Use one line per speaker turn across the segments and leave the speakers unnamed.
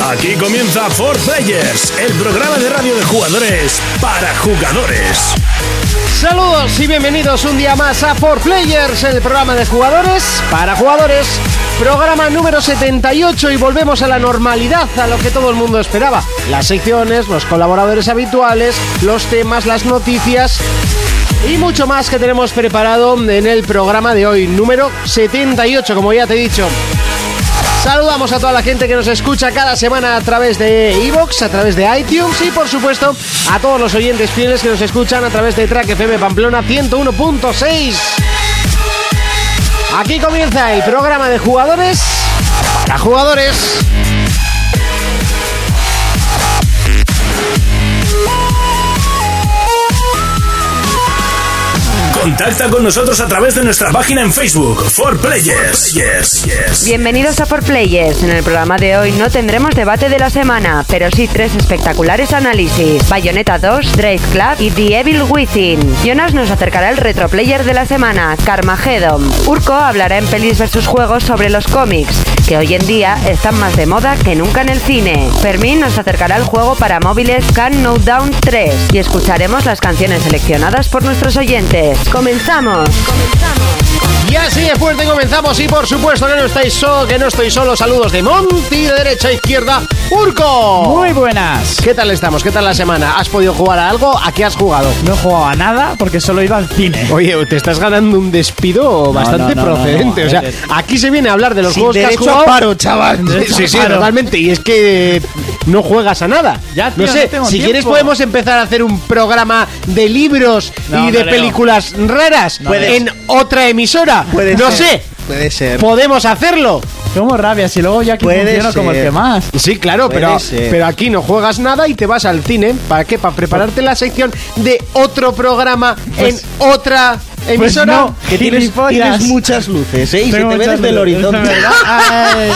Aquí comienza For Players, el programa de radio de jugadores para jugadores.
Saludos y bienvenidos un día más a For Players, el programa de jugadores para jugadores. Programa número 78 y volvemos a la normalidad, a lo que todo el mundo esperaba. Las secciones, los colaboradores habituales, los temas, las noticias y mucho más que tenemos preparado en el programa de hoy, número 78, como ya te he dicho. Saludamos a toda la gente que nos escucha cada semana a través de Evox, a través de iTunes y por supuesto a todos los oyentes fieles que nos escuchan a través de Track FM Pamplona 101.6. Aquí comienza el programa de jugadores para jugadores.
Contacta con nosotros a través de nuestra página en Facebook, For Players. Yes, yes.
Bienvenidos a For Players. En el programa de hoy no tendremos debate de la semana, pero sí tres espectaculares análisis: Bayonetta 2, Drive Club y The Evil Within. Jonas nos acercará el retroplayer de la semana, Carmageddon. Urco hablará en pelis versus juegos sobre los cómics, que hoy en día están más de moda que nunca en el cine. Fermín nos acercará el juego para móviles Can No Down 3 y escucharemos las canciones seleccionadas por nuestros oyentes. Comenzamos.
Y así de fuerte comenzamos y por supuesto que no estáis solo, que no estoy solo. Saludos de Monty, de derecha a izquierda, Urco.
Muy buenas.
¿Qué tal estamos? ¿Qué tal la semana? ¿Has podido jugar a algo? ¿A qué has jugado?
No he jugado a nada porque solo iba al cine.
Oye, te estás ganando un despido bastante
no, no, no,
procedente.
no,
o sea,
eres-
aquí se viene a hablar de los juegos que has
derecho a
jugado.
paro, chaval. Derecho
Sí,
a
sí,
paro.
totalmente. Y es que no juegas a nada.
Ya, tío,
no sé,
no tengo
si
tiempo.
quieres podemos empezar a hacer un programa de libros
No,
y de
no leo.
películas raras
No leo.
en otra emisora.
Puede
no
ser.
sé,
Puede ser.
podemos hacerlo.
Como rabia, si luego yo aquí
Puede
funciono como el
ser.
que más.
Sí, claro,
Puede
pero,
ser.
pero aquí no juegas nada y te vas al cine. ¿Para qué? ¿Para prepararte la sección de otro programa
Pues-
en otra emisora?
no.
Que tienes,
Gilipollas.
tienes muchas luces, ¿eh? Y se
Tengo
te ve
muchas
desde el
luces,
horizonte.
es verdad. Ay,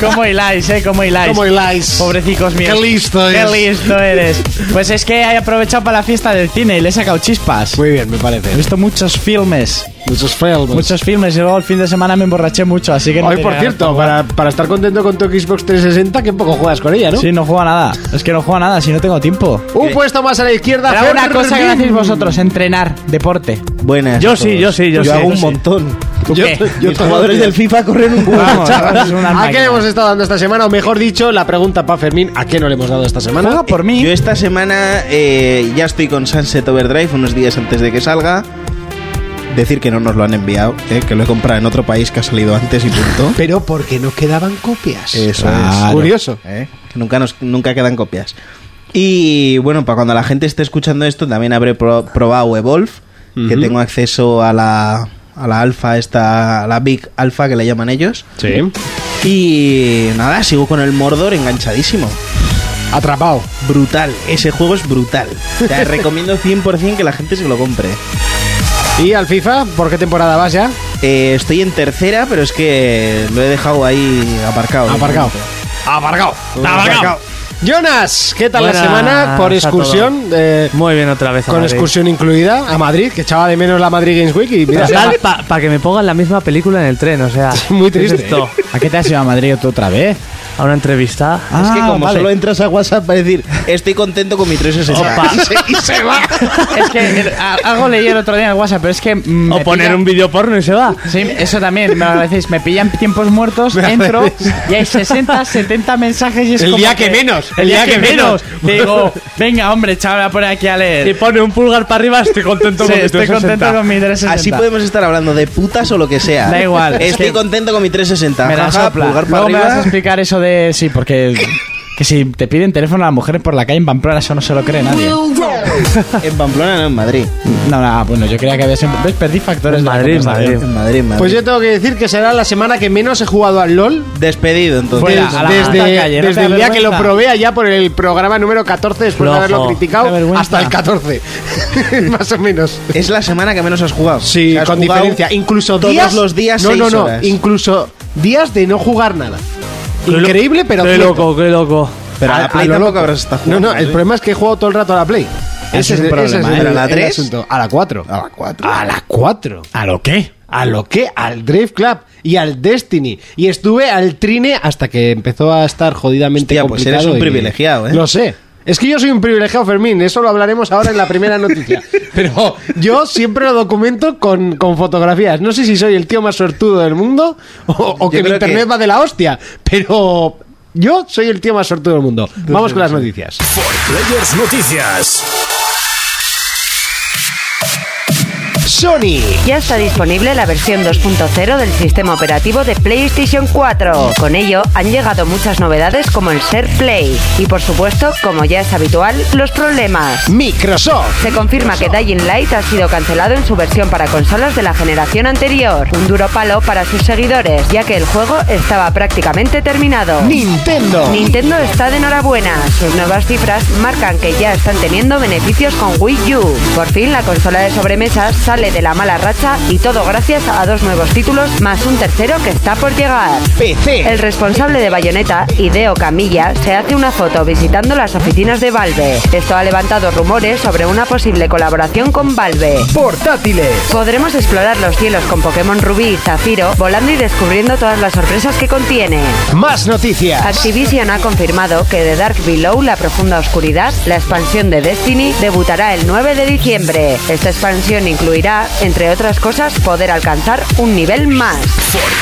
¿Cómo hiláis, eh? ¿Cómo hiláis?
Como Elias.
Pobrecicos míos.
Qué listo
Qué
es.
listo eres. Pues es que he aprovechado para la fiesta del cine y le he sacado chispas.
Muy bien, me
He
parece.
visto muchos filmes.
Muchos fails.
Muchos filmes y luego el fin de semana me emborraché mucho, así que no
Hoy,
tenía
por
ganas de
cierto,
jugar.
para, para estar contento con tu Xbox 360, que poco juegas con ella, ¿no?
Sí, no juego a nada. Es que no juego a nada, si no tengo tiempo.
Un puesto más a la izquierda.
Pero una cosa que
Fermín.
hacéis vosotros, entrenar, deporte.
Buenas.
Yo
a
sí,
todos.
yo sí, yo sí,
hago
yo
un
sí.
montón.
¿Tú
Yo-
qué?
yo
Los
todo-
jugadores del FIFA corren un huevo.
Vamos, vamos, es una
¿A qué
máquina.
le hemos estado dando esta semana? O mejor dicho, la pregunta para Fermín, ¿a qué no le hemos dado esta semana?
Juega por mí.
Yo esta semana eh, ya estoy con Sunset Overdrive unos días antes de que salga. Decir que no nos lo han enviado, eh, que lo he comprado en otro país que ha salido antes y punto.
Pero porque no quedaban copias.
Eso
Claro.
es.
Curioso.
¿Eh? Que nunca, nos, nunca quedan copias. Y bueno, para cuando la gente esté escuchando esto, también habré pro- probado Evolve, que tengo acceso a la, a la alfa, esta, a la Big Alpha que le llaman ellos.
Sí.
Y nada, sigo con el Mordor enganchadísimo.
Atrapado.
Brutal, ese juego es brutal. Te recomiendo 100% que la gente se lo compre.
¿Y al FIFA? ¿Por qué temporada vas ya?
Eh, estoy en tercera, pero es que lo he dejado ahí aparcado.
Aparcado.
Aparcado.
Abarcao. Jonas, ¿qué tal la
Buenas
semana por
a
excursión? Eh,
Muy bien, otra vez. a
con
Madrid.
excursión incluida a Madrid, que echaba de menos la Madrid Games Week y mira,
Pero tal, para que me pongan la misma película en el tren, o sea.
muy
¿qué es
triste.
esto?
¿A qué te has ido a Madrid tú otra vez?
A una entrevista.
Es que
Ah,
como
vale.
solo entras a WhatsApp para decir, estoy contento con mi 360.
Opa.
Y se- y se va.
Es que el- a- algo leí el otro día en el WhatsApp, pero es que. mm, me
O poner
pilla-
un vídeo porno y se va.
Sí, eso también, me lo agradecéis. Me pillan tiempos muertos, entro y hay 60, 70 mensajes y es
El
como
día que menos,
El, día, que, menos. Digo, venga, hombre, chaval, a poner aquí a leer.
Y pone un pulgar para arriba, estoy contento
Sí,
con mi
estoy
360.
contento con mi 360.
Así podemos estar hablando de putas o lo que sea.
Da igual, es
Estoy
que-
contento con mi 360.
Me la
Jaja,
sopla.
pulgar para
Luego me vas a
arriba.
explicar eso de. Sí, porque. Que si te piden teléfono a las mujeres por la calle en Pamplona, eso no se lo cree nadie.
En Pamplona, no, en Madrid.
No, no, bueno, yo creía que había siempre. ¿Ves? Perdí factores
En
de la
Madrid,
conversación.
Madrid.
En Madrid, en Madrid.
Pues yo tengo que decir que será la semana que menos he jugado al LOL.
Despedido, entonces.
Fuera,
des-
a la
desde
puta calle, no
desde
te
el
da
día que lo
vergüenza.
probé allá por el programa número 14, después de
Flojo.
haberlo
Qué
criticado,
vergüenza.
hasta el 14. Más o menos.
Es la semana que menos has jugado.
Sí,
O sea, has
con
jugado
diferencia. Incluso
todos
días,
los días,
No,
seis
no, no.
horas.
Incluso días de no jugar nada.
Qué lo-
Increíble, pero
Qué
cierto.
loco, qué loco.
Pero a la Play
lo
tampoco
loco.
habrás estado
No,
jugando, ¿eh?
no, el
¿sí?
problema es que he jugado todo el rato a la Play.
Ese es un problema, ¿eh?
el-
¿A la
el
3?
asunto. A la 4.
A la 4.
A la 4.
¿A lo qué?
¿A lo qué? Al Drive Club. y al Destiny. Y estuve al Trine hasta que empezó a estar jodidamente
Hostia, pues
complicado.
eres un
y-
privilegiado, ¿eh?
Lo sé. Es que yo soy un privilegiado, Fermín. Eso lo hablaremos ahora en la primera noticia. Pero yo siempre lo documento con, con fotografías. No sé si soy el tío más sortudo del mundo o, o que mi
creo que-
internet va de la hostia. Pero yo soy el tío más sortudo del mundo. Vamos con las noticias.
Players Noticias.
Sony.
Ya está disponible la versión 2.0 del sistema operativo de PlayStation 4. Con ello han llegado muchas novedades como el Ser Play y por supuesto, como ya es habitual, los problemas.
Microsoft.
Se confirma que Dying Light ha sido cancelado en su versión para consolas de la generación anterior. Un duro palo para sus seguidores, ya que el juego estaba prácticamente terminado.
Nintendo.
Nintendo está de enhorabuena. Sus nuevas cifras marcan que ya están teniendo beneficios con Wii U. Por fin la consola de sobremesas sale de la mala racha y todo gracias a dos nuevos títulos más un tercero que está por llegar.
PC.
El responsable de Bayonetta, Hideo Camilla, se hace una foto visitando las oficinas de Valve. Esto ha levantado rumores sobre una posible colaboración con Valve.
Portátiles.
Podremos explorar los cielos con Pokémon Rubí y Zafiro, volando y descubriendo todas las sorpresas que contiene.
Más noticias.
Activision ha confirmado que The Dark Below, la profunda oscuridad, la expansión de Destiny, debutará el 9 de diciembre. Esta expansión incluirá, entre otras cosas, poder alcanzar un nivel más.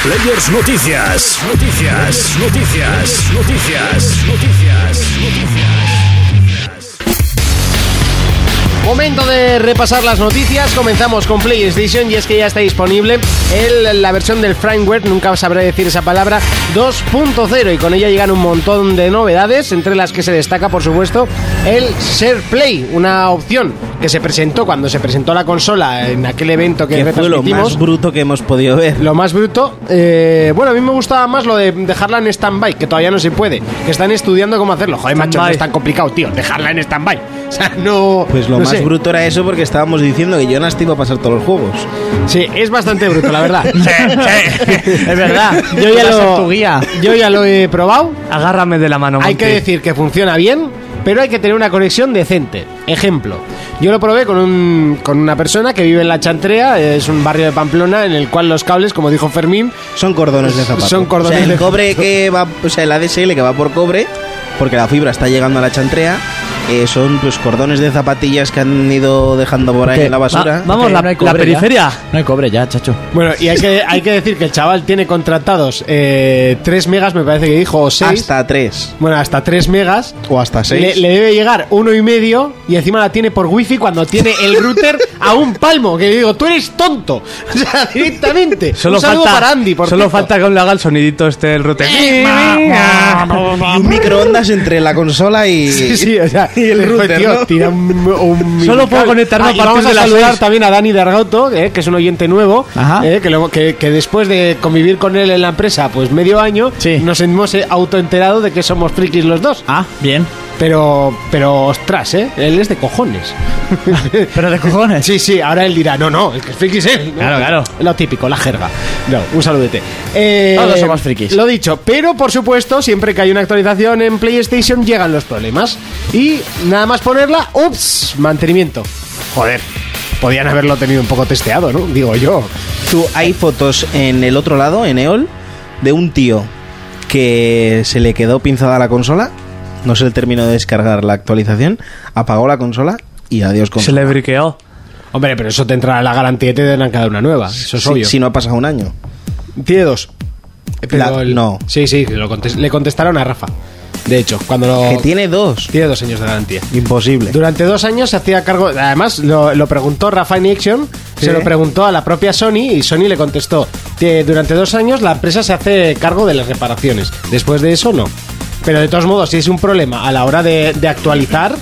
Players Noticias. Noticias. Noticias. Noticias. Noticias.
Momento de repasar las noticias. Comenzamos con PlayStation y es que ya está disponible el- la versión del firmware, nunca sabré decir esa palabra, 2.0 y con ella llegan un montón de novedades, entre las que se destaca, por supuesto, el Share Play, una opción que se presentó cuando se presentó la consola en aquel evento que,
Que fue lo
retransmitimos.
más bruto que hemos podido ver.
Lo más bruto, eh, bueno, a mí me gustaba más lo de dejarla en stand-by, que todavía no se puede. Que están estudiando cómo hacerlo. Joder, macho, no
Stand-by.
es tan complicado, tío, dejarla en stand-by. O sea, no.
Pues lo
no
más
sé.
bruto era eso porque estábamos diciendo que Jonas te iba a pasar todos los juegos.
Sí, es bastante bruto, la verdad.
Es verdad.
Yo ya,
Va a ser
lo,
tu guía.
yo ya lo he probado.
Agárrame de la mano.
Hay que
Monty.
decir que funciona bien, pero hay que tener una conexión decente. Ejemplo, yo lo probé con, un, con una persona que vive en La Chantrea, es un barrio de Pamplona en el cual los cables, como dijo Fermín,
Son cordones de zapato.
Son cordones
O sea, el
de
cobre que va, o sea, el ADSL que va por cobre, porque la fibra está llegando a la chantrea, eh, son pues cordones de zapatillas que han ido dejando por ahí
Ok,
en la basura.
Va- Ah, vamos,
Ok,
la,
no hay
la
cobre ya.
periferia.
No hay cobre ya, chacho.
Bueno, y hay que, hay que decir que el chaval tiene contratados 3 megas, me parece que dijo, o 6.
hasta tres
Bueno, hasta 3 megas.
o hasta
Le,
seis.
le debe llegar uno y medio y encima la tiene por wifi cuando tiene el router a un palmo. Que le digo, tú eres tonto. O sea, directamente.
Solo
un saludo
falta,
para Andy, por
solo
cierto.
falta que aún le haga el sonidito este el rote.
Y un microondas entre la consola y.
Sí, sí, o sea,
y el router,
tío,
¿no?
tira un, un
Solo
minicable.
puedo conectarme a
y
partir
vamos
de las
saludar
seis.
también a Dani de Argauto, eh, que es un oyente nuevo,
Ajá.
eh, que, luego- que- que después de convivir con él en la empresa pues medio año,
Sí.
nos hemos eh, autoenterado de que somos frikis los dos.
Ah, bien.
Pero, pero ostras, ¿eh? Él es de cojones.
Pero de cojones.
Sí, sí, ahora él dirá, no, no, el que es friki es él.
Claro, claro.
Lo típico, la jerga. No, un saludete. Eh,
Todos somos frikis.
Lo dicho, pero por supuesto, siempre que hay una actualización en PlayStation llegan los problemas. Y nada más ponerla, ups, mantenimiento. Joder, podían haberlo tenido un poco testeado, ¿no? Digo yo.
Tú, hay fotos en el otro lado, en EOL, de un tío que se le quedó pinzada la consola, no se le terminó de descargar la actualización, apagó la consola y adiós con
Se le briqueó.
Hombre, pero eso te entrará la garantía y te darán cada una nueva. Eso es
si,
obvio.
si no ha pasado un año.
Tiene dos. Eh, Pero
La-
el-
no.
Sí, sí, lo contes- le contestaron a Rafa. De hecho, cuando lo.
Que tiene dos.
tiene dos años de garantía.
Imposible.
Durante dos años se hacía cargo. Además, lo, lo preguntó Rafa in Action, se lo preguntó a la propia Sony y Sony le contestó que durante dos años la empresa se hace cargo de las reparaciones. Después de eso, no. Pero de todos modos, si es un problema a la hora de, de actualizar,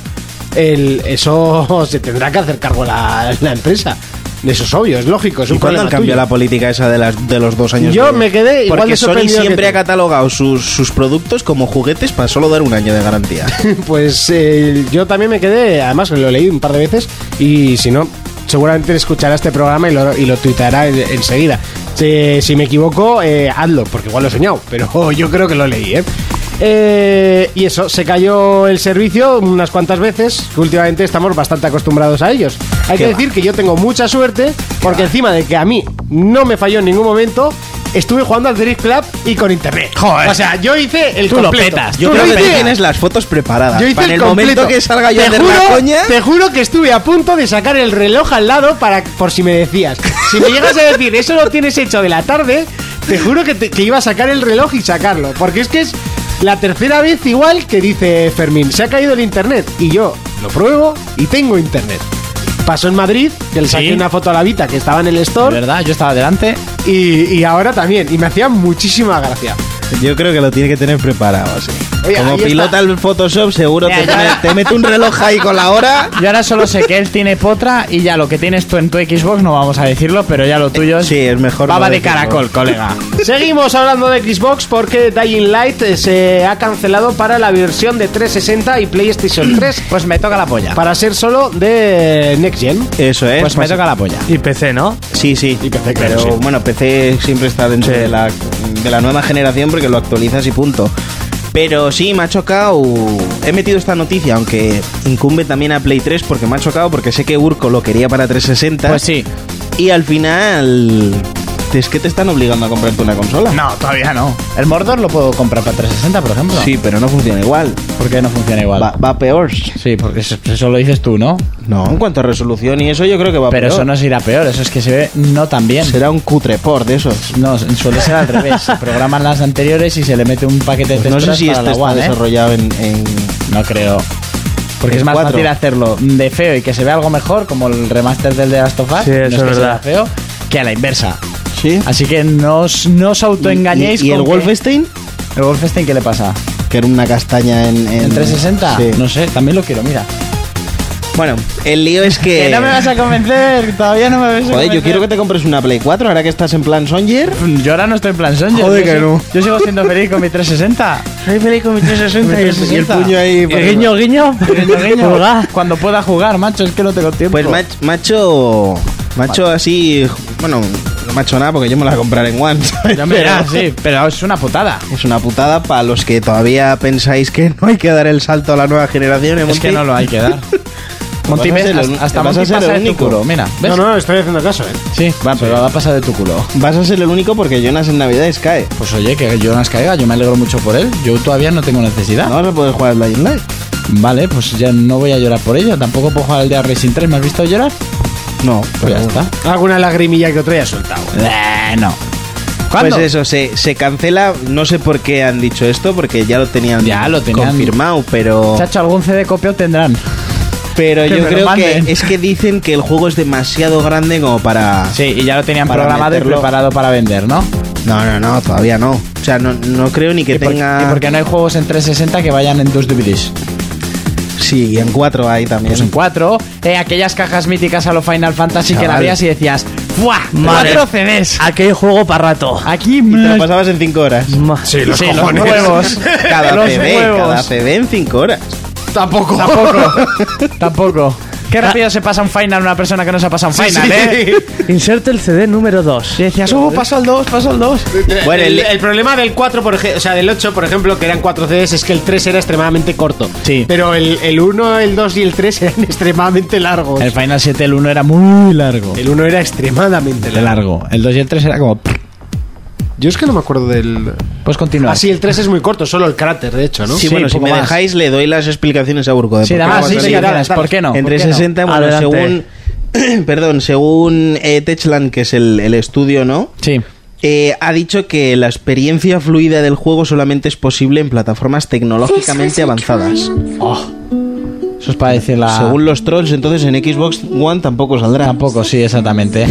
el, eso se tendrá que hacer cargo la, la empresa. Eso es obvio, es lógico, es
¿Y
un
cuándo
problema.
han cambiado
tuyo.
la política esa de, las, de los dos años?
Yo
de-
me quedé igual
Porque
de
Sony
sorprendido que
siempre
tú.
ha catalogado sus, sus productos como juguetes para solo dar un año de garantía.
Pues eh, yo también me quedé, además lo leí un par de veces y si no, seguramente escuchará este programa y lo, y lo tuiteará en- enseguida. Si, si me equivoco, eh, hazlo, porque igual lo he soñado, pero yo creo que lo leí, ¿eh? Eh, y eso, se cayó el servicio unas cuantas veces, que últimamente estamos bastante acostumbrados a ellos. Hay
Qué
que
va.
decir que yo tengo mucha suerte, porque encima de que a mí no me falló en ningún momento, estuve jugando al Drift Club y con internet.
Joder.
O sea, yo hice el
Tú lo
completo.
petas,
Yo
Tú
creo
lo
que tú
hice.
tienes las fotos preparadas.
Yo hice
Para
el,
el
completo.
momento que salga yo
te
a hacer
juro,
la coña.
Te juro que estuve a punto de sacar el reloj al lado para por si me decías. Si me llegas a decir eso lo tienes hecho de la tarde, te juro que, te- que iba a sacar el reloj y sacarlo. Porque es que es la tercera vez igual que dice Fermín, se ha caído el internet. Y yo lo pruebo y tengo internet. Pasó en Madrid, que le saqué
Sí.
una foto a la Vita que estaba en el
De
store
verdad, yo estaba delante.
y, y ahora también. Y me hacía muchísima gracia.
Yo creo que lo tiene que tener preparado, sí.
Oye,
Como
ahí
pilota
está.
el Photoshop, seguro
Ya,
te,
ya.
pone- te mete un reloj ahí con la hora.
Yo ahora solo sé que él tiene potra y ya lo que tienes tú en tu Xbox no vamos a decirlo, pero ya lo tuyo es,
Sí, es mejor.
baba
no
de
decirlo.
caracol, colega.
Seguimos hablando de Xbox porque Dying Light eh, se ha cancelado para la versión de 360 y PlayStation 3
Pues me toca la polla.
para ser solo de Next Gen.
Eso es.
Pues me toca la polla.
Y PC, ¿no?
Sí, sí.
Y PC, claro,
pero
sí.
bueno, PC siempre está dentro de, la, de la nueva generación porque lo actualizas y punto. Pero sí, me ha chocado. He metido esta noticia, aunque incumbe también a Play 3 porque me ha chocado porque sé que Urco lo quería para 360.
Pues sí.
Y al final. Es que te están obligando a comprarte una consola.
No, todavía no. El Mordor lo puedo comprar para 360, por ejemplo.
Sí, pero no funciona igual.
Porque no funciona igual.
Va, va peor.
Sí, porque eso, eso lo dices tú, ¿no?
No, en cuanto a resolución y eso, yo creo que va
Pero
peor.
eso no se irá peor, eso es que se ve no tan bien.
Será un cutreport de esos.
No, suele ser al revés. Se programan las anteriores y se le mete un paquete de
Pues no sé
texturas
si
para
este
la
está
One, ¿eh?
desarrollado en, en-
No creo. Porque
En
es más
cuatro.
fácil hacerlo de feo y que se vea algo mejor, como el remaster del de Last of Us,
Sí,
no
eso
que
es
se
verdad.
vea feo, que a la inversa.
Sí.
Así que no os, no os autoengañéis.
¿Y, y- y el
con que-
Wolfenstein?
¿El Wolfenstein qué le pasa?
Que era una castaña en... en-
¿En 360?
Sí.
No sé, también lo quiero, mira.
Bueno, el lío es que...
Que no me vas a convencer, todavía no me vas a
Eh. Joder, yo
convencer.
quiero que te compres una Play 4 ahora que estás en plan Sonyer.
Yo ahora no estoy en plan Sonja. yo
Joder, que
sigo-
no.
Yo sigo siendo feliz con mi 360.
Soy feliz con mi 360
y el puño
ahí...
El guiño, guiño.
Guiño, guiño.
Pulgar.
Cuando pueda jugar, macho, es que no tengo tiempo.
Pues mach- macho... Macho así... Bueno, no macho nada porque yo me la compraré en One. ¿sabes?
Ya me dirás, sí, pero es una putada.
Es una putada para los que todavía pensáis que no hay que dar el salto a la nueva generación. ¿eh,
Es
Monty?
que no lo hay que dar. Monty,
Vas a
ves,
ser el-
hasta- hasta
vas a
Monty
ser
pasa
el
de tu
único.
culo, mira. ¿ves?
No, no, estoy haciendo caso, ¿eh?
Sí, va, pero va a pasar de tu culo.
Vas a ser el único porque Jonas en Navidades cae.
Pues oye, que Jonas caiga, yo me alegro mucho por él. Yo todavía no tengo necesidad.
No vas a poder jugar al Dying Light.
Vale, pues ya no voy a llorar por ello. Tampoco puedo jugar al de Racing 3. ¿Me has visto llorar?
No,
Pues ya está.
Alguna lagrimilla que otra ya he soltado.
Eh, no.
Pues
¿Cuándo?
eso, se, se cancela. No sé por qué han dicho esto, porque ya lo tenían,
Ya lo tenían.
confirmado, pero,
Chacho, algún CD copio tendrán.
pero
que me
yo
lo
creo que
manden.
es que dicen que el juego es demasiado grande como para.
Sí, y ya lo tenían
Para
programado
meterlo.
y preparado para vender, ¿no?
No, no, no, todavía no. O sea, no, no creo ni que
y, por-
tenga.
y porque no hay juegos en 360 que vayan en dos DVDs.
Sí, y en 4 hay también.
Pues en 4, aquellas cajas míticas a lo Final Fantasy que la
Chaval.
abrías y decías, ¡Buah!
Madre.
¡Cuatro CDs!
Aquel juego para rato.
Aquí
Y te lo
más-
pasabas en 5 horas.
Sí,
Sí, los huevos.
Cada
los
CD,
huevos.
cada CD en 5 horas.
Tampoco. Tampoco. Ah. Tampoco. Qué rápido se pasa un final una persona que no se ha pasado un final, ¿eh?
Inserte el CD número 2.
Y decías, oh, paso al 2, paso al 2.
Bueno,
el,
el-
el problema del 4, por ej- o sea, del 8, por ejemplo, que eran 4 CDs, es que el 3 era extremadamente corto.
Sí.
Pero el, el 1, el 2 y el 3 eran extremadamente largos.
El Final 7, el 1 era muy largo.
El 1 era extremadamente
El
largo.
largo. El 2 y el 3 era como.
Yo es que no me acuerdo del...
Pues continúa.
Así, Ah, el 3 es muy corto, solo el cráter, de hecho, ¿no?
Sí,
Sí,
bueno, si
poco
me
más.
dejáis, le doy las explicaciones a Urco. ¿eh? de
Sí,
por qué
dame
lo
las
hacen.
explicaciones. ¿Por qué no? ¿Por
Entre
qué no?
60, bueno,
Adelante.
según. perdón, según eh, Techland, que es el, el estudio, ¿no?
Sí.
Eh, ha dicho que la experiencia fluida del juego solamente es posible en plataformas tecnológicamente avanzadas.
Eso es para decir la.
Según los trolls, entonces en Xbox One tampoco saldrá.
Ah. Tampoco, sí, exactamente.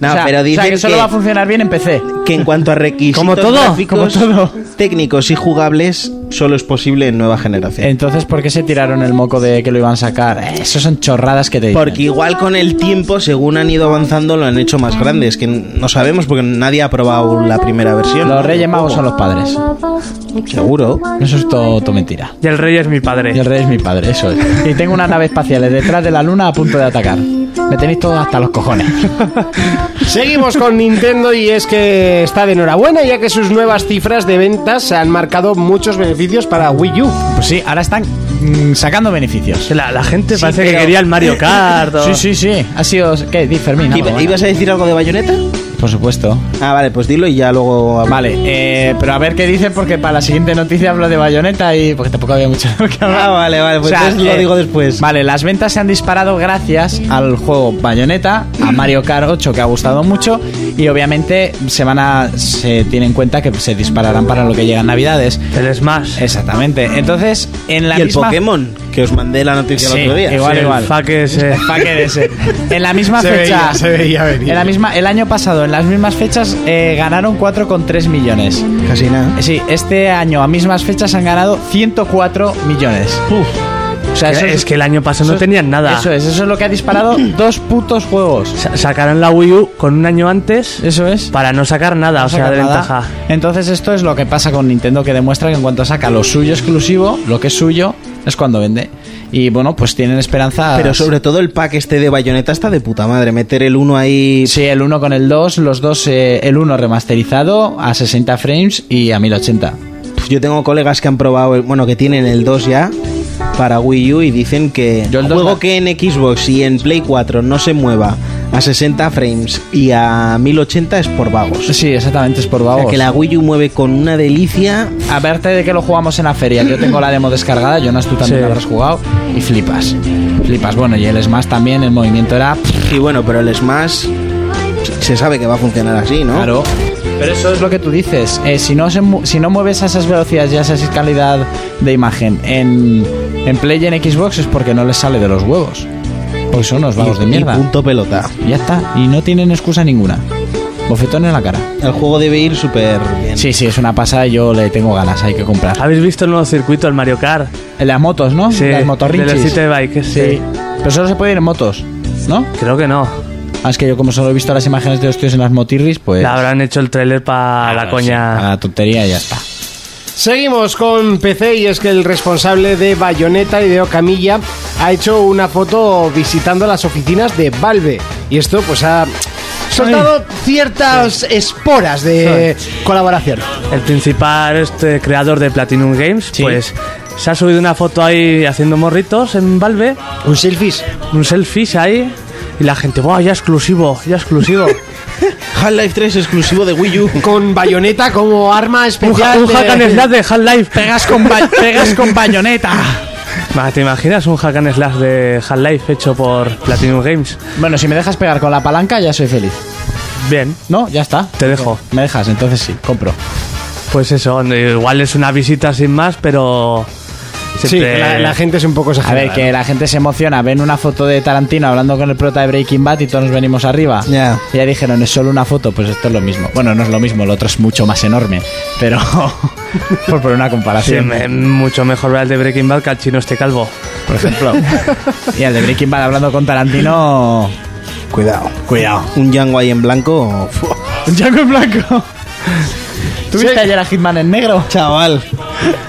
No,
o sea, o
pero
sea,
dicen
que solo
que-
va a funcionar bien en PC.
Que en cuanto a requisitos
Como todo,
gráficos,
como todo.
técnicos y jugables, solo es posible en nueva generación.
Entonces, ¿por qué se tiraron el moco de que lo iban a sacar? Eh, Eso son chorradas que te dicen.
Porque igual con el tiempo, según han ido avanzando, lo han hecho más grande. Es que no sabemos porque nadie ha probado la primera versión.
Los Reyes Magos son los padres.
Seguro.
Eso es todo, todo mentira.
Y el rey es mi
Y el
padre.
rey es mi padre, eso es. Y tengo una nave espacial detrás de la luna a punto de atacar. Me tenéis todos hasta los cojones.
Seguimos con Nintendo y es que está de enhorabuena ya que sus nuevas cifras de ventas han marcado muchos beneficios para Wii U.
Pues sí, ahora están mm, sacando beneficios.
La, la gente parece
pero-
que quería el Mario Kart. o-
Sí, sí, sí. Ha sido. ¿Qué? Di Fermín. algo,
Iba-
bueno.
¿Ibas a decir algo de bayoneta?
por supuesto.
Ah, vale, pues dilo y ya luego. hablo.
Vale, eh, pero a ver qué dice, porque para la siguiente noticia hablo de bayoneta y. porque tampoco había mucho que hablar.
Ah, vale, vale, pues
O sea,
entonces lo
eh,
digo después.
Vale, las ventas se han disparado gracias al juego Bayonetta, a Mario Kart 8 que ha gustado mucho y obviamente se van a se tiene en cuenta que se dispararán para lo que llegan Navidades.
El Smash.
Exactamente. Entonces, en la
y el
misma
Pokémon, que os mandé la noticia
Sí,
el otro día.
igual,
el
igual.
faque ese.
Pa' que ese. En la misma
Se
fecha.
veía, se veía venir.
En la misma, el año pasado, en las mismas fechas, eh, ganaron 4,3 millones.
Casi nada.
Sí, este año a mismas fechas han ganado 104 millones. O sea, eso
Es que el año pasado
eso
no
es-
tenían nada.
Eso es, eso es lo que ha disparado dos putos juegos.
Sa- Sacaron la Wii U con un año antes
Eso es.
para no sacar nada, o
No
sea,
saca
de
nada.
ventaja.
Entonces esto es lo que pasa con Nintendo que demuestra que en cuanto saca lo suyo exclusivo, lo que es suyo es cuando vende. Y bueno, pues tienen esperanza.
Pero sobre todo el pack este de bayoneta está de puta madre. Meter el uno ahí.
Sí, el 1 con el 2, los dos, eh, el 1 remasterizado a 60 frames y a 1080.
Pff, Yo tengo colegas que han probado, el- bueno, que tienen el 2 ya para Wii U y dicen que
Yo el dos
juego
la-
que en Xbox y en Play 4 no se mueva a 60 frames y a 1080 es por vagos.
Sí, exactamente, es por
O
vagos.
sea, que la Wii U mueve con una delicia.
A verte de que lo jugamos en la feria. Yo tengo la demo descargada, Jonas, tú también
Sí.
la habrás jugado y flipas. Flipas. Bueno, y el Smash también, el movimiento era
Y bueno, pero el Smash se sabe que va a funcionar así, ¿no?
Claro. Pero eso es lo que tú dices. Eh, si, no se mu- si no mueves a esas velocidades y a esa calidad de imagen en, en Play y en Xbox es porque no les sale de los huevos. Porque son unos vagos
Y-
de mierda.
Y punto pelota.
Ya está. Y no tienen excusa ninguna. Bofetón en la cara.
El juego debe ir súper bien.
Sí, sí, es una pasada. Yo le tengo ganas. Hay que comprar.
¿Habéis visto el nuevo circuito, el Mario Kart?
En Las motos, ¿no? Las
de los
motorrinchis.
City Bike, sí.
Pero solo se puede ir en motos, ¿no?
Creo que no.
Ah, es que yo como solo he visto las imágenes de los tíos en las motirris, pues...
La habrán hecho el tráiler
Ah,
para la coña.
A la tontería y ya está.
Seguimos con PC y es que el responsable de Bayonetta, Hideo Camilla, ha hecho una foto visitando las oficinas de Valve. Y esto pues ha soltado ciertas esporas de colaboración.
El principal este, creador de Platinum Games,
Sí.
pues se ha subido una foto ahí haciendo morritos en Valve,
Un selfies.
un selfies ahí, y la gente, ¡buah, ya exclusivo, ya exclusivo!
Half-Life 3 exclusivo de Wii U.
Con Bayonetta como arma
un, ha-
especial.
un hack and
de-
slash de Half-Life.
Pegas con, ba- pegas con bayoneta.
Ma, ¿Te imaginas un hack and slash de Half-Life hecho por Platinum Games?
Bueno, si me dejas pegar con la palanca ya soy feliz.
Bien,
¿No? Ya está.
te dejo.
Me dejas, entonces sí, compro.
Pues eso, igual es una visita sin más, pero...
Sí,
siempre-
la, la gente es un poco
Pues
A
exagerada.
ver, que la gente se emociona. Ven una foto de Tarantino hablando con el prota de Breaking Bad y todos nos venimos arriba.
Ya.
Y Ya dijeron, es solo una foto, pues esto es lo mismo. Bueno, no es lo mismo, lo otro es mucho más enorme. Pero. por poner una
Sí,
comparación.
me- mucho mejor ver el de Breaking Bad que al chino este calvo.
por ejemplo. y el de Breaking Bad hablando con Tarantino.
Cuidado.
Cuidado.
Un Django ahí en blanco. fu-
Jaco en blanco. ¿Tuviste ayer a Hitman en negro?
Chaval.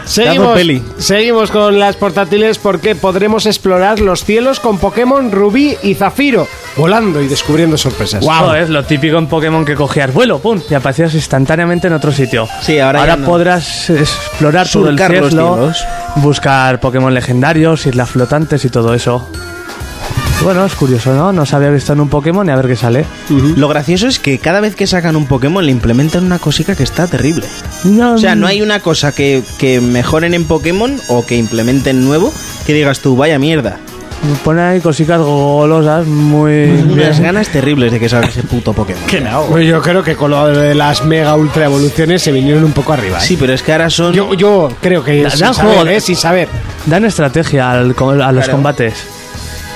Seguimos,
Dando peli.
seguimos con las portátiles porque podremos explorar los cielos con Pokémon Rubí y Zafiro, volando y descubriendo sorpresas.
Wow. Es lo típico en Pokémon que cogías vuelo, pum, y aparecías instantáneamente en otro sitio.
Sí, ahora ya no.
podrás explorar todo el
Surcar los
cielo,
cielos.
buscar Pokémon legendarios, islas flotantes y todo eso. Bueno, es curioso, ¿no? No se había visto en un Pokémon y a ver qué sale.
Lo gracioso es que cada vez que sacan un Pokémon le implementan una cosica que está terrible.
No,
O sea, no hay una cosa que, que mejoren en Pokémon o que implementen nuevo que digas tú, vaya mierda.
Pone ahí cositas golosas muy...
Unas ganas terribles de que salga ese puto Pokémon.
Pues yo creo que con lo de las mega ultra evoluciones se vinieron un poco arriba. ¿eh?
Sí, pero es que ahora son...
Yo, yo creo que
Da-
sin
dan
saber,
juego,
¿eh?
¿eh?
sin saber.
Dan estrategia al co- a los
Claro.
combates.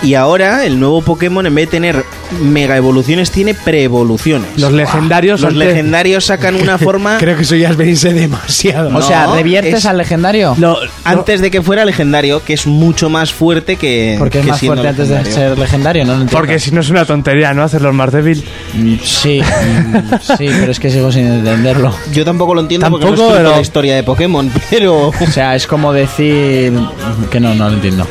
Y ahora el nuevo Pokémon en vez de tener mega evoluciones tiene preevoluciones.
Los legendarios...
Los
antes-
legendarios sacan una forma...
Creo que eso ya es venirse demasiado.
No,
o sea, ¿reviertes
es-
al legendario?
lo-
Antes de que fuera legendario, que es mucho más fuerte que...
Porque es
que
más
siendo
fuerte antes de
legendario.
ser legendario, ¿no? lo entiendo.
Porque si no es una tontería, ¿no? Hacerlos más débil.
Mm, Sí, mm, sí, pero es que sigo sin entenderlo.
Yo tampoco lo entiendo porque no
Tampoco,
es
pero-
la historia de Pokémon, pero...
O sea, es como decir que no, no lo entiendo.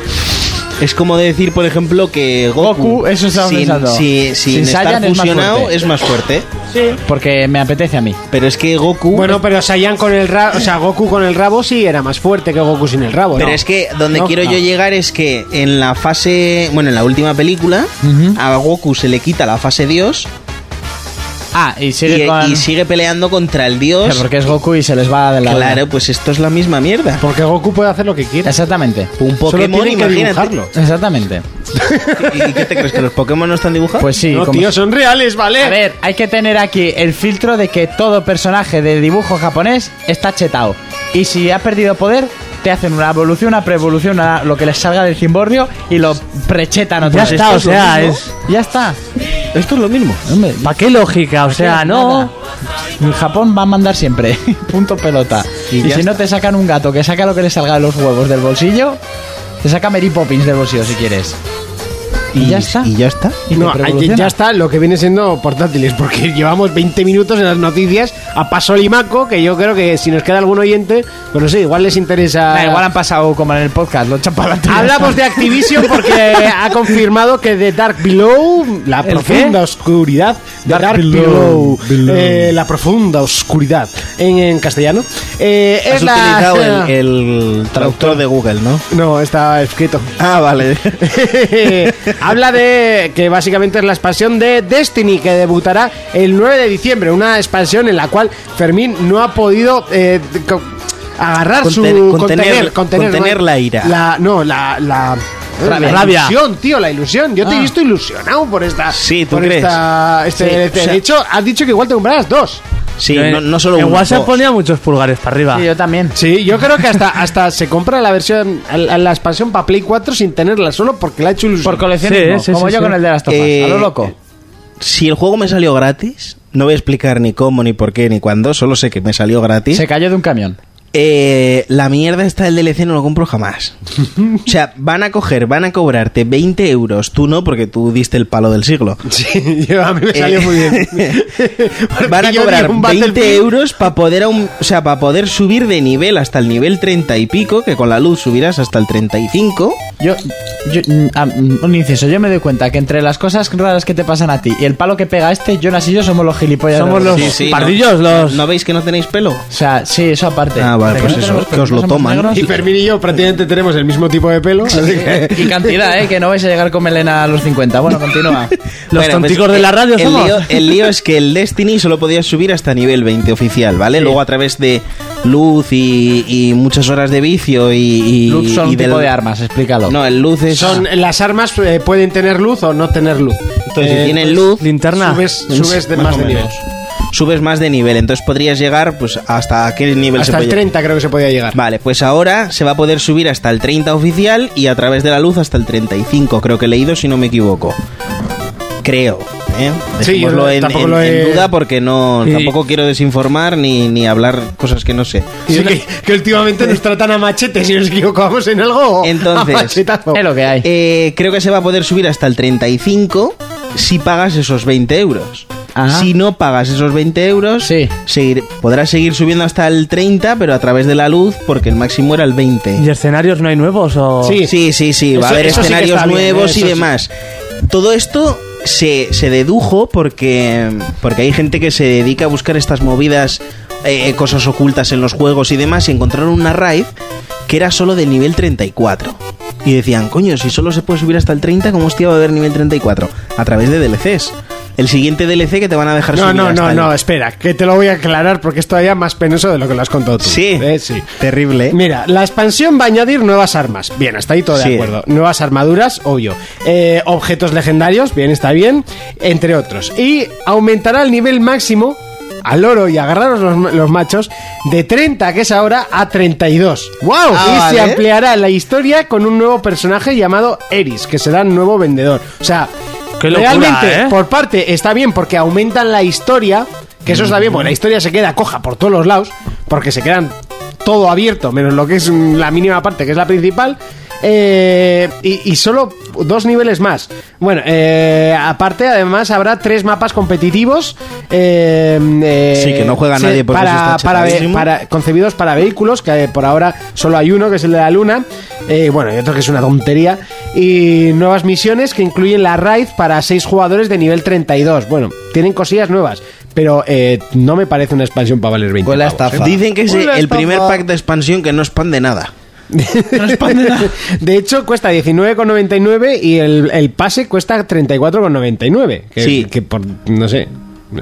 Es como decir, por ejemplo, que Goku,
Goku, eso estaba
sin,
pensando.
si- sin
Sin
estar
Saiyan es más
fusionado
fuerte.
es más fuerte.
Porque me apetece a mí.
Pero es que Goku.
Bueno, pero Saiyan con el rabo, o sea, Goku con el rabo sí era más fuerte que Goku sin el rabo.
pero
¿no?
es que donde
No,
quiero
no.
yo llegar es que en la fase. Bueno, en la última película, a Goku se le quita la fase Dios.
Ah, y sigue
y,
con-
y sigue peleando contra el
Que
dios.
Porque es Goku y se les va de la olla.
Claro, pues esto es la misma mierda.
Porque Goku puede hacer lo que quiera.
Exactamente.
Un Pokémon,
tienen que
imagínate.
dibujarlo.
Exactamente.
¿Y qué te crees? ¿Que los Pokémon no están dibujados?
Pues sí,
No,
como-
tío, son reales, ¿vale?
A ver, hay que tener aquí el filtro de que todo personaje de dibujo japonés está chetado. Y si ha perdido poder, te hacen una evolución, una preevolución, una- lo que les salga del cimborrio y lo prechetan otra
Ya
vez.
está, o sea, es.
Ya está.
esto es lo mismo.
Hombre,
¿Para qué lógica? O sea,
nada.
no.
En Japón va a mandar siempre. Punto pelota.
Y
Y,
ya
si no
está.
te sacan un gato que saca lo que le salga de los huevos del bolsillo, te saca Mary Poppins del bolsillo si quieres. Y, ya está.
Y ya está.
Y
No,
te
hay-
revoluciona.
ya está lo que viene siendo portátiles, porque llevamos 20 minutos en las noticias a paso limaco, que yo creo que si nos queda algún oyente, pues no sé, igual les interesa...
Da igual han pasado como en el podcast, lo echan para adelante.
Hablamos de Activision porque ha confirmado que The Dark Below, la
¿El
profunda
qué?
oscuridad, The Dark,
Dark
Below,
Below, Below.
eh, la profunda oscuridad en, en castellano, eh,
Has
es la...
utilizado el, el traductor de Google, ¿no?
No, está escrito.
Ah, vale.
Habla de que básicamente es la expansión de Destiny que debutará el 9 de diciembre. Una expansión en la cual Fermín no ha podido eh, co- agarrar su.
Conten- contener- contener
¿no?
la ira.
La, no, la. la
Rabia.
La Ah. ilusión, tío, la ilusión. Yo te he visto ilusionado por esta.
Sí, ¿tú
por
crees?
esta- este-
Sí,
este-
o sea-
de hecho, has dicho que igual te comprarás dos.
Sí,
Yo en-
no, no solo
En
uno,
WhatsApp
dos.
ponía muchos pulgares para arriba.
Sí, yo también.
Sí, yo creo que hasta, hasta se compra la versión, la, la expansión para Play 4 sin tenerla solo porque la ha hecho ilusión.
Por coleccionismo,
Sí, sí,
como
sí,
yo
sí.
con el de las tofas, a lo
Eh,
loco.
Si el juego me salió gratis, no voy a explicar ni cómo, ni por qué, ni cuándo, solo sé que me salió gratis.
Se cayó de un camión.
Eh, la mierda está del DLC, no lo compro jamás. O sea, van a coger, van a cobrarte 20 euros. Tú no, porque tú diste el palo del siglo.
Sí, yo- a mí me salió
Eh,
muy bien.
Van a
Porque yo
cobrar
vi un
20
Battlefield-
euros para poder, a un- o sea, para poder subir de nivel hasta el nivel 30 y pico, que con la luz subirás hasta el 35.
Yo, yo mm, ah, mm, un inciso, yo me doy cuenta que entre las cosas raras que te pasan a ti y el palo que pega este, Jonas y yo somos los gilipollas.
Somos
de
los
Sí, sí,
pardillos, los.
¿No veis que no tenéis pelo?
O sea, sí, eso aparte.
Ah, vale,
De
pues
no
eso,
tenemos
que os lo
somos
toman.
negros.
Y Fermín y yo prácticamente tenemos el mismo tipo de pelo. así que-
Y cantidad, ¿eh? Que no vais a llegar con melena a los 50. Bueno, continúa.
Los tonticos de la radio
pues el
somos.
Lío, el lío es que el Destiny solo podías subir hasta nivel 20 oficial, ¿vale? Luego a través de luz y, y muchas horas de vicio y... y
Lux son
y
un
del-
tipo de armas, explícalo.
No, el luz es...
Son, las armas eh, pueden tener luz o no tener luz.
Entonces, si
Eh,
tienen luz,
Linterna.
Subes, subes de
Más
más,
o
de
menos.
nivel.
subes más de nivel, entonces podrías llegar pues hasta qué nivel se
Hasta el
puede
30 creo que se podía llegar.
Vale, pues ahora se va a poder subir hasta el 30 oficial y a través de la luz hasta el 35, creo que he leído si no me equivoco. Creo. ¿eh?
Sí,
Dejémoslo
yo
en,
tampoco
en-
lo he-
en duda porque no
Y-
tampoco quiero desinformar ni, ni hablar cosas que no sé.
Sí, que, que últimamente nos tratan a machete si nos equivocamos en algo. o
Entonces,
a machetazo.
Es lo que hay.
Eh, creo que se va a poder subir hasta el 35 si pagas esos 20 euros.
Ajá.
Si no pagas esos 20 euros,
Sí.
seguir- podrás seguir subiendo hasta el 30, pero a través de la luz, porque el máximo era el 20.
¿Y escenarios no hay nuevos? O...
Sí.
Sí, sí, sí, va
Eso-
a haber
eso sí que
escenarios
está bien, ¿eh?
nuevos
eso
y
sí.
demás. Todo esto se, se dedujo porque, porque hay gente que se dedica a buscar estas movidas, eh, cosas ocultas en los juegos y demás, y encontraron una raid que era solo de nivel 34. Y decían, coño, si solo se puede subir hasta el 30, ¿cómo hostia va a haber nivel 34? A través de DLCs. El siguiente DLC que te van a dejar
No,
subir
no,
hasta
no,
el-
no, espera, que te lo voy a aclarar porque es todavía más penoso de lo que lo has contado tú.
Sí.
Eh, sí.
Terrible, ¿eh?
Mira, la expansión va a añadir nuevas armas. Bien, hasta ahí todo
Sí.
de acuerdo. Nuevas armaduras, obvio. Eh, objetos legendarios, bien, está bien. Entre otros. Y aumentará el nivel máximo al oro y agarraros los, los machos de 30, que es ahora, a 32. ¡Wow!
Ah,
y se
vale.
ampliará la historia con un nuevo personaje llamado Eris, que será nuevo vendedor. O sea,
Qué locura,
realmente,
¿eh?
por parte, está bien porque aumentan la historia. Que eso está bien, porque la historia se queda coja por todos los lados, porque se quedan todo abierto, menos lo que es mm, la mínima parte, que es la principal. eh, y, y solo dos niveles más. Bueno, eh, aparte, además, habrá tres mapas competitivos. eh, eh,
Sí, que no juega nadie porque eso
para,
está
para ve-
chetadísimo.
para- concebidos para vehículos, que eh, por ahora solo hay uno, que es el de la Luna. Eh, bueno, y otro que es una tontería. Y nuevas misiones que incluyen la raid para seis jugadores de nivel 32. Bueno, tienen cosillas nuevas, pero eh, no me parece una expansión para valer 20.
Huele a
pavos,
estafa.
Dicen que es
Hola,
el primer
estafa.
pack de expansión que no expande nada.
De hecho, cuesta 19,99 y el, el pase cuesta 34,99. Que,
Sí.
que por, no sé.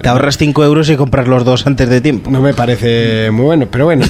Te ahorras 5 euros y compras los dos antes de tiempo.
No me parece muy bueno, pero bueno.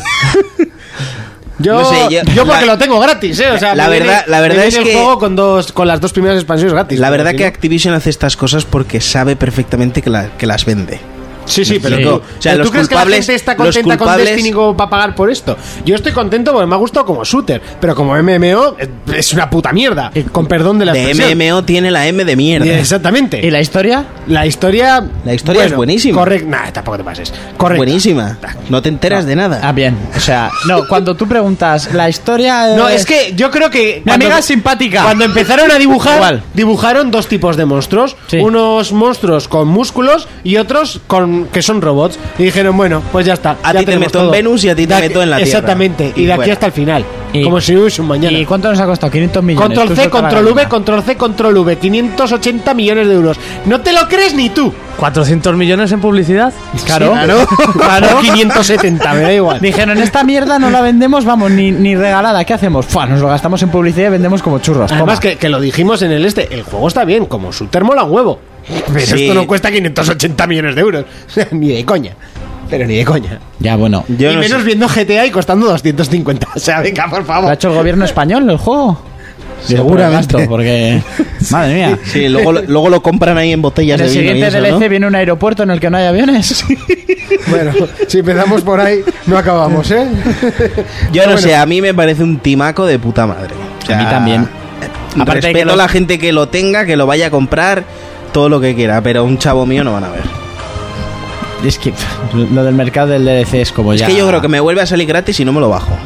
Yo,
No sé,
yo,
yo-
porque
la-
lo tengo gratis, ¿eh? O sea,
la
me
verdad-
viene-
la verdad
me viene
es
el
que-
juego con, dos, con las dos primeras expansiones gratis.
La
pero
verdad
si
que
no-
Activision hace estas cosas porque sabe perfectamente que, la- que las vende.
Sí, sí, pero
Sí.
tú,
O sea,
¿tú
los
crees que la
culpables-
gente está
los
contenta con
culpables-
Destiny como para pagar por esto? Yo estoy contento porque me ha gustado como shooter, pero como MMO eh, es una puta mierda, eh, con perdón de la
De
expresión.
MMO tiene la M de mierda.
Eh, Exactamente.
¿Y la historia?
La historia.
La historia es buenísima.
Correcto. Nah, tampoco te pases. Correcto.
Buenísima. No te enteras de nada.
Ah, bien. O sea, no, cuando tú preguntas la historia.
No, es que yo creo que.
Mi amiga es simpática.
Cuando empezaron a dibujar,
Igual.
dibujaron dos tipos de monstruos.
Sí.
Unos monstruos con músculos y otros con que son robots. Y dijeron, bueno, pues ya está.
A
ya
ti te
tenemos
meto en
todo.
Venus y a ti te
De aquí-
meto en la Tierra.
Exactamente. Y,
Y
de aquí
fuera.
hasta el final.
Y-
como si no hubiese un mañana.
¿Y cuánto nos ha costado? 500 millones.
Control
Tú
C,
suelta la
control V,
gallina.
control C, control V. 580 millones de euros. No te lo crees ni tú.
400 millones en publicidad.
Claro.
Claro. 570, me da igual.
Dijeron, esta mierda no la vendemos, vamos, ni, ni regalada. ¿Qué hacemos? Fua, nos lo gastamos en publicidad y vendemos como churros.
Además
Toma.
que, que lo dijimos en el este, el juego está bien, como su termo la huevo. Pero
Sí.
esto no cuesta 580 millones de euros. ni de coña. Pero ni de coña.
Ya, bueno.
Yo
y
no
menos
sé.
viendo GTA y costando 250. O sea, venga, por
¿Lo ha
favor.
hecho el gobierno español el juego? Digo, por el gasto, porque. Madre mía.
Sí, luego, lo- luego lo compran ahí en botellas
En el
de vino. y
siguiente
eso,
DLC
¿no?
viene un aeropuerto en el que no hay aviones.
bueno, si empezamos por ahí, no acabamos, ¿eh?
Yo no sé, a mí me parece un timaco de puta madre. O sea,
A mí también.
eh,
Aparte
respeto
de que lo-
a la gente que lo tenga, que lo vaya a comprar, todo lo que quiera, pero un chavo mío no van a ver.
es que pff, lo del mercado del DLC es como ya.
Es que yo creo que me vuelve a salir gratis y no me lo bajo.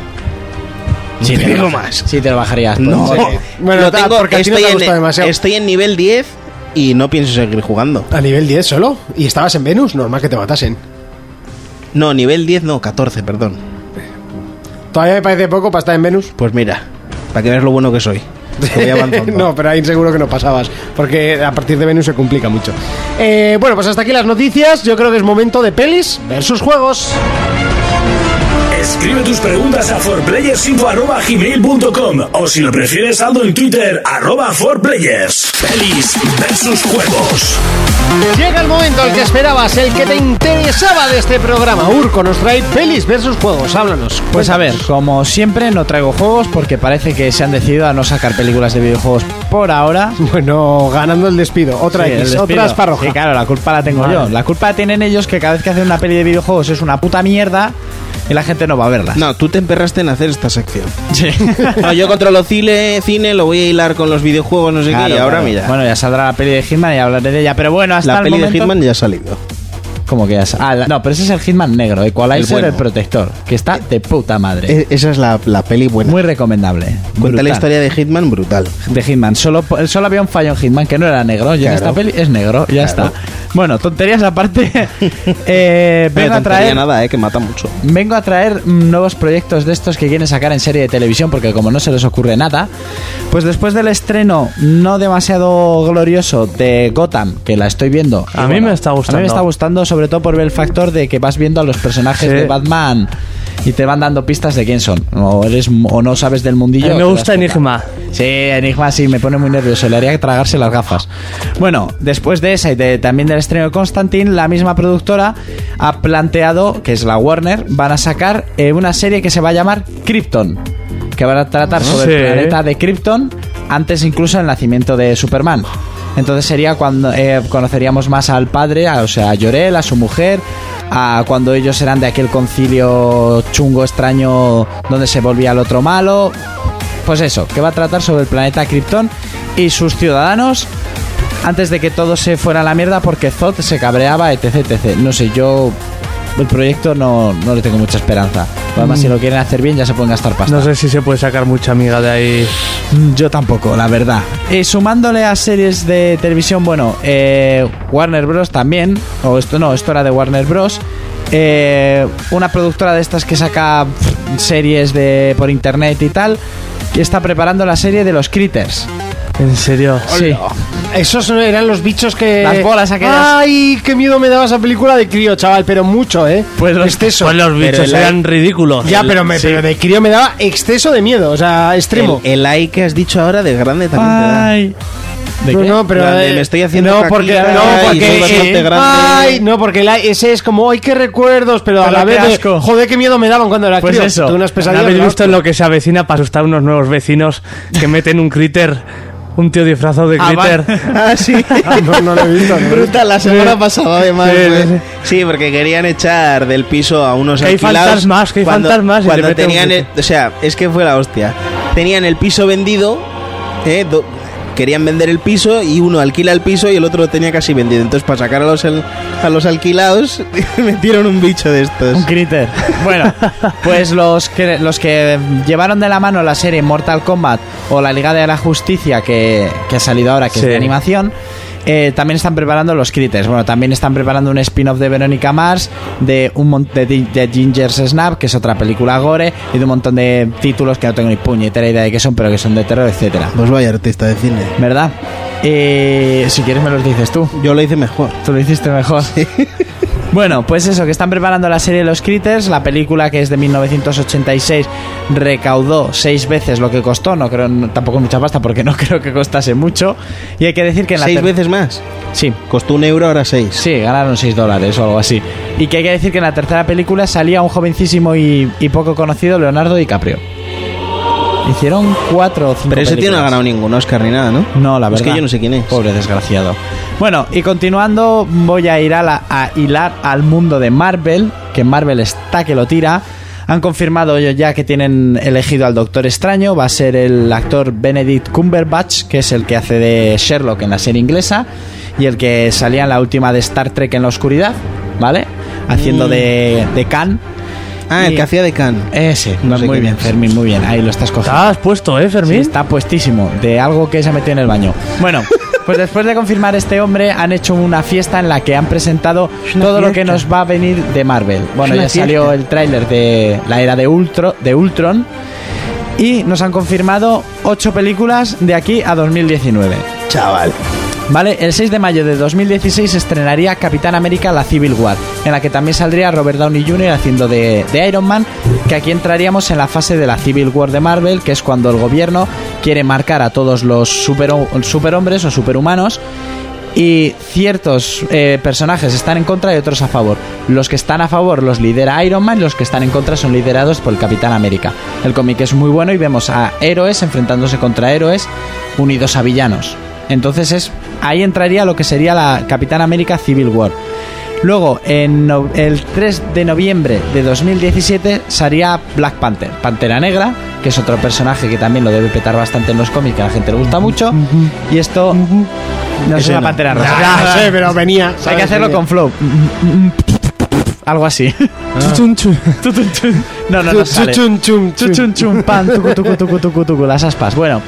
Sí,
no te
lo
digo
baj-
más.
Sí, te lo bajarías. pues.
No,
Sí.
Bueno,
Lo
ta- porque a ti no te
estoy,
gusta
en,
demasiado.
estoy en nivel 10 y no pienso seguir jugando.
A nivel 10 solo. Y estabas en Venus, normal que te matasen.
No, nivel 10 no, 14, perdón.
Todavía me parece poco para estar en Venus.
Pues mira, para que veas lo bueno que soy. que voy avanzando.
no, pero ahí seguro que no pasabas, porque a partir de Venus se complica mucho. Eh, bueno, pues hasta aquí las noticias. Yo creo que es momento de pelis versus juegos.
Escribe tus preguntas a forplayersinfo@gmail.com o si lo prefieres saldo en Twitter arroba forplayers. Pelis versus juegos.
Llega el momento el que esperabas, el que te interesaba de este programa. Urco nos trae pelis versus juegos. Háblanos.
Pues a ver, como siempre no traigo juegos porque parece que se han decidido a no sacar películas de videojuegos por ahora.
Bueno, ganando el despido. Otra
Sí, el
X,
despido.
otra esparroja.
Sí, claro, la culpa la tengo yo. La culpa la tienen ellos que cada vez que hacen una peli de videojuegos es una puta mierda y la gente no va a verla.
No, tú te emperraste en hacer esta sección. No, yo controlo cine, cine, lo voy a hilar con los videojuegos, no sé
Claro,
qué, y ahora
claro.
mira.
Bueno, ya saldrá la peli de Hitman y hablaré de ella. Pero bueno, hasta
la
el
peli de
momento-
Hitman ya ha salido.
Como que ya sa- ah, la- No, pero ese es el Hitman negro, Equalizer, el,
El bueno.
protector, que está de puta madre.
E- esa es la, la peli buena.
Muy recomendable.
Cuenta la
Brutal.
historia de Hitman brutal.
de Hitman. Solo, solo había un fallo en Hitman que no era negro. Y en
Claro.
esta peli es negro, ya
Claro.
está. Bueno, tonterías aparte. eh,
Pero
vengo a
tontería
traer.
nada, eh, que mata mucho.
Vengo a traer mm, nuevos proyectos de estos que quieren sacar en serie de televisión porque como no se les ocurre nada, pues después del estreno no demasiado glorioso de Gotham, que la estoy viendo. y
A mí me está gustando.
A mí me está gustando sobre todo por ver el factor de que vas viendo a los personajes
Sí.
de Batman y te van dando pistas de quién son. O eres o no sabes del mundillo.
A mí me
o te
gusta
das cuenta.
Enigma.
Sí, Enigma sí, me pone muy nervioso. Le haría tragarse las gafas. Bueno, después de esa y de- también del estreno de Constantine, la misma productora ha planteado, que es la Warner, van a sacar eh, una serie que se va a llamar Krypton. Que van a tratar sobre
Sí.
el planeta de Krypton antes incluso del nacimiento de Superman. Entonces sería cuando eh, conoceríamos más al padre, a- o sea, a Llorel, a su mujer, a cuando ellos eran de aquel concilio chungo, extraño, donde se volvía el otro malo. Pues eso, que va a tratar sobre el planeta Krypton y sus ciudadanos antes de que todo se fuera a la mierda porque Zod se cabreaba, etc, etc. No sé, yo el proyecto no, no le tengo mucha esperanza. Además, si lo quieren hacer bien ya se pueden gastar pasta.
No sé si se puede sacar mucha amiga de ahí.
Mm, Yo tampoco, la verdad. Eh, sumándole a series de televisión, bueno, eh, Warner Bros. también, o esto no, esto era de Warner Bros. eh, una productora de estas que saca pff, series de por internet y tal, que está preparando la serie de los Critters.
En serio.
Sí.
Esos eran los bichos que.
Las bolas aquellas.
¡Ay! ¡Qué miedo me daba esa película de crío, chaval! Pero mucho, ¿eh?
Pues los,
Exceso.
pues los bichos
el-
eran ridículos.
Ya, pero, me, pero de crío me daba exceso de miedo, o sea, extremo.
El, el like que has dicho ahora de grande también te da.
Ay.
¿De
No, no, pero,
Grande,
eh,
me estoy haciendo
no,
caquita
porque,
y
no, porque,
soy bastante
eh,
grande.
ay, no, porque la- ese es como, ay, qué recuerdos, pero, a
Pero
la
qué
vez, de,
asco.
joder, qué miedo me daban cuando era
Pues
crío.
eso.
Tuve unas pesadillas.
Habéis
de
visto
hostia.
en lo que se avecina para asustar a unos nuevos vecinos que meten un critter, un tío disfrazado de
Ah, va.
critter.
Ah, sí.
No, no lo he visto. ¿no?
Brutal, la semana pasada pues. además.
sí,
fue-
sí.
Sí, porque querían echar del piso a unos
Que hay
alquilados
fantasmas, que hay
cuando,
fantasmas y
cuando
le meten un
tenían, el- o sea, es que fue la hostia. Tenían el piso vendido, eh, do- querían vender el piso y uno alquila el piso y el otro lo tenía casi vendido. Entonces, para sacar a los al- a los alquilados, metieron un bicho de estos.
Un critter. Bueno, pues los que, los que llevaron de la mano la serie Mortal Kombat o la Liga de la Justicia que, que ha salido ahora, que es
Sí.
de animación, eh, también están preparando los critters. Bueno, también están preparando un spin-off de Verónica Mars, de un mon- de, Di- de Ginger's Snap, que es otra película gore, y de un montón de títulos que no tengo ni puñetera idea de qué son, pero que son de terror, etcétera.
Pues vaya artista de cine.
¿Verdad? Eh, si quieres me los dices tú.
Yo lo hice mejor.
Tú lo hiciste mejor. Bueno, pues eso, que están preparando la serie Los Critters, la película que es de 1986 recaudó seis veces lo que costó, no creo, no- tampoco mucha pasta porque no creo que costase mucho. Y hay que decir que en la
Seis
ter-
veces más.
Sí,
Costó un euro, ahora seis.
sí, ganaron 6 dólares o algo así. Y que hay que decir que en la tercera película salía un jovencísimo y, y poco conocido Leonardo DiCaprio. Hicieron cuatro o cinco
Pero ese tío no ha
películas.
ganado ningún Oscar ni nada, ¿no?
No, la
Es
verdad.
que yo no sé quién es.
Pobre desgraciado. Bueno, y continuando, voy a ir a, la- a hilar al mundo de Marvel, que Marvel está que lo tira. Han confirmado ellos ya que tienen elegido al Doctor Extraño, va a ser el actor Benedict Cumberbatch, que es el que hace de Sherlock en la serie inglesa, y el que salía en la última de Star Trek en la oscuridad, ¿vale? Haciendo
Mm.
de, de Khan.
Ah, el
Y-
que hacía de Khan.
Ese,
No sé
muy
quién
bien,
es.
Fermín, muy bien, ahí lo estás cogiendo.
Estás puesto, ¿eh,
Sí,
Fermín?
está puestísimo de algo que se ha metido en el baño. Bueno, pues después de confirmar este hombre, han hecho una fiesta en la que han presentado todo lo que nos va a venir de Marvel. Bueno, ya salió el tráiler de la era de, Ultro, de Ultron y nos han confirmado ocho películas de aquí a 2019.
Chaval.
Vale, el 6 de mayo de 2016 se estrenaría Capitán América la Civil War, en la que también saldría Robert Downey Jr. haciendo de, de Iron Man, que aquí entraríamos en la fase de la Civil War de Marvel, que es cuando el gobierno quiere marcar a todos los super, superhombres o superhumanos y ciertos eh, personajes están en contra y otros a favor. Los que están a favor los lidera Iron Man, los que están en contra son liderados por el Capitán América. El cómic es muy bueno y vemos a héroes enfrentándose contra héroes unidos a villanos. Entonces es ahí entraría lo que sería la Capitán América Civil War. Luego, en no- el 3 de noviembre de 2017 salía Black Panther, Pantera Negra, que es otro personaje que también lo debe petar bastante en los cómics, que a la gente le gusta mucho. Y esto no es
Ese
una
no.
Pantera Rosa.
Ya, no sé, pero venía.
Hay
¿sabes?
que hacerlo
Venía.
con flow. Algo así.
Ah.
Chun, chun.
No, no, no sale.
Chum, chum,
Chum,
chum.
chum, chum, pan, tucu, tucu, tucu, tucu, tucu, las aspas. Bueno,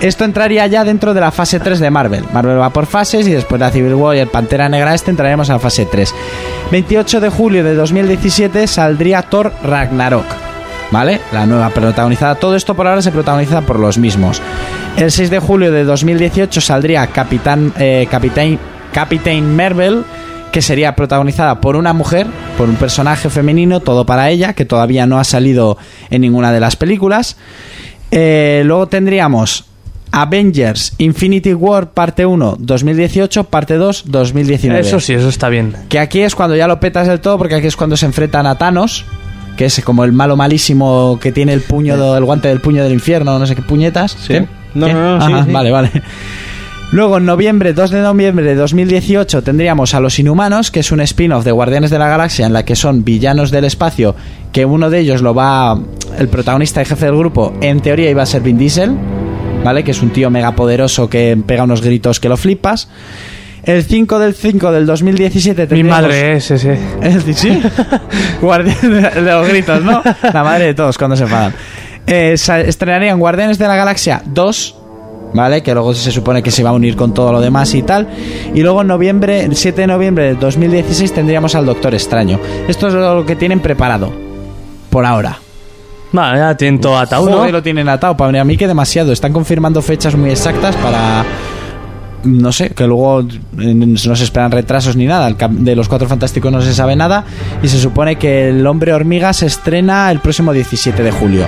esto entraría ya dentro de la fase 3 de Marvel. Marvel va por fases y después de la Civil War y el Pantera Negra este entraremos a la fase 3. 28 de julio de 2017 saldría Thor Ragnarok. ¿Vale? La nueva protagonizada. Todo esto por ahora se protagoniza por los mismos. El 6 de julio de 2018 saldría Capitán, eh, Capitán, Capitán Marvel, que sería protagonizada por una mujer, por un personaje femenino, todo para ella, que todavía no ha salido en ninguna de las películas. Eh, luego tendríamos Avengers Infinity War parte 1 2018, parte 2 2019.
Eso sí, eso está bien.
Que aquí es cuando ya lo petas del todo, porque aquí es cuando se enfrentan a Thanos, que es como el malo malísimo que tiene el puño, do- el guante del puño del infierno, no sé qué puñetas.
Sí.
¿Qué?
No,
¿Qué?
no, no, sí,
Ah,
sí.
Vale, vale. Luego, en noviembre, 2 de noviembre de 2018, tendríamos a Los Inhumanos, que es un spin-off de Guardianes de la Galaxia, en la que son villanos del espacio, que uno de ellos lo va. El protagonista y jefe del grupo, en teoría, iba a ser Vin Diesel, ¿vale? Que es un tío megapoderoso que pega unos gritos que lo flipas. El 5 del 5 del 2017
Mi
tendríamos-
madre es ese.
es decir, sí. Guardianes de los gritos, ¿no? La madre de todos cuando se enfadan. Eh, sa- estrenarían Guardianes de la Galaxia 2, ¿vale? Que luego se supone que se va a unir con todo lo demás y tal. Y luego en noviembre, el 7 de noviembre del 2016 tendríamos al Doctor Extraño. Esto es lo que tienen preparado. Por ahora.
Va, ya tienen todo atado, ¿no?
Joder, lo tienen atado. Para mí que demasiado. Están confirmando fechas muy exactas para... No sé, que luego eh, no se esperan retrasos ni nada. El cap- De los Cuatro Fantásticos no se sabe nada. Y se supone que El Hombre Hormiga se estrena el próximo 17 de julio.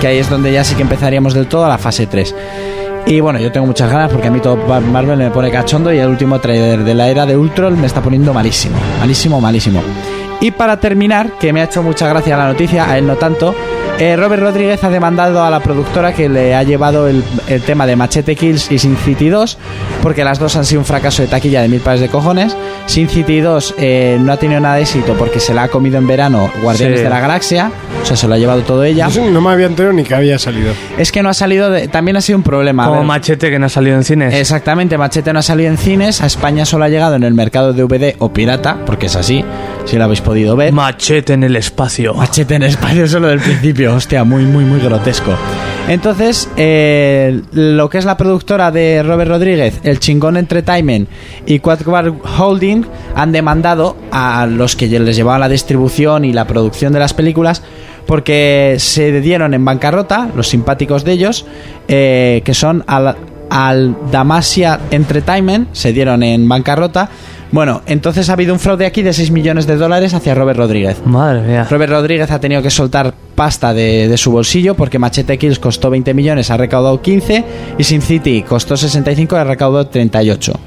Que ahí es donde ya sí que empezaríamos del todo a la fase 3. Y bueno, yo tengo muchas ganas porque a mí todo Mar- Marvel me pone cachondo y el último trailer de la era de Ultron me está poniendo malísimo. Malísimo, malísimo. Y para terminar, que me ha hecho mucha gracia la noticia, a él no tanto, eh, Robert Rodríguez ha demandado a la productora que le ha llevado el, el tema de Machete Kills y Sin City 2, porque las dos han sido un fracaso de taquilla de mil pares de cojones. Sin City 2 eh, no ha tenido nada de éxito porque se la ha comido en verano Guardianes
Sí.
de la Galaxia, o sea, se lo ha llevado todo ella.
No sé, No me había enterado ni que había salido.
Es que no ha salido, de- también ha sido un problema. A
Como
ver,
machete que no ha salido en cines.
Exactamente, Machete no ha salido en cines, a España solo ha llegado en el mercado DVD o pirata, porque es así, si lo habéis podido ver.
Machete en el espacio.
Machete en espacio solo del principio, hostia, muy, muy, muy grotesco. Entonces, eh, lo que es la productora de Robert Rodríguez, El Chingón Entertainment y Quadbar Holding han demandado a los que les llevaban la distribución y la producción de las películas porque se dieron en bancarrota, los simpáticos de ellos, eh, que son al, al Damasia Entertainment, se dieron en bancarrota. Bueno, entonces ha habido un fraude aquí de 6 millones de dólares hacia Robert Rodríguez.
Madre mía.
Robert Rodríguez ha tenido que soltar pasta de, de su bolsillo porque Machete Kills costó 20 millones, ha recaudado 15 y Sin City costó 65 y ha recaudado 38.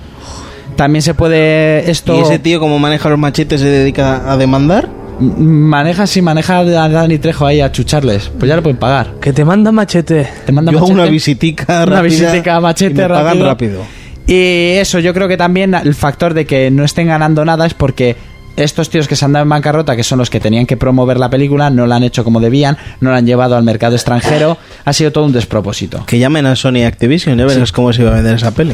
También se puede esto
¿Y ese tío, como maneja los machetes, se dedica a demandar?
M- maneja si maneja a Dani Trejo ahí a chucharles, pues ya lo pueden pagar.
Que te manda machete.
Te manda
Yo hago una
Machete.
visitica
Una
rápida
visitica a Machete
y me pagan
rápido.
rápido.
Y eso, yo creo que también el factor de que no estén ganando nada es porque estos tíos que se han dado en bancarrota, que son los que tenían que promover la película, no la han hecho como debían, no la han llevado al mercado extranjero, ha sido todo un despropósito.
Que llamen a Sony y Activision, ya verás cómo se iba a vender esa peli.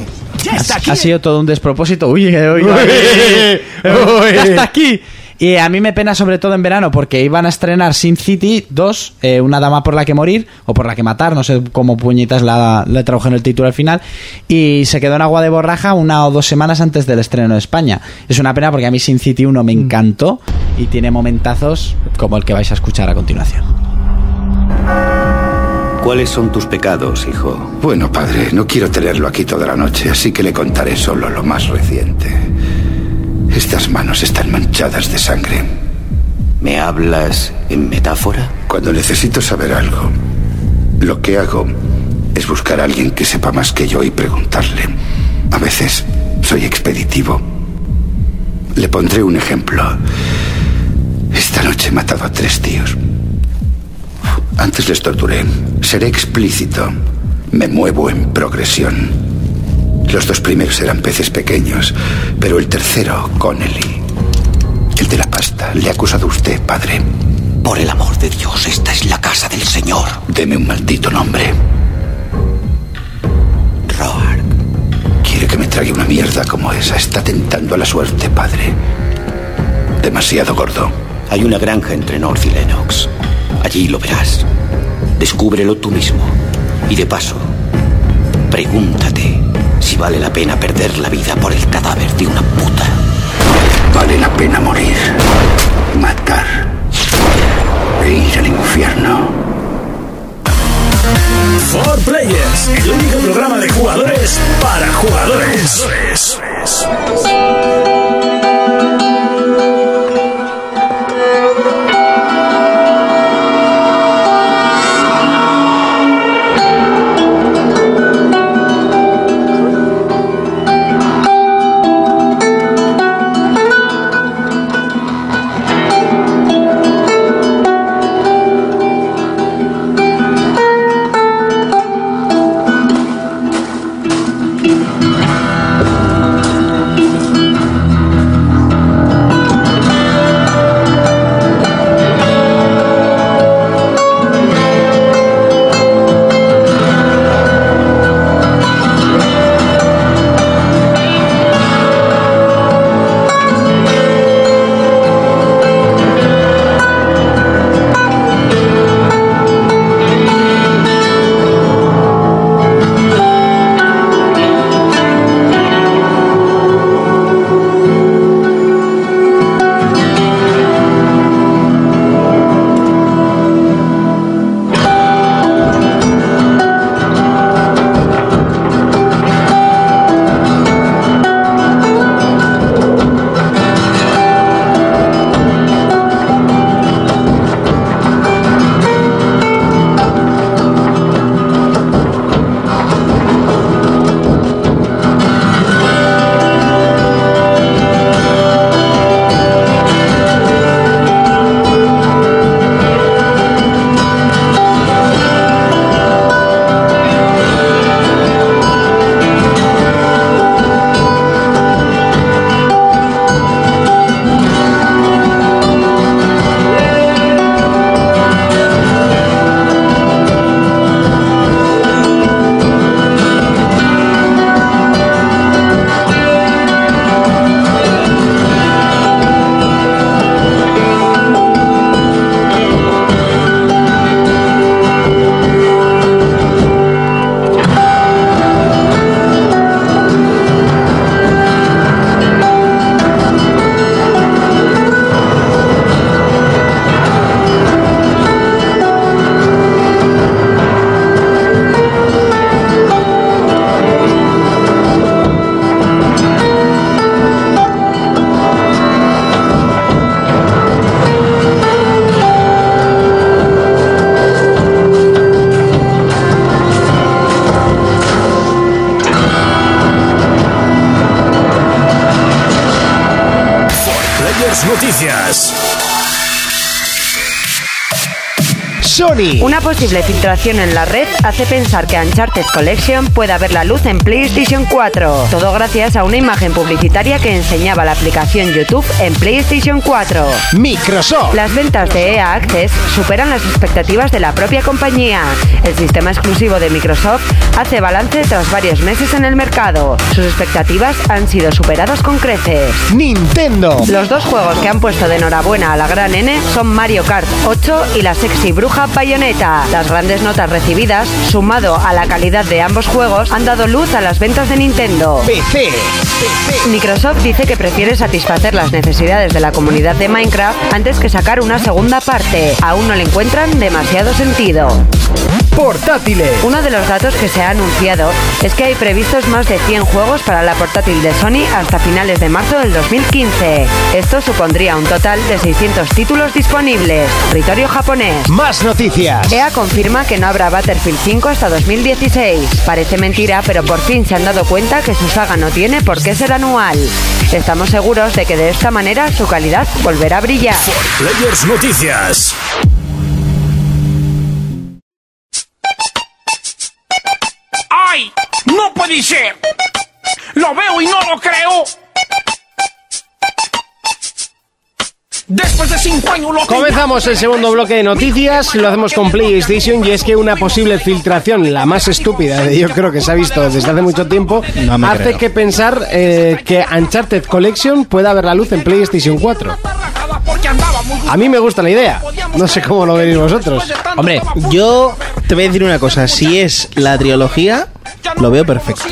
Ha, ha sido todo un despropósito. Uy, eh, uy, uy, uy,
Uy.
eh, ¡Ya está aquí! Y a mí me pena sobre todo en verano porque iban a estrenar Sin City 2, eh, una dama por la que morir o por la que matar, no sé cómo puñetas la, la tradujeron el título al final, y se quedó en agua de borraja una o dos semanas antes del estreno de España. Es una pena porque a mí Sin City 1 me encantó y tiene momentazos como el que vais a escuchar a continuación.
¿Cuáles son tus pecados, hijo?
Bueno, padre, no quiero tenerlo aquí toda la noche, así que le contaré solo lo más reciente. Estas manos están manchadas de sangre.
¿Me hablas en metáfora?
Cuando necesito saber algo, lo que hago es buscar a alguien que sepa más que yo y preguntarle. A veces soy expeditivo. Le pondré un ejemplo. Esta noche he matado a tres tíos. Antes les torturé. Seré explícito. Me muevo en progresión. Los dos primeros eran peces pequeños, pero el tercero, Connelly, el de la pasta, le ha acusado usted, padre.
Por el amor de Dios, esta es la casa del Señor.
Deme un maldito nombre.
Roar.
Quiere que me trague una mierda como esa. Está tentando a la suerte, padre. Demasiado gordo.
Hay una granja entre North y Lennox. Allí lo verás. Descúbrelo tú mismo. Y de paso, pregúntate si vale la pena perder la vida por el cadáver de una puta.
Vale la pena morir, matar e ir al infierno.
For Players, el único programa de jugadores para jugadores. Más noticias.
Sony.
Una posible filtración en la red hace pensar que Uncharted Collection pueda ver la luz en PlayStation 4. Todo gracias a una imagen publicitaria que enseñaba la aplicación YouTube en PlayStation 4.
Microsoft.
Las ventas de EA Access superan las expectativas de la propia compañía. El sistema exclusivo de Microsoft hace balance tras varios meses en el mercado. Sus expectativas han sido superadas con creces.
Nintendo.
Los dos juegos que han puesto de enhorabuena a la gran N son Mario Kart 8 y la sexy bruja Bayonetta. Las grandes notas recibidas, sumado a la calidad de ambos juegos, han dado luz a las ventas de Nintendo.
PC.
Microsoft dice que prefiere satisfacer las necesidades de la comunidad de Minecraft antes que sacar una segunda parte. Aún no le encuentran demasiado sentido.
Portátiles.
Uno de los datos que se ha anunciado es que hay previstos más de 100 juegos para la portátil de Sony hasta finales de marzo del 2015. Esto supondría un total de 600 títulos disponibles. Territorio japonés.
Más noticias.
EA confirma que no habrá Battlefield 5 hasta 2016. Parece mentira, pero por fin se han dado cuenta que su saga no tiene por qué ser anual. Estamos seguros de que de esta manera su calidad volverá a brillar.
Players Noticias.
¡Ay! ¡No puede ser! ¡Lo veo y no lo creo! Después de cinco años lo que
Comenzamos el segundo bloque de noticias, lo hacemos con PlayStation y es que una posible filtración, la más estúpida de yo creo que se ha visto desde hace mucho tiempo,
No me
hace
creo.
que pensar eh, que Uncharted Collection pueda ver la luz en PlayStation 4.
Barrajadas porque andaba muy
A mí me gusta la idea, no sé cómo lo veis vosotros.
Hombre, yo te voy a decir una cosa. Si es la trilogía, lo veo perfecto.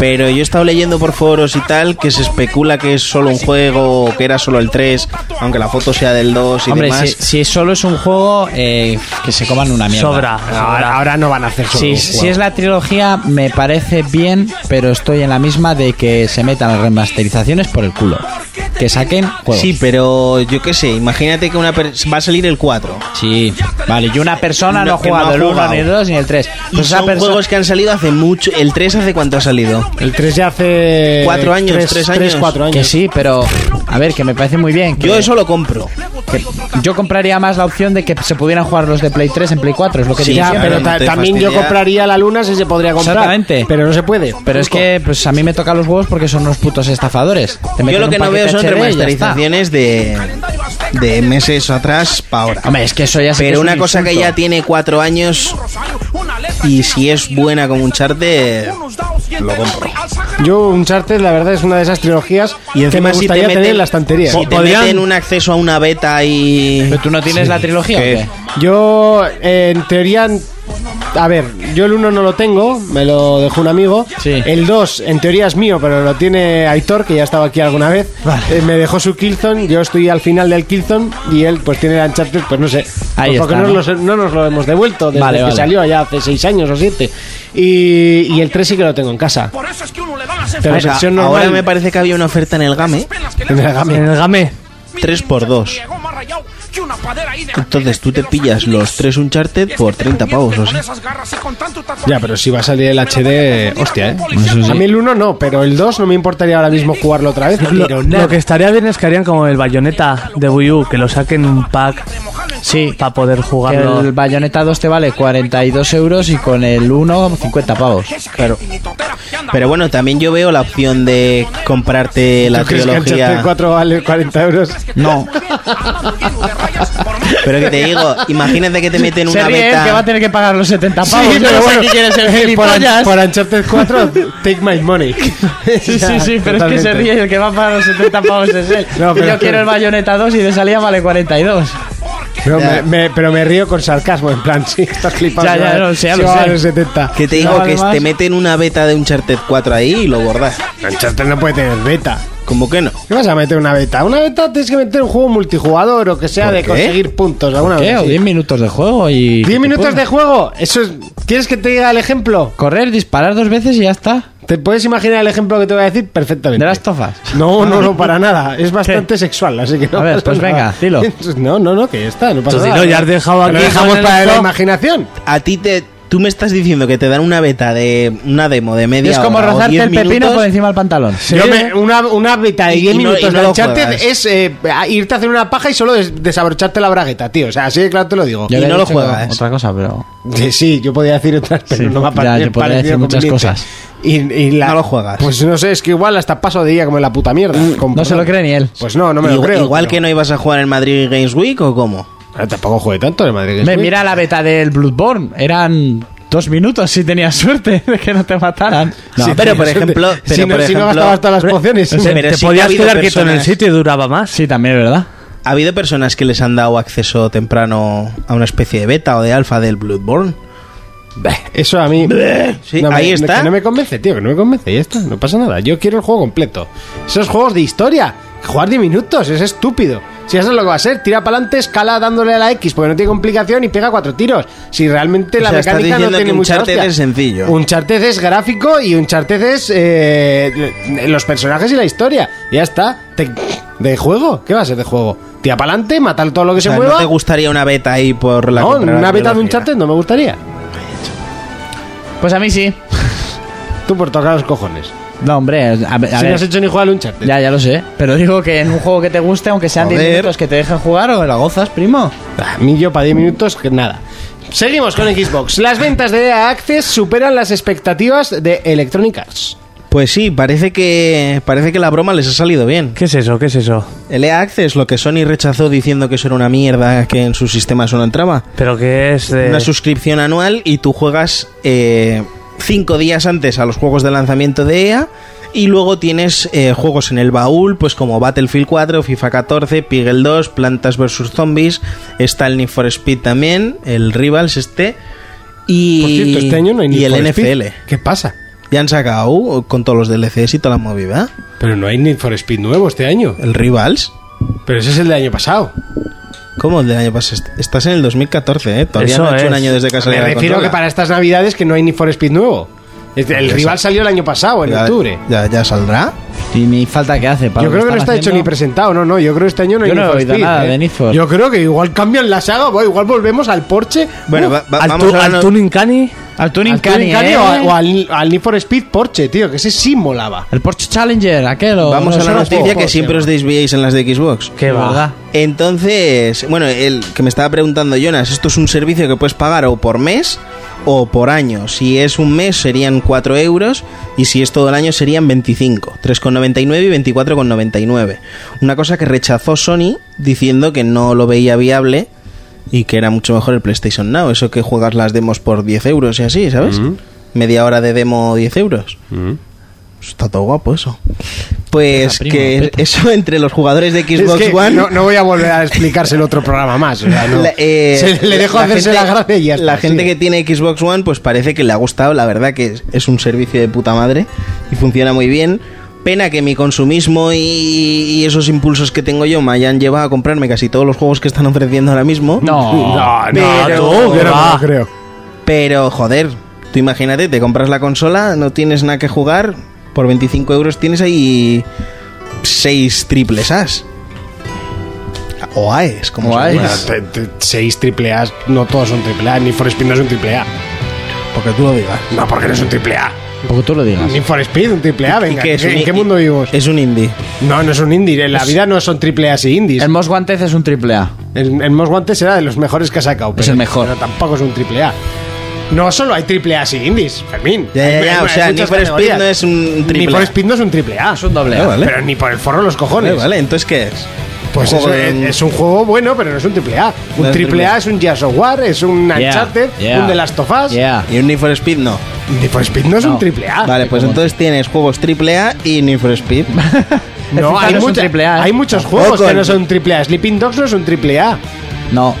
Pero yo he estado leyendo por foros y tal que se especula que es solo un juego o que era solo el 3, aunque la foto sea del 2 y
Hombre, si,
demás.
si solo es un juego, eh, que se coman una mierda.
Sobra.
Ahora, ahora no van a hacer solo
Si,
un
si
juego.
es la trilogía, me parece bien, pero estoy en la misma de que se metan las remasterizaciones por el culo. Que saquen juegos.
Sí, pero yo qué sé, imagínate que una pers- va a salir el 4.
Sí. Vale, y una persona no,
No,
ha
que no ha
jugado el 1,
jugado.
ni el 2, ni el 3.
Y
Pues esa
son
perso-
juegos que han salido hace mucho. ¿El 3 hace cuánto ha salido?
El 3 ya hace...
Cuatro años, tres años.
4 años.
Que sí, pero a ver, que me parece muy bien. que-
Yo eso lo compro.
que yo compraría más la opción de que se pudieran jugar los de Play 3 en Play 4, es lo que
Sí,
diría.
Ya,
claro,
pero
no
ta-
te
también yo
fastidia.
compraría la luna si se podría comprar.
Exactamente.
Pero no se puede.
Pero es que pues a mí me tocan los huevos porque son unos putos estafadores. Te
Yo
meten
lo
un
que no veo
paquete HD
son
y ya
remasterizaciones de, de meses atrás para ahora.
está. Hombre, es que eso ya sí que es
Pero
un
una cosa que
insulto.
ya tiene cuatro años y si es buena como un charte, lo compro.
Yo, Uncharted, la verdad, es una de esas trilogías
Y encima
que me
si te
gustaría
meten-
tener en las estanterías.
Si te
Podrían-
meten un acceso a una beta y...
Pero tú no tienes la trilogía,
que-
¿o qué?
Yo, eh, en teoría, a ver, yo el 1 no lo tengo, me lo dejó un amigo.
Sí.
El 2, en teoría, es mío, pero lo tiene Aitor, que ya estaba aquí alguna vez.
Vale.
Eh, me dejó su Killzone, yo estoy al final del Killzone y él, pues tiene el Uncharted, pues no sé.
Ahí
Pues porque
está,
no,
¿no?
nos lo- no nos lo hemos devuelto desde
Vale,
que
vale.
salió allá hace 6 años o 7. Y, y el 3 sí que lo tengo en casa.
Por eso es que uno le dan las
Pero
O
la
sea,
versión normal.
ahora me parece que había una oferta en el game
penas que le
En el
dan.
game.
En el game.
Tres por dos.
Llegó más rayado que una padera ahí de-
Entonces tú te pillas los tres
Y
Uncharted
es que
por
te
30 pavos,
convierte con
o sea.
esas garras y con tanto tatuaje.
Ya, pero si va a salir el HD, hostia, ¿eh? A mí el 1 no, pero el 2 no me importaría ahora mismo jugarlo otra vez.
Lo, lo que estaría bien es que harían como el bayoneta de Wii U, que lo saquen en un pack
Sí.
para poder
Que
jugarlo.
el Bayonetta 2 te vale 42 euros y con el 1 50 pavos.
Claro. Pero bueno, también yo veo la opción de comprarte la
¿Tú crees que Uncharted
trilogía.
4 vale 40 euros?
No. Pero que te digo, imagínate que te meten
Se
una
ríe él, que va a
beta.
tener que pagar los 70 pavos.
Sí,
Yo
pero
no sé
bueno, eh,
qué quiere ser
por,
gilipollas.
An- por Uncharted 4, take my money.
Sí,
Ya,
sí, sí, pero es que
totalmente.
se ríe y el que va a pagar los 70 pavos es él.
No, pero-
Yo quiero el Bayonetta 2 y de salida vale 42.
Pero me,
Ya.
me- pero me río con sarcasmo, en plan, sí, estás flipando.
Ya, ya,
¿vale?
no, sí, ya
Sí,
lo
va a
sé.
los 70.
Que te
No,
digo que
además-
te meten una beta de Uncharted 4 ahí y lo bordas.
Uncharted no puede tener beta.
¿Cómo que no?
¿Qué vas a meter una beta? Una beta tienes que meter un juego multijugador o que sea
¿Por
de
qué?
conseguir puntos alguna
¿Qué?
vez.
O
sí.
10 minutos de juego y.
10 minutos
Pum.
de juego, eso es... ¿Quieres que te diga el ejemplo?
Correr, disparar dos veces y ya está.
¿Te puedes imaginar el ejemplo que te voy a decir?
De
Perfectamente.
las tofas.
No, no, no, para nada. Es bastante sexual, así que no.
A ver,
pasa
pues
nada.
venga, dilo.
No, no, no, que ya está, no pasa
Entonces,
nada.
no, ya has dejado
Lo
aquí.
dejamos
en el
para la
top.
imaginación.
A ti te, Tú me estás diciendo que te dan una beta de una demo de media
es como
hora o
rozarte
10
el pepino
minutos,
por encima del pantalón.
Yo me- una, una beta de
Y-
10
y no-
minutos
y no
de
lo
Uncharted
juegas.
es eh, a irte a hacer una paja y solo des- desabrocharte la bragueta, tío. O sea, así de claro te lo digo.
Yo
y
le he
no lo
dicho
juegas.
Otra cosa, pero.
Sí, sí, yo podía decir otras, pero
Sí,
no me ha
ya,
pare-
yo podría
parecido
decir muchas
conveniente.
cosas.
Y, y la-
No lo juegas.
Pues no sé, es que igual hasta paso de día como en la puta mierda. Con-
No se lo cree ni él.
Pues no, no me lo
Igual-
creo.
igual que no ibas a jugar en Madrid Games Week o cómo.
no. Tampoco jugué tanto de Madrid.
Me mira la beta del Bloodborne. Eran dos minutos si tenías suerte de que no te mataran. No,
Sí, pero por ejemplo,
si
pero
no-
por
si no
ejemplo-
gastabas todas las pociones.
Sí,
Te
pero sí que ha
podías
habido
quedar quieto en el
personas-
sitio y duraba más.
Sí, también, ¿verdad?
Ha habido personas que les han dado acceso temprano a una especie de beta o de alfa del Bloodborne.
Eso a mí.
Sí,
no me-
ahí está.
que no me convence, tío, que no me convence. Ya está, no pasa nada. Yo quiero el juego completo. Esos juegos de historia, jugar 10 minutos, es estúpido. Si eso es lo que va a ser, tira para adelante, escala dándole a la X porque no tiene complicación y pega cuatro tiros. Si realmente
O
la
sea, estás
mecánica no
diciendo
tiene
que
mucha
Uncharted
hostia.
es sencillo.
Uncharted es gráfico y Uncharted es eh, los personajes y la historia. Ya está. Te- ¿De juego? ¿Qué va a ser de juego? Tira para adelante, matar todo lo que
O sea,
se
¿No
mueva.
te gustaría una beta ahí por la
No,
contra-
una beta de
biología?
Uncharted no me gustaría.
Pues a mí sí.
Tú por tocar los cojones.
No, hombre, a, a
si
ver.
no has hecho ni jugar al Uncharted.
Ya, ya lo sé. Pero digo que en un juego que te guste, aunque sean 10
Joder.
minutos que te dejen jugar, o la gozas, primo.
A mí Ah, yo para 10 minutos, que nada. Seguimos con Xbox. Las ventas de EA Access superan las expectativas de Electronic Arts.
Pues sí, parece que parece que la broma les ha salido bien.
¿Qué es eso? ¿Qué es eso?
El EA Access, lo que Sony rechazó diciendo que eso era una mierda, que en su sistema eso no entraba.
¿Pero qué es de...?
Una suscripción anual y tú juegas eh, cinco días antes a los juegos de lanzamiento de EA y luego tienes eh, juegos en el baúl, pues como Battlefield 4, FIFA 14, Pigel 2, Plantas vs. Zombies, está el Need for Speed también, el Rivals este y,
Por cierto, este año no hay
y
Need
el
for
NFL.
Speed. ¿Qué pasa?
Ya han sacado con todos los DLCs y toda tota la movida.
Pero no hay Need for Speed nuevo este año.
El Rivals.
Pero ese es el del año pasado.
¿Cómo el del año pasado? Estás en el 2014, ¿eh? Todavía
Eso
no ha hecho un
es.
año desde que ha
Me
salido la
refiero que
consola.
para estas navidades que no hay Need for Speed nuevo. Es- El
Ya
rival salió el año pasado, en
Ya-
octubre.
Ya, ya saldrá.
Y ni falta que hace. Para
Yo
lo
creo que no está
están
hecho ni
haciendo.
presentado, no, no. Yo creo que este año no hay
Yo no
Need
he
for
oído
Speed,
nada
¿eh?
de Need for.
Yo creo que igual cambian la saga, bueno, igual volvemos al Porsche.
Bueno,
Uf,
va- va-
¿Al,
vamos
tu-
a
al
no-
Tuning Cani?
Al Tuning
al
Cani,
Touring Cani
¿eh?
o, a- o al, al Need for Speed Porsche, tío, que ese sí molaba.
El Porsche Challenger, aquel. o-
Vamos
no,
a la
solo
noticia
juego.
que siempre os desviéis en las de Xbox.
Qué va.
verdad.
Entonces, bueno, el que me estaba preguntando Jonas, esto es un servicio que puedes pagar o por mes o por año. Si es un mes serían 4 euros y si es todo el año serían 25, 3,99 y 24,99. Una cosa que rechazó Sony diciendo que no lo veía viable y que era mucho mejor el PlayStation Now. Eso que juegas las demos por 10 euros y así, ¿sabes?
Mm.
Media hora de demo 10 euros. Está todo guapo eso. Pues
prima,
que
peta.
eso entre los jugadores de
Es
Xbox
que
One...
no, no voy a volver a explicárselo otro programa más. o sea, no.
La- eh,
Se- le dejo hacerse la gracia y ya está,
La gente
sigue.
que tiene Xbox One, pues parece que le ha gustado. La verdad que es, es un servicio de puta madre y funciona muy bien. Pena que mi consumismo y, y esos impulsos que tengo yo me hayan llevado a comprarme casi todos los juegos que están ofreciendo ahora mismo.
No.
No,
Pero-
no, tú, yo no me
va.
lo creo.
Pero, joder, tú imagínate, te compras la consola, no tienes nada que jugar, por 25 euros tienes ahí 6 triples As. O AES, como
O
se
AES.
llama.
Te- te- Seis triple A, no todos son triple A. Need for Speed no es un triple A.
Porque tú lo digas.
No, porque no es un triple A.
Tampoco tú lo digas.
Need for Speed, un triple A, venga.
¿Y qué es?
¿En
Un-
qué mundo vivimos?
Es un indie.
No, no es un indie. En la vida no son triple A y indies.
El Most Wanted es un triple A.
El, el Most Wanted será de los mejores que ha sacado. Pero,
el mejor.
Pero tampoco es un triple A. No solo hay triple A y indies, Fermín.
Ya, ya,
Hay-
ya,
hay
o sea, Need
muchas
for Speed
categorías.
no es un
Need
triple
for
A.
Speed no es un triple A.
Es un doble A.
Ah, vale.
Pero ni por el forro los cojones.
Vale, vale, entonces ¿qué es?
Pues
Un
eso,
juego
es,
de-
es un juego bueno, pero no es un triple A. Un
No es
triple A
AAA.
es un Jazz of War, es un
Yeah,
Uncharted,
yeah.
un The Last of Us.
Yeah.
Y un Need for Speed no.
Need for Speed no es un triple A.
vale, pues
como-
entonces tienes juegos triple A y Need for Speed.
No,
FIFA
hay,
no es un
mucha-
triple A, ¿eh?
hay muchos
Tampoco.
juegos que no son triple A. Sleeping Dogs no es un triple A,
No.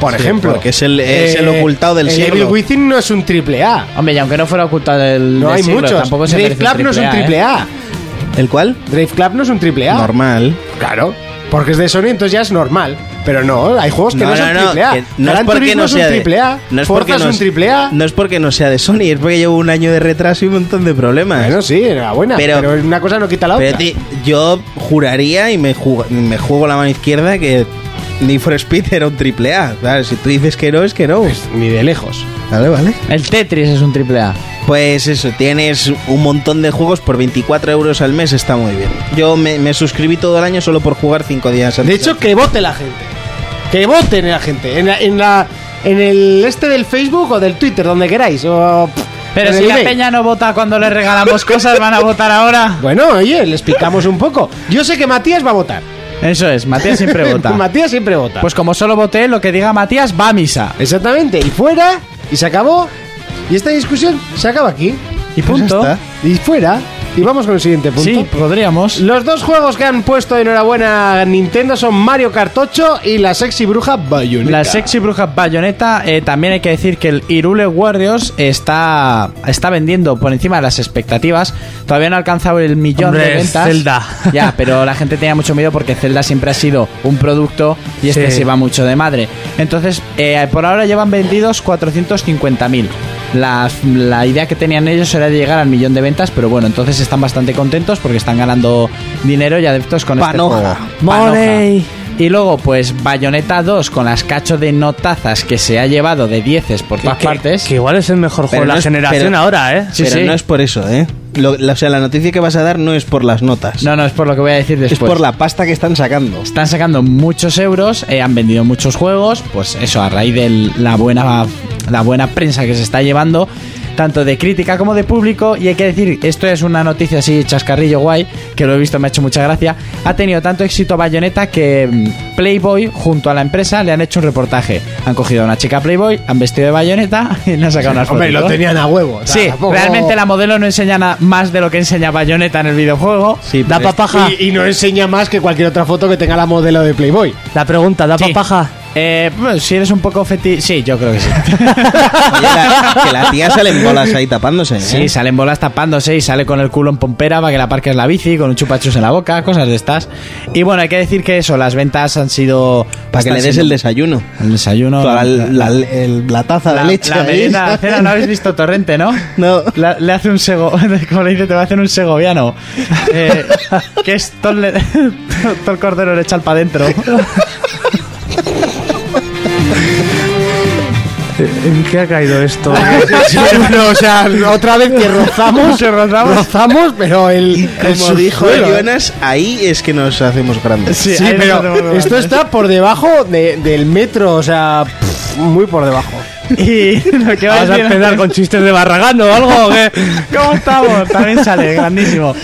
por
Sí,
ejemplo. Eh,
porque es el- es el ocultado del
el
siglo.
Evil Within no es un triple A.
Hombre, y aunque no fuera ocultado el.
No
del
hay
siglo,
muchos.
Tampoco se
Drive
merece
Club no es un
AAA,
triple
¿eh?
A.
¿El cual?
Drive Club no es un triple A.
Normal.
Claro. Porque es de Sony, entonces ya es normal. Pero no, hay juegos que no, son triple A.
que no es
Gran
porque
Turismo
no
es un
sea de-
triple A.
no es
Forza
porque
es
no
un triple A.
No es porque no sea de Sony, es porque llevo un año de retraso y un montón de problemas.
Bueno, sí, enhorabuena. Pero,
Pero-
una cosa no quita la
Pero
otra.
ti- yo juraría y me, ju- me juego la mano izquierda que Ni for Speed era un triple A. Claro, si tú dices que no, es que no.
ni de lejos.
Vale, vale.
El Tetris es un triple A.
Pues eso, tienes un montón de juegos por 24 euros al mes, está muy bien. Yo me, me suscribí todo el año solo por jugar 5 días.
De hecho, que vote la gente. Que voten la gente. En, la- en, la, en el este del Facebook o del Twitter, donde queráis. o, pff,
Pero
en
si
el
la
eBay.
peña no vota cuando le regalamos cosas, van a votar ahora.
Bueno, oye, les picamos un poco. Yo sé que Matías va a votar.
Eso es, Matías siempre vota.
Matías siempre vota.
Pues como solo voté, lo que diga Matías va a misa.
Exactamente, y fuera, y se acabó. Y esta discusión se acaba aquí.
Y punto.
está.
Y fuera, y vamos con el siguiente punto.
Sí, podríamos.
Los dos juegos que han puesto enhorabuena a Nintendo son Mario Kart 8 y la sexy bruja Bayonetta.
La sexy bruja bayoneta, eh, también hay que decir que el Irule Warriors está, está vendiendo por encima de las expectativas. Todavía no ha alcanzado el millón
Hombre,
de
es
ventas.
Zelda.
Ya, pero la gente tenía mucho miedo porque Zelda siempre ha sido un producto y este
Sí.
se va mucho de madre. Entonces, eh, por ahora llevan vendidos 450.000. La, la idea que tenían ellos era de llegar al millón de ventas, pero bueno, entonces están bastante contentos porque están ganando dinero y adeptos con
Panoja.
este juego. Panoja.
Money.
Y luego, pues, Bayonetta 2 con las cacho de notazas que se ha llevado de dieces por todas
Que-
partes.
Que igual es el mejor juego
Pero
de la
no es-
generación
pero-
ahora, ¿eh?
Sí,
pero
sí.
no es por eso, ¿eh? Lo- la- o sea, la noticia que vas a dar no es por las notas.
No, no, es por lo que voy a decir
es
después.
por la pasta que están sacando.
Están sacando muchos euros, eh, han vendido muchos juegos, pues eso, a raíz de la buena, la buena prensa que se está llevando, tanto de crítica como de público, y hay que decir, esto es una noticia así chascarrillo guay, que lo he visto, me ha hecho mucha gracia, ha tenido tanto éxito Bayonetta que mm, Playboy junto a la empresa le han hecho un reportaje. Han cogido a una chica Playboy, han vestido de Bayonetta y le han sacado unas
Hombre, lo
fotitos.
tenían a huevo. o sea,
Sí,
tampoco-
realmente la modelo no enseña nada más de lo que enseña Bayonetta en el videojuego.
Sí,
da
pero
pa' paja.
Y, y no enseña más que cualquier otra foto que tenga la modelo de Playboy.
La pregunta, ¿da
Sí.
pa' paja?
Eh, pues, si eres un poco feti... Sí, yo creo que sí.
Oye, la- que la tía sale en bolas ahí tapándose, ¿eh?
Sí, salen bolas tapándose y sale con el culo en pompera para que la parques la bici, con un chupachus en la boca, cosas de estas. Y bueno, hay que decir que eso, las ventas han sido...
Para que le des el desayuno.
el desayuno.
Toda la, la- el- la taza
la-
de leche.
la
ahí.
merienda, la cena, no habéis visto Torrente, ¿no?
No.
La- le hace un sego, como le dice, te va a hacer un segoviano. Eh, que es todo el, todo el cordero le echa para adentro.
¿En qué ha caído esto?
o sea, otra vez que rozamos,
rozamos.
rozamos, pero el, el
Como dijo
subsuelo, ¿eh?
Jonas, ahí es que nos hacemos grandes.
Sí,
Sí,
ahí lo
pero
tenemos.
esto está por debajo de- del metro, o sea, pff, muy por debajo.
Y lo que va
¿Vas a
decir-
empezar con chistes de Barragán o algo? o qué?
¿Cómo estamos? También sale, grandísimo.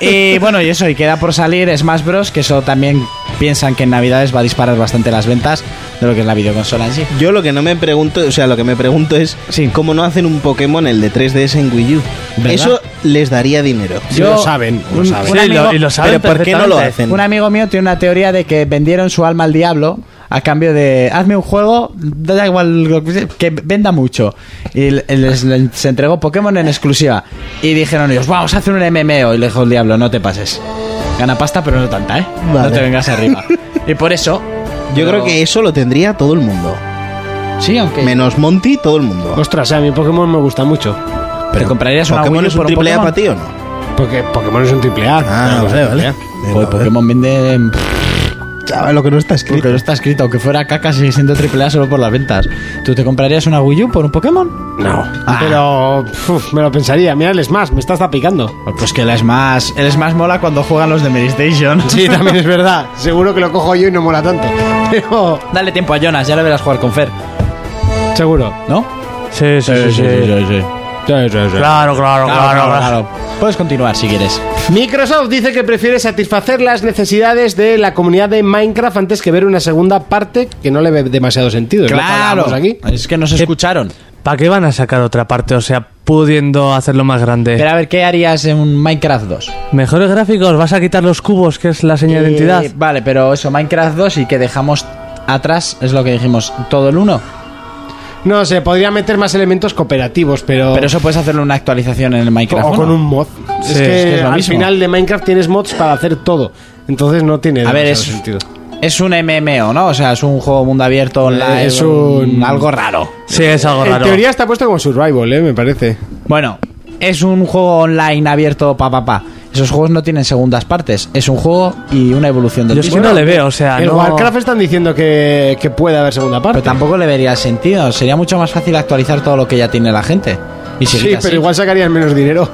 Y bueno, y eso, y queda por salir Smash Bros, que eso también piensan que en Navidades va a disparar bastante las ventas de lo que es la videoconsola en sí.
Yo lo que no me pregunto, o sea, lo que me pregunto es
Sí.
cómo no hacen un Pokémon el de 3DS en Wii U.
¿Verdad?
Eso les daría dinero.
Sí, lo saben, lo
un-
saben.
un
Sí,
amigo-
lo- y lo saben
Pero ¿por qué no lo
perfectamente.
hacen?
Un amigo mío tiene una teoría de que vendieron su alma al diablo a cambio de hazme un juego, da igual lo que sea, que venda mucho. Y le- les- le- se entregó Pokémon en exclusiva. Y dijeron ellos, vamos a hacer un MMO. Y le dijo el diablo, no te pases. Gana pasta, pero no tanta, ¿eh? No te vengas arriba. y por eso.
Yo
pero-
creo que eso lo tendría todo el mundo.
Sí, aunque.
Menos Monty, todo el mundo.
Ostras, a mí Pokémon me gusta mucho.
¿Te comprarías una
Pokémon
Wii U
es un
por un
triple A
Pokémon?
para ti o no?
Porque Pokémon es un triple A.
Ah, vale,
¿eh?
vale.
Joder, Pokémon vende. em,
Chaval, lo que no está
Porque
escrito.
no está escrito, aunque fuera caca, sigue siendo triple A solo por las ventas. ¿Tú te comprarías una Wii U por un Pokémon?
No.
Ah.
Pero uf, me lo pensaría. Mira el Smash, me está hasta picando.
Pues que el Smash, el Smash mola cuando juegan los de Medistation.
Sí, también es verdad. Seguro que lo cojo yo y no mola tanto. Pero
Dale tiempo a Jonas, ya le verás jugar con Fer,
seguro.
¿no?
Sí, sí, sí. sí, Claro, claro, claro, claro.
Puedes continuar si quieres.
Microsoft dice que prefiere satisfacer las necesidades de la comunidad de Minecraft antes que ver una segunda parte que no le ve demasiado sentido. es lo que hablamos aquí.
Es que
Eh.
nos escucharon.
¿Para qué van a sacar otra parte? O sea, pudiendo hacerlo más grande.
Pero a ver, ¿qué harías en un Minecraft 2?
Mejores gráficos, vas a quitar los cubos, que es la señal de identidad.
Eh, vale, pero eso, Minecraft 2 y que dejamos atrás, es lo que dijimos, todo el 1.
No sé, podría meter más elementos cooperativos, pero.
Pero eso puedes hacerlo en una actualización en el Minecraft
o
1.
con un mod.
Sí,
es que,
es que es lo
al
mismo.
final de Minecraft tienes mods para hacer todo. Entonces no tiene
A ver,
demasiado
es-
sentido.
Es un MMO, ¿no? O sea, es un juego mundo abierto online. mm,
es un-
Algo raro.
Sí, es algo
En
raro.
teoría está puesto como survival, eh, me parece.
Bueno, es un juego online abierto pa pa pa. Es Esos juegos no tienen segundas partes. Es un juego y una evolución del
Yo es que
mismo.
no le veo, o sea,
el
no...
Warcraft
están diciendo que, puede haber segunda parte.
Pero tampoco le vería el sentido. Sería mucho más fácil actualizar todo lo que ya tiene la gente. Y seguir
Sí,
así.
pero igual sacarían menos dinero.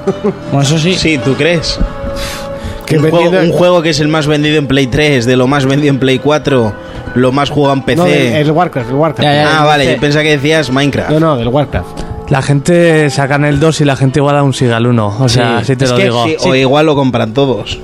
Bueno, eso sí.
Sí, ¿tú crees?
Que
un, juego,
vendiendo-
un juego que es el más vendido en Play 3, de lo más vendido en Play 4, lo más jugado en PC.
No, del- el Warcraft, el Warcraft.
ah, vale, yo pensaba que decías Minecraft.
No, no, del Warcraft.
La gente sacan el 2 y la gente igual aún sigue al 1. O sea,
Sí.
si te
Es
lo
que
digo.
sí, O igual lo compran todos.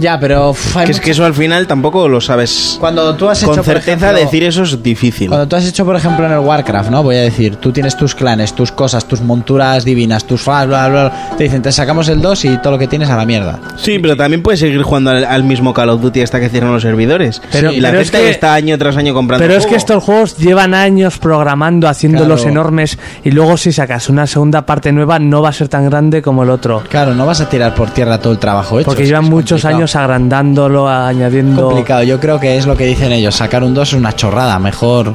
Ya, pero. uf, hay
Que es
mucha-
que eso al final tampoco lo sabes.
Cuando tú has hecho.
Con
por
certeza
ejemplo-
decir eso es difícil.
Cuando tú has hecho, por ejemplo, en el Warcraft, ¿no? Voy a decir, tú tienes tus clanes, tus cosas, tus monturas divinas, tus bla, bla, bla. bla. Te dicen, te sacamos el 2 y todo lo que tienes a la mierda.
Sí, pero también puedes seguir jugando al, al mismo Call of Duty hasta que cierren los servidores.
Pero-
y la
pero
gente
es que-
está año tras año comprando.
Pero es que
juegos.
estos juegos llevan años programando, haciéndolos
Claro.
enormes y luego si sacas una segunda parte nueva no va a ser tan grande como el otro.
Claro, no vas a tirar por tierra todo el trabajo hecho.
Porque
es que
llevan
es
muchos
complicado.
años agrandándolo, añadiendo...
complicado. Yo creo que es lo que dicen ellos. Sacar un 2 es una chorrada. Mejor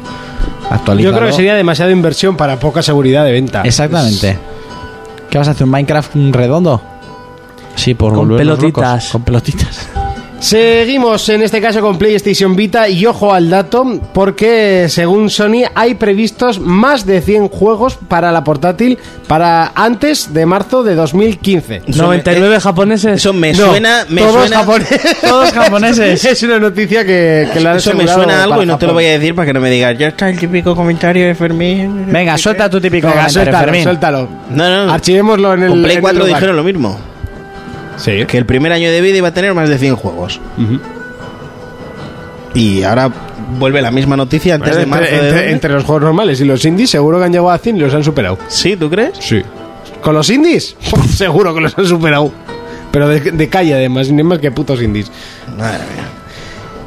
actualizarlo.
Yo creo que sería demasiada inversión para poca seguridad de venta.
Exactamente. ¿Qué vas a hacer? ¿Un Minecraft redondo? Sí, por
Con
volvernos locos.
pelotitas.
Con pelotitas.
Seguimos en este caso con PlayStation Vita y ojo al dato porque según Sony hay previstos más de 100 juegos para la portátil para antes de marzo de 2015.
Eso me-
99
eh,
japoneses.
Eso me suena. Me
todos
suena,
japoneses.
Todos japoneses.
Es una noticia que, que la han
eso me
asegurado
suena a algo
para
y no te lo
Japón.
voy a decir para que no me digas. Ya está el típico comentario de Fermín.
eh,
Venga, suelta tu típico
Venga,
comentario,
suéltalo,
Fermín.
suéltalo.
No, no, no.
Archivémoslo en el.
Con Play
en el
4
lugar.
dijeron lo mismo.
Sí.
Que el primer año de vida iba a tener más de 100 juegos. Y ahora vuelve la misma noticia antes de
Entre,
marzo. de
entre-
2000.
entre los juegos normales y los indies, seguro que han llegado a 100 y los han superado.
Sí, ¿tú crees?
Sí. ¿Con los indies? Pues Seguro que los han superado. Pero de, de calle, además, ni más que putos indies.
Madre mía.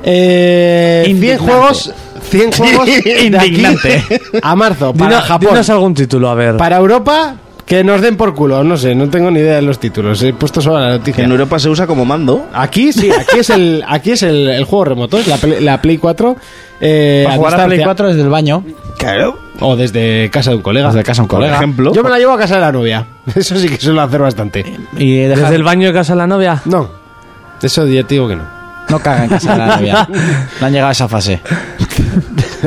Eh, 100
Indignante.
juegos. 100 juegos. de aquí
Indignante.
a marzo,
Dino-
para Japón.
dinos algún título, a ver.
Para Europa, que nos den por culo. No sé, no tengo ni idea de los títulos. He puesto solo la
Que
noticia.
en Europa se usa como mando.
Aquí sí, aquí es el, aquí es el, el juego remoto, es la, Play- la Play 4. eh,
Para jugar a Play
distancia.
4 desde el baño.
Claro.
O desde casa de un colega.
Desde casa de un
Por
colega.
ejemplo.
Yo me la llevo a casa de la novia. Eso sí que suelo hacer bastante.
Y dejar-
¿Desde el baño de casa de la novia?
No, eso ya te digo que no.
No caga en casa de la novia. No han llegado a esa fase.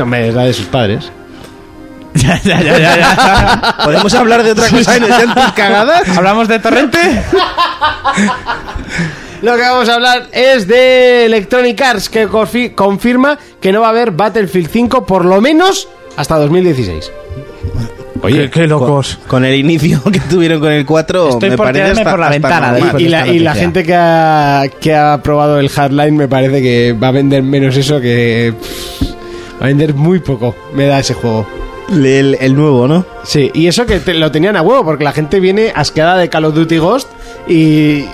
Hombre, es la de sus padres.
ya, ya, ya,
¿Podemos hablar de otra cosa y no sean tus cagadas?
¿Hablamos de Torrente?
Lo que vamos a hablar es de Electronic Arts, que confi- confirma que no va a haber Battlefield 5 por lo menos hasta 2016.
Qué- qué locos.
Con el inicio que tuvieron con el 4,
Estoy
me
por
parece
tirarme
hasta,
por la
hasta
ventana,
normal.
David.
Y la, y la
noticia.
gente que ha, que ha probado el Hardline me parece que va a vender menos eso que... pff, Va a vender muy poco, me da ese juego.
Le- El, el nuevo, ¿no?
Sí, y eso que te- lo tenían a huevo, porque la gente viene asqueada de Call of Duty Ghost y...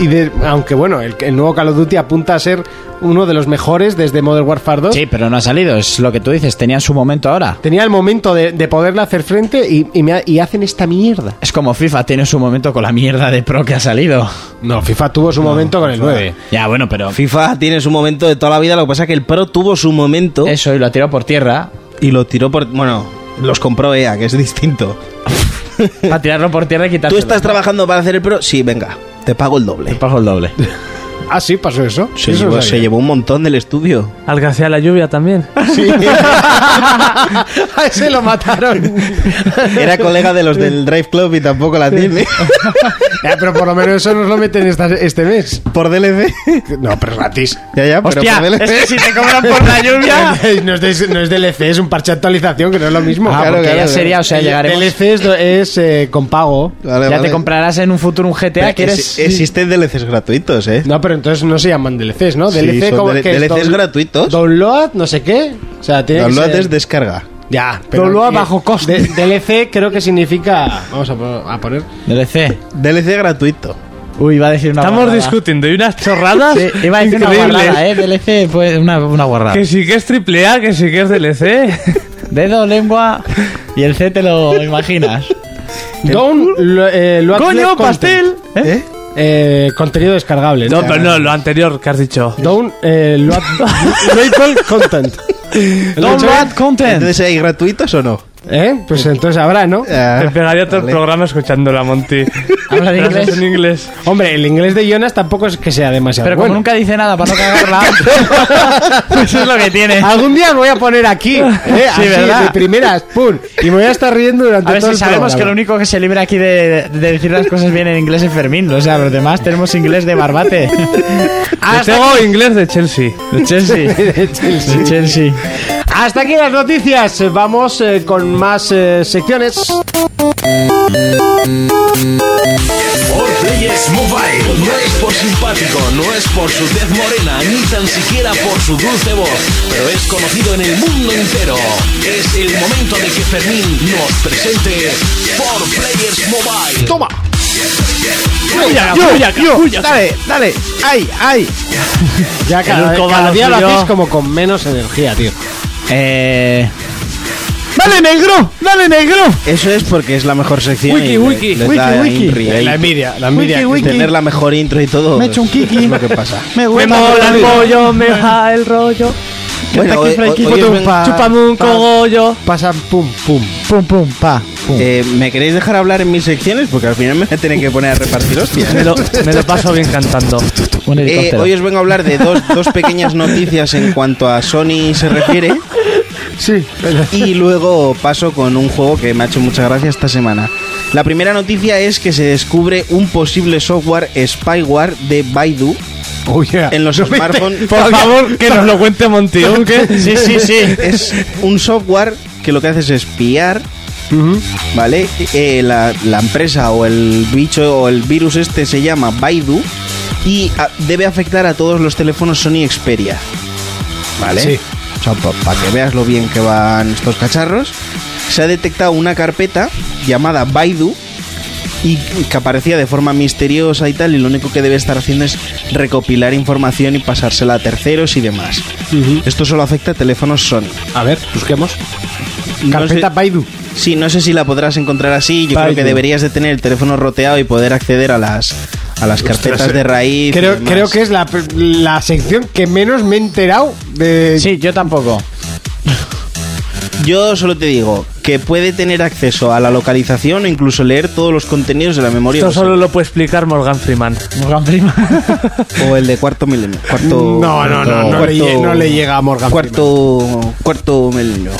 y de- aunque bueno, el, el nuevo Call of Duty apunta a ser uno de los mejores desde Modern Warfare 2.
Sí, pero no ha salido. Es lo que tú dices. Tenían su momento ahora.
Tenía el momento de, de poderle hacer frente y, y me ha- y hacen esta mierda.
Es como FIFA. Tiene su momento con la mierda de pro que ha salido.
No, FIFA tuvo su momento con el 9.
Ya, bueno, pero...
FIFA tiene su momento de toda la vida, lo que pasa es que el Pro tuvo su momento
Eso, y lo ha tirado por tierra.
y lo tiró por... Bueno, los compró EA, que es distinto.
Para tirarlo por tierra y quitarlo.
¿Tú estás trabajando para hacer el Pro? Sí, venga, te pago el doble.
Pago el doble.
Ah, sí, pasó eso.
Se,
Eso
llevó,
no sabía.
se llevó un montón del estudio.
Al que hacía la lluvia también.
A ese lo mataron.
Era colega de los del Drive Club y tampoco la tiene.
Ya, pero por lo menos eso nos lo meten esta- este mes.
por DLC.
No, pero es gratis.
ya, ya, pero
Hostia,
por DLC.
es que si te cobran por la lluvia...
Eh, no, es de- no es DLC, es un parche de actualización, que no es lo mismo.
Ah,
Claro,
porque
claro,
ya
claro.
sería, o sea, llegaremos...
DLC E es, es, eh, con pago.
Vale,
ya
vale.
te comprarás en un futuro un GTA
Pero
que eres...
es- Existen DLCs gratuitos, ¿eh?
No, pero entonces no se llaman DLCs, ¿no?
Sí,
DLC
son
como
DL-
que es
DLCs
down-
gratuitos.
Download, no sé qué. O sea, tiene que
Download
ser-
es descarga.
Ya,
Download a
eh,
bajo coste.
de- DLC creo que significa. Vamos a, po- a poner.
DLC.
DLC gratuito.
Uy, iba a decir una
Estamos
guarrada.
discutiendo y unas chorradas
Sí, iba a decir una
increíbles.
guarrada, ¿eh? DLC, pues una, una guarrada.
Que sí que es triple A, que sí que es DLC.
Dedo, lengua y el C te lo imaginas.
Download. eh, load
¡Coño,
content.
pastel!
¿Eh?
Eh, contenido descargable.
No, pero no, lo anterior que has dicho.
Down. Eh, load. local content.
Download content.
Entonces, ¿hay gratuitos o no? Ah.
¿Eh? Pues entonces habrá, ¿no?
Eh,
Te pegaría todo el programa escuchándola, Monty.
Habla de
Frases
inglés.
en inglés.
Hombre, el inglés de Jonas tampoco es que sea demasiado
Pero como
bueno.
nunca dice nada para no cagarla, pues es lo que tiene.
Algún día me voy a poner aquí, ¿eh? Así,
¿verdad?
de primeras, pum. Y me voy a estar riendo durante
A ver
todo
si
el
sabemos que lo
programa.
único que se libra aquí de, de decir las cosas bien en inglés es Fermín. O sea, los demás tenemos inglés de barbate.
Hasta,
Tengo inglés de Chelsea.
Ah, De Chelsea.
De Chelsea.
De Chelsea.
hasta aquí las noticias. Vamos eh, con más eh, secciones.
All Players Mobile. No es por simpático, no es por su tez morena, ni tan siquiera por su dulce voz, pero es conocido en el mundo entero. Es el momento de que Fermín nos presente Por Players Mobile.
Toma.
Dale, dale. Ay, ay.
Ya cada,
único
cada
balón
día lo
suyo.
hacéis como con menos energía, tío.
Eh. ¡Dale, negro! ¡Dale, negro!
Eso es porque es la mejor sección.
Wiki,
y le-
wiki,
les
wiki,
da ahí
wiki.
ri- ahí.
envidia, la
envidia que
Tener la mejor intro y todo.
Me he hecho un kiki.
Es lo que pasa.
Me
Me
gusta.
mola el pollo, me ja el rollo.
Bueno, hoy- hoy- hoy os vengo-
Chúpame un cogollo.
Pasa pum, pum. Pum, pum, pa. Pum.
Eh, ¿Me queréis dejar hablar en mis secciones? Porque al final me tienen que poner a repartir hostias.
Me lo, me lo paso bien cantando.
un
Eh,
helicóptero.
hoy os vengo a hablar de dos, dos pequeñas noticias en cuanto a Sony se refiere.
Sí,
Y luego paso con un juego que me ha hecho mucha gracia esta semana. La primera noticia es que se descubre un posible software spyware de Baidu
Oh,
en los smartphones.
Por favor, que nos lo cuente Monty. ¿o qué?
Sí, sí, sí.
Es un software que lo que hace es espiar, ¿vale? Eh, la, la empresa o el bicho o el virus este se llama Baidu y a- debe afectar a todos los teléfonos Sony Xperia, ¿vale?
Sí.
O sea, para que veas lo bien que van estos cacharros, se ha detectado una carpeta llamada Baidu y que aparecía de forma misteriosa y tal, y lo único que debe estar haciendo es recopilar información y pasársela a terceros y demás. Esto solo afecta a teléfonos Sony.
A ver, busquemos.
No
Carpeta
sé-
Baidu.
Sí, no sé si la podrás encontrar así. Yo creo que deberías de tener el teléfono roteado y poder acceder a las a las carpetas de raíz. y
Creo,
demás.
creo que es la, la sección que menos me he enterado de...
Sí, yo tampoco.
yo solo te digo que puede tener acceso a la localización o incluso leer todos los contenidos de la memoria
Esto
USB,
solo lo puede explicar Morgan Freeman.
Morgan Freeman.
o el de cuarto milenio. Cuarto,
No, no, no, no,
cuarto-
le, lle- no le llega a Morgan
Cuarto, cuarto milenio.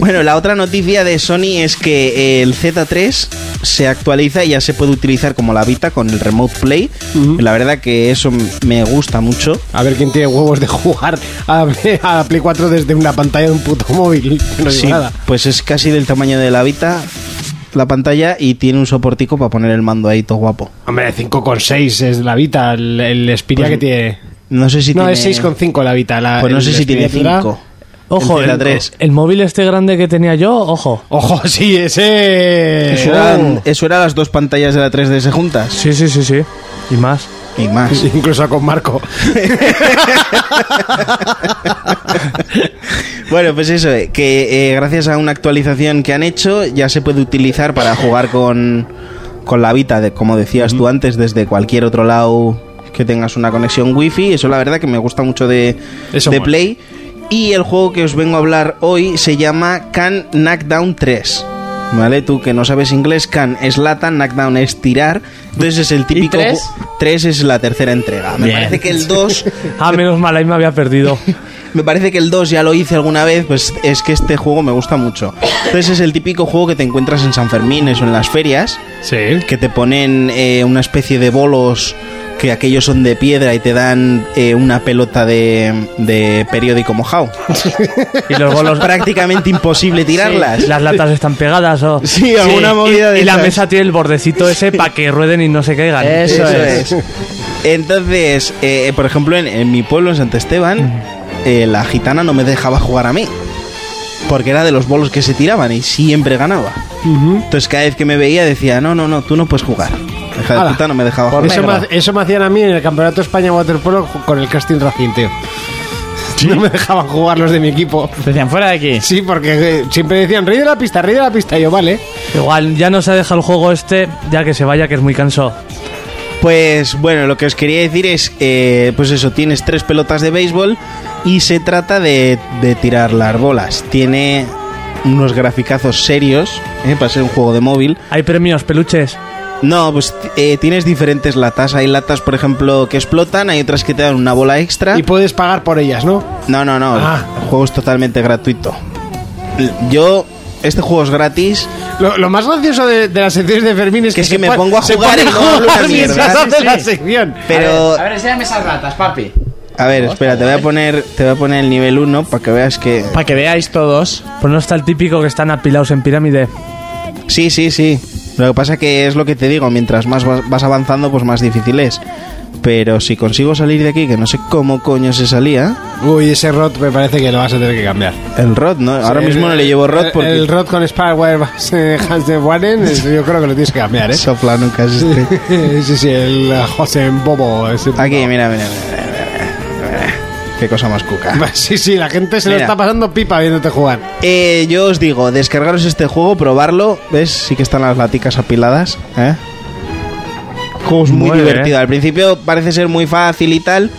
bueno, la otra noticia de Sony es que eh, el Z3 se actualiza y ya se puede utilizar como la Vita con el Remote Play. La verdad que eso m- me gusta mucho.
A ver quién tiene huevos de jugar a, a la Play 4 desde una pantalla de un puto móvil. No digo
Sí,
nada.
pues es casi del tamaño de la Vita la pantalla y tiene un soportico para poner el mando ahí todo guapo.
Hombre, 5,6 es la Vita, el, el Xperia
Pues
que tiene...
No sé si
no,
tiene
es 6,5 la Vita. La,
Pues no
el
sé si tiene
Xperia Dura.
5.
Ojo,
El
el,
Z3.
el móvil este grande que tenía yo, ojo.
Ojo, sí, ese...
Eso eran, eso era las dos pantallas de la 3DS juntas
Sí, sí, sí, sí. Y más.
y más.
Oh, Incluso con Marco.
Bueno, pues eso, eh, que eh, gracias a una actualización que han hecho ya se puede utilizar para jugar con, con la Vita, de, como decías tú antes, desde cualquier otro lado que tengas una conexión wifi. Eso la verdad que me gusta mucho de,
Eso
de
mola.
Play. Y el juego que os vengo a hablar hoy se llama Can Knockdown 3. ¿Vale? Tú que no sabes inglés, can es lata, knockdown es tirar. Entonces es el típico...
tres?
3 es la tercera entrega. Me
Bien.
parece que el 2
Ah, menos mal, ahí me había perdido.
me parece que el 2 ya lo hice alguna vez, pues es que este juego me gusta mucho. Entonces es el típico juego que te encuentras en San Fermín o en las ferias,
Sí.
que te ponen eh, una especie de bolos que aquellos son de piedra y te dan eh, una pelota de, de periódico mojado.
Y los bolos.
Prácticamente imposible tirarlas.
Las latas están pegadas o.
Sí, alguna movida
y,
de
y la
esas.
mesa tiene el bordecito ese para que rueden y no se caigan.
Eso
es. Entonces, eh, por ejemplo, en, en mi pueblo, en Santo Esteban, eh, la gitana no me dejaba jugar a mí. Porque era de los bolos que se tiraban y siempre ganaba. Entonces, cada vez que me veía decía, no, no, no, tú no puedes jugar. La Hija de
Ala.
puta no me dejaba
Por
jugar.
eso, me, ha- eso me hacían a mí en el Campeonato España Waterpolo ju- con el casting Racing, tío. No me dejaban jugar los de mi equipo.
Decían, fuera de aquí.
Sí, porque eh, siempre decían, rey de la pista, rey de la pista. Y yo, vale.
Igual ya no se deja el juego este, ya que se vaya, que es muy canso.
Pues bueno, lo que os quería decir es, eh, pues eso, tienes tres pelotas de béisbol y se trata de, de tirar las bolas. Tiene unos graficazos serios ¿eh? para ser un juego de móvil.
¿Hay premios, peluches?
No, pues eh, tienes diferentes latas. Hay latas, por ejemplo, que explotan, hay otras que te dan una bola extra.
Y puedes pagar por Ah. ellas, ¿no?
No, no, no. El juego es totalmente gratuito. L- Yo, este juego es gratis.
Lo, lo más gracioso de, de las secciones de Fermín es que,
es que
se
me
pone-
pongo a
se
jugar
pone
y
a
no hablo una
mientras
mierda.
hace
Sí,
la
sí.
sección.
Pero-
A ver, enséñame esas ratas, papi.
A ver, espera, te voy a poner, te voy a poner el nivel 1 para que veas que.
Para que veáis todos.
Pues no está el típico que están apilados en pirámide.
Sí, sí, sí. Lo que pasa que es lo que te digo, mientras más va- vas avanzando, pues más difícil es. Pero si consigo salir de aquí, que no sé cómo coño se salía,
Uy, ese rod me parece que lo vas a tener que cambiar.
el rod, ¿no? Ahora
El-
mismo no le llevo rod
el-
porque...
El rod con Sparwire Bass, eh, Hans de Warren, es- yo creo que lo tienes que cambiar, ¿eh?
Sopla nunca es este.
sí, sí, el eh, José Bobo. ese-
Aquí, mira, mira, mira, mira, mira, mira. Qué cosa más cuca.
Sí, sí, la gente se lo
Mira.
está pasando pipa viéndote jugar.
Eh, yo os digo, descargaros este juego, probarlo. ¿Ves? Sí que están las laticas apiladas. ¿eh? Juego es ¿eh? muy
Muy bien.
divertido. Al principio parece ser muy fácil y tal.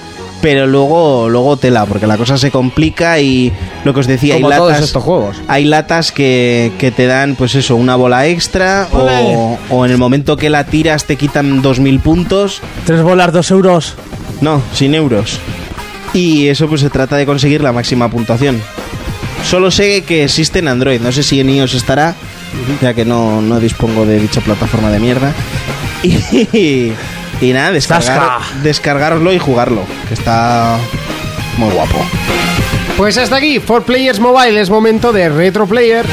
Pero luego, luego tela, porque la cosa se complica y lo que os decía,
Como
hay
todos
latas.
estos juegos.
Hay latas que, que te dan, pues eso, una bola extra. O, o en el momento que la tiras te quitan 2.000 puntos.
Tres bolas, dos euros.
No, sin euros. Y eso pues se trata de conseguir la máxima puntuación. Solo sé que existe en Android, no sé si en iOS estará, ya que no, no dispongo de dicha plataforma de mierda. Y, y nada, descargar,
Zasca.
descargaroslo y jugarlo, que está muy guapo.
Pues hasta aquí, For Players Mobile, es momento de Retro Player.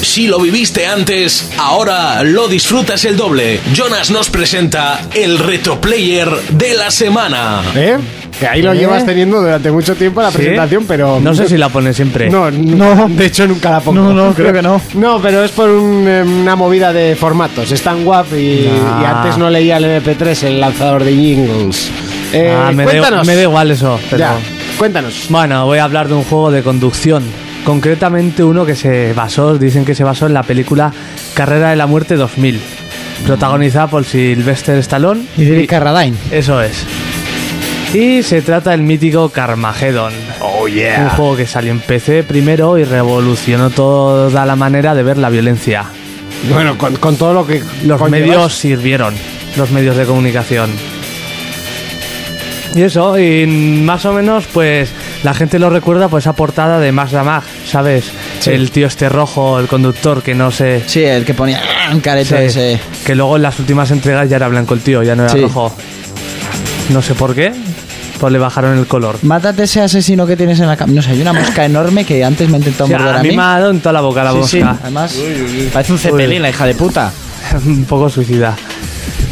Si lo viviste antes, ahora lo disfrutas el doble. Jonas nos presenta el retroplayer de la semana.
¿Eh? Que ahí lo
¿Eh?
llevas teniendo durante mucho tiempo la
¿Sí?
presentación, pero.
No sé si la pone siempre.
No, no, de hecho nunca la pongo.
No, no, creo que no.
No, pero es por un, eh, una movida de formatos. Está en WAP y,
Ah.
y antes no leía el MP3, el lanzador de jingles. Eh,
Ah, me, da,
cuéntanos.
me da igual eso. pero-
Ya, cuéntanos.
Bueno, voy a hablar de un juego de conducción. Concretamente uno que se basó, dicen que se basó en la película Carrera de la Muerte 2000. Protagonizada por Sylvester Stallone.
Y David Carradine.
Eso es. Y se trata del mítico Carmageddon.
Oh
Un
yeah.
juego que salió en PC primero y revolucionó toda la manera de ver la violencia.
Bueno, con, con todo lo que.
Los
conllevas.
medios sirvieron, los medios de comunicación. Y eso, y más o menos, pues la gente lo recuerda por esa portada de Más Mag, ¿sabes? El tío este rojo, el conductor que no sé.
Sí, el que ponía ah, un careto
sé-
ese.
Que luego en las últimas entregas ya era blanco el tío, ya no era
Sí.
rojo. No sé por qué, pues le bajaron el color.
Mátate ese asesino que tienes en la cama. No sé, hay una mosca enorme que antes me ha intentado
O sea,
morder
a
a
mí
mí.
me ha dado en toda la boca la
Sí, sí,
mosca.
Además, parece un cepelín, la hija de puta.
un poco suicida.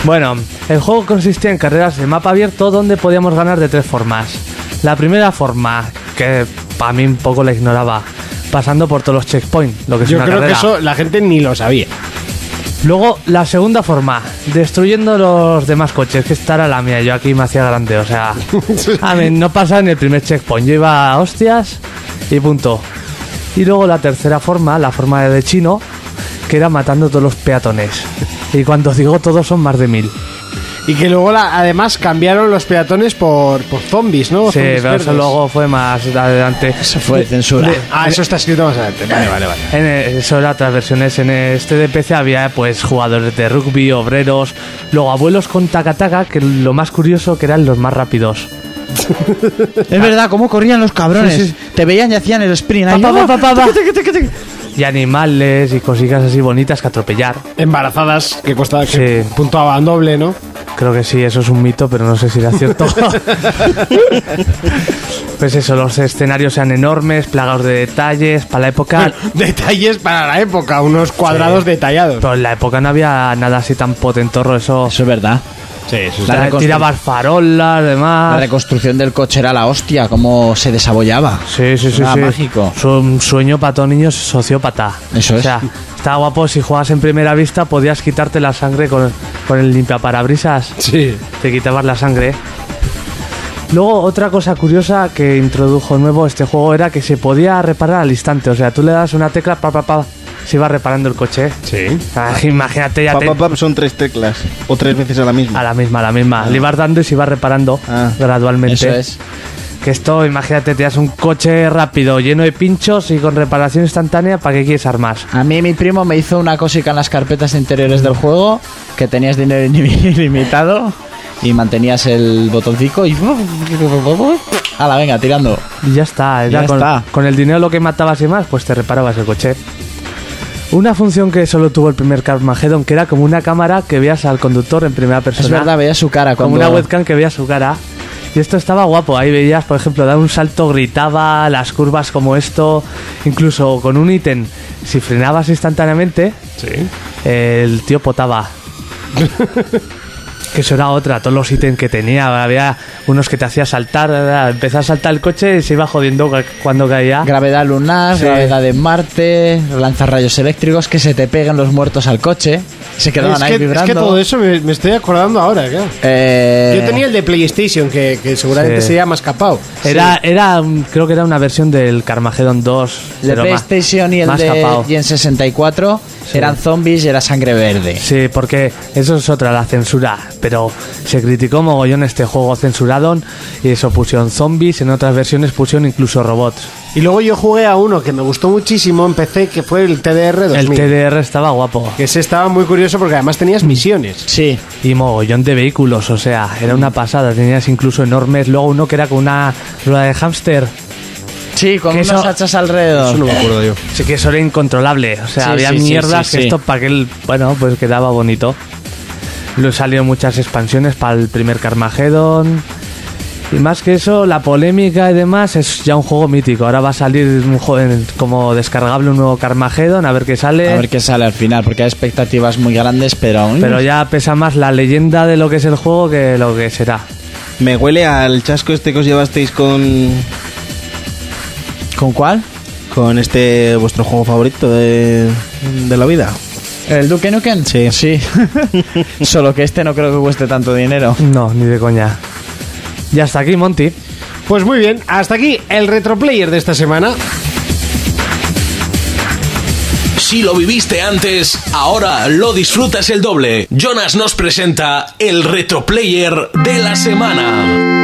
Bueno, el juego consistía en carreras de mapa abierto donde podíamos ganar de tres formas. La primera forma, que para mí un poco la ignoraba, pasando por todos los checkpoints, lo que es
Yo
una
creo que
carrera.
eso la gente ni lo sabía.
Luego, la segunda forma, destruyendo los demás coches, que esta era la mía, yo aquí me hacía grande, o sea... A mí no pasaba ni el primer checkpoint, yo iba a hostias y punto. Y luego la tercera forma, la forma de chino, que era matando todos los peatones. Y cuando os digo todos son más de mil.
Y que luego la- además cambiaron los peatones por, por zombies, ¿no?
Sí,
Zombies
pero eso
verdes.
luego fue más adelante.
Eso fue censura.
Ah, eso está escrito más adelante. Vale, vale, vale.
En eh, eso era otras versiones. En este de PC había pues jugadores de rugby, obreros, luego abuelos con tacataca, que lo más curioso que eran los más rápidos.
Es verdad, cómo corrían los cabrones.
Sí, sí.
Te veían y hacían el sprint. ahí.
Pa, pa, pa, pa, pa. Y animales y cositas así bonitas que atropellar.
Embarazadas, que costaba que
Sí.
puntuaban doble, ¿no?
Creo que sí, eso es un mito, pero no sé si era cierto. pues eso, los escenarios eran enormes, plagados de detalles, para la época.
Detalles para la época, unos cuadrados detallados.
Pero en la época no había nada así tan potentorro, eso.
Eso es verdad.
Sí, eso
La
Tra-
reconstru-
tirabas farolas,
La
demás.
reconstrucción del coche era la hostia, cómo se desabollaba.
Sí, sí, sí.
Era
sí.
mágico.
Su- un sueño para todo niño sociópata.
Eso
O
es.
sea, estaba guapo. Si jugabas en primera vista, podías quitarte la sangre con, con el limpiaparabrisas.
Sí.
Te quitabas la sangre. Luego, otra cosa curiosa que introdujo nuevo este juego era que se podía reparar al instante. O sea, tú le das una tecla, pa, pa, pa, se iba reparando el coche.
Sí.
Ah, imagínate ya
Pa,
te-
pa, pa, son tres teclas. O tres veces a la misma.
a la misma, a la misma. Le ibas dando y se iba reparando
Ah,
gradualmente.
Eso es.
Que esto, imagínate, te das un coche rápido, lleno de pinchos y con reparación instantánea, ¿para qué quieres armas?
A mí mi primo me hizo una cosica en las carpetas interiores del juego, que tenías dinero ilim- ilimitado y mantenías el botoncito y... Ala, venga, tirando.
Y ya está, era
Ya
con,
está.
con el dinero lo que matabas y más, pues te reparabas el coche. Una función que solo tuvo el primer Carmageddon, que era como una cámara que veías al conductor en primera persona.
Es verdad, veía su cara
como
cuando...
una webcam que veía su cara. Y esto estaba guapo, ahí veías, por ejemplo, dar un salto gritaba, las curvas como esto, incluso con un ítem, si frenabas instantáneamente,
Sí.
el tío potaba. que eso era otra, todos los ítems que tenía, había unos que te hacía saltar, empezaba a saltar el coche y se iba jodiendo ca- cuando caía.
Gravedad lunar,
Sí.
gravedad de Marte, lanzar rayos eléctricos, que se te peguen los muertos al coche. Se quedaban
Es
ahí
que, es
vibrando.
que todo eso me, me estoy acordando ahora, claro.
Eh,
Yo tenía el de PlayStation, que, que seguramente
Sí.
se llama escapado.
Era, era, mm, creo que era una versión del Carmageddon 2.
el de
pero más-
PlayStation y el
más
de
capao.
y en 64 eran zombies y era sangre verde.
Sí, porque eso es otra, la censura. Pero se criticó mogollón este juego censurado y eso pusieron zombies, en otras versiones pusieron incluso robots.
Y luego yo jugué a uno que me gustó muchísimo en PC, que fue el TDR 2000.
El TDR estaba guapo
Que ese estaba muy curioso porque además tenías misiones.
Sí,
y mogollón de vehículos, o sea, era una pasada. Tenías incluso enormes, luego uno que era con una rueda de hámster.
sí, con
Que
unos
eso-
hachas alrededor.
me acuerdo yo.
Sí, que eso era incontrolable. O sea,
Sí,
había
sí, sí,
mierdas
sí,
que
sí.
esto para que el. Bueno, pues quedaba bonito. Lo salieron muchas expansiones para el primer Carmageddon. Y más que eso, la polémica y demás es ya un juego mítico. Ahora va a salir un juego como descargable, un nuevo Carmageddon, a ver qué sale.
A ver qué sale al final, porque hay expectativas muy grandes, pero aún.
Pero ya pesa más la leyenda de lo que es el juego que lo que será.
Me huele al chasco este que os llevasteis con.
¿Con cuál?
Con este vuestro juego favorito de, de la vida.
¿El Duke Nukem? Sí. Sí. Solo que este no creo que cueste tanto dinero.
No, ni de coña. Y hasta aquí, Monty.
Pues muy bien, hasta aquí el retroplayer de esta semana.
Si lo viviste antes, ahora lo disfrutas el doble. Jonas nos presenta el retroplayer de la semana.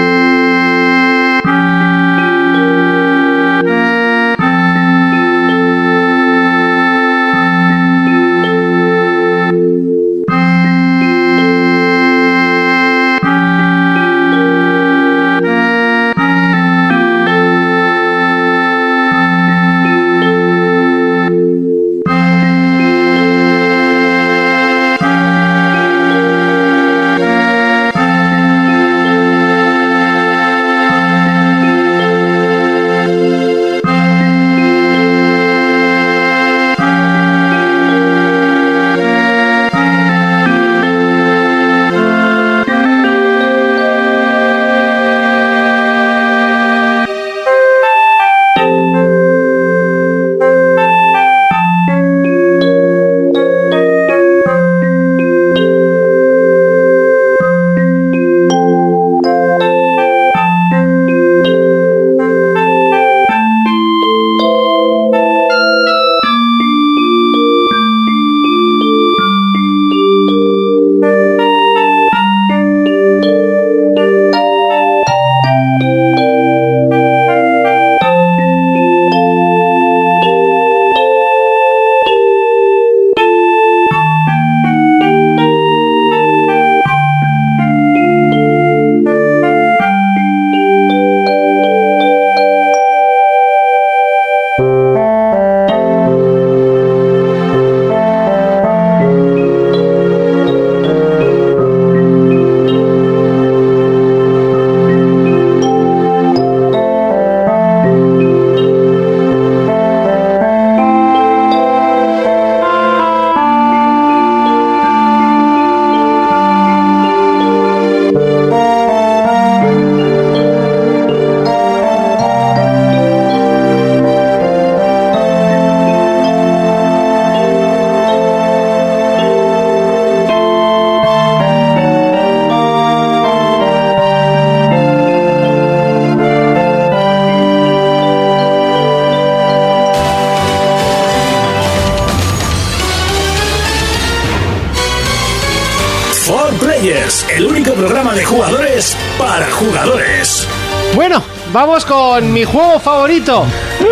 Players, el único programa de jugadores para jugadores.
Bueno, vamos con mi juego favorito,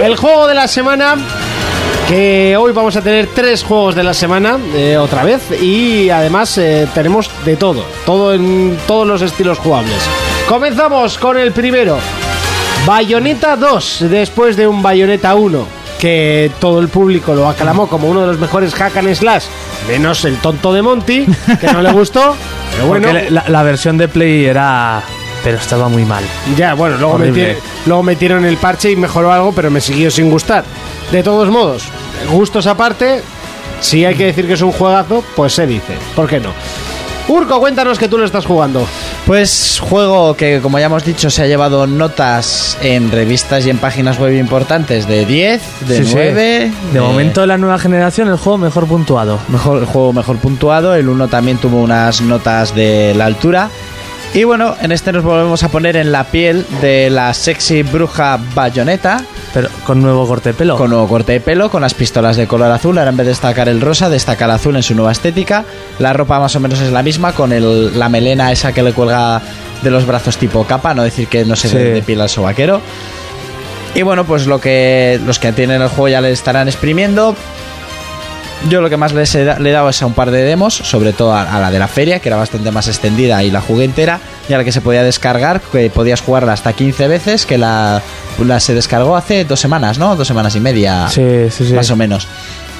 el juego de la semana. Que hoy vamos a tener tres juegos de la semana eh, otra vez y además eh, tenemos de todo, todo en todos los estilos jugables. Comenzamos con el primero, Bayonetta 2, después de un Bayonetta 1, que todo el público lo aclamó como uno de los mejores hack and slash, menos el tonto de Monty, que no le gustó. Pero bueno,
Porque la, la versión de Play era... Pero estaba muy mal.
ya, bueno, luego
Horrible.
metieron, luego metieron el parche y mejoró algo, pero me siguió sin gustar. De todos modos, gustos aparte, si hay que decir que es un juegazo, pues se dice. ¿Por qué no? Urco, cuéntanos que tú lo estás jugando.
Pues juego que, como ya hemos dicho, se ha llevado notas en revistas y en páginas web importantes de 10, de
Sí, sí.
9.
De momento de la nueva generación, el juego mejor puntuado.
Mejor, el juego mejor puntuado. El 1 también tuvo unas notas de la altura. Y bueno, en este nos volvemos a poner en la piel de la sexy bruja bayoneta.
Pero con nuevo corte de pelo.
Con nuevo corte de pelo, con las pistolas de color azul. Ahora en vez de destacar el rosa, destaca el azul en su nueva estética. La ropa más o menos es la misma, con el- la melena esa que le cuelga de los brazos tipo capa, no decir que no se
Sí.
le depila su vaquero. Y bueno, pues lo que los que tienen el juego ya le estarán exprimiendo. Yo lo que más les he, da- le he dado es a un par de demos, sobre todo a, a la de la feria, que era bastante más extendida y la jugué entera, y a la que se podía descargar, que podías jugarla hasta 15 veces, que la, la se descargó hace dos semanas, ¿no? Dos semanas y media,
Sí, Ah, sí, sí.
más o menos.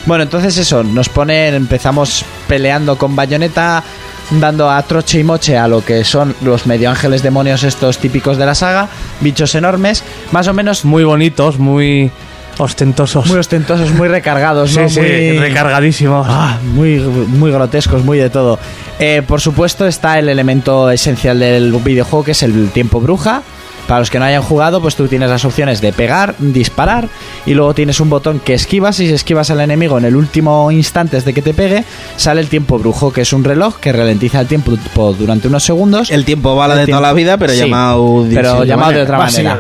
Bueno, entonces eso, nos ponen, empezamos peleando con bayoneta, dando a troche y moche a lo que son los medio ángeles demonios estos típicos de la saga, bichos enormes, más o menos
Muy bonitos, muy ostentosos.
muy ostentosos, muy recargados,
sí,
¿no?
sí,
Muy-
recargadísimos.
Ah, muy, muy grotescos, muy de todo. Eh, por supuesto está el elemento esencial del videojuego que es el tiempo bruja. Para los que no hayan jugado, pues tú tienes las opciones de pegar, disparar y luego tienes un botón que esquivas y si esquivas al enemigo en el último instante de que te pegue, sale el tiempo brujo, que es un reloj que ralentiza el tiempo durante unos segundos.
El tiempo bala
El
de
tiempo.
toda la vida, pero
Sí,
llamado... de
pero
distinta
llamado de
manera.
otra manera.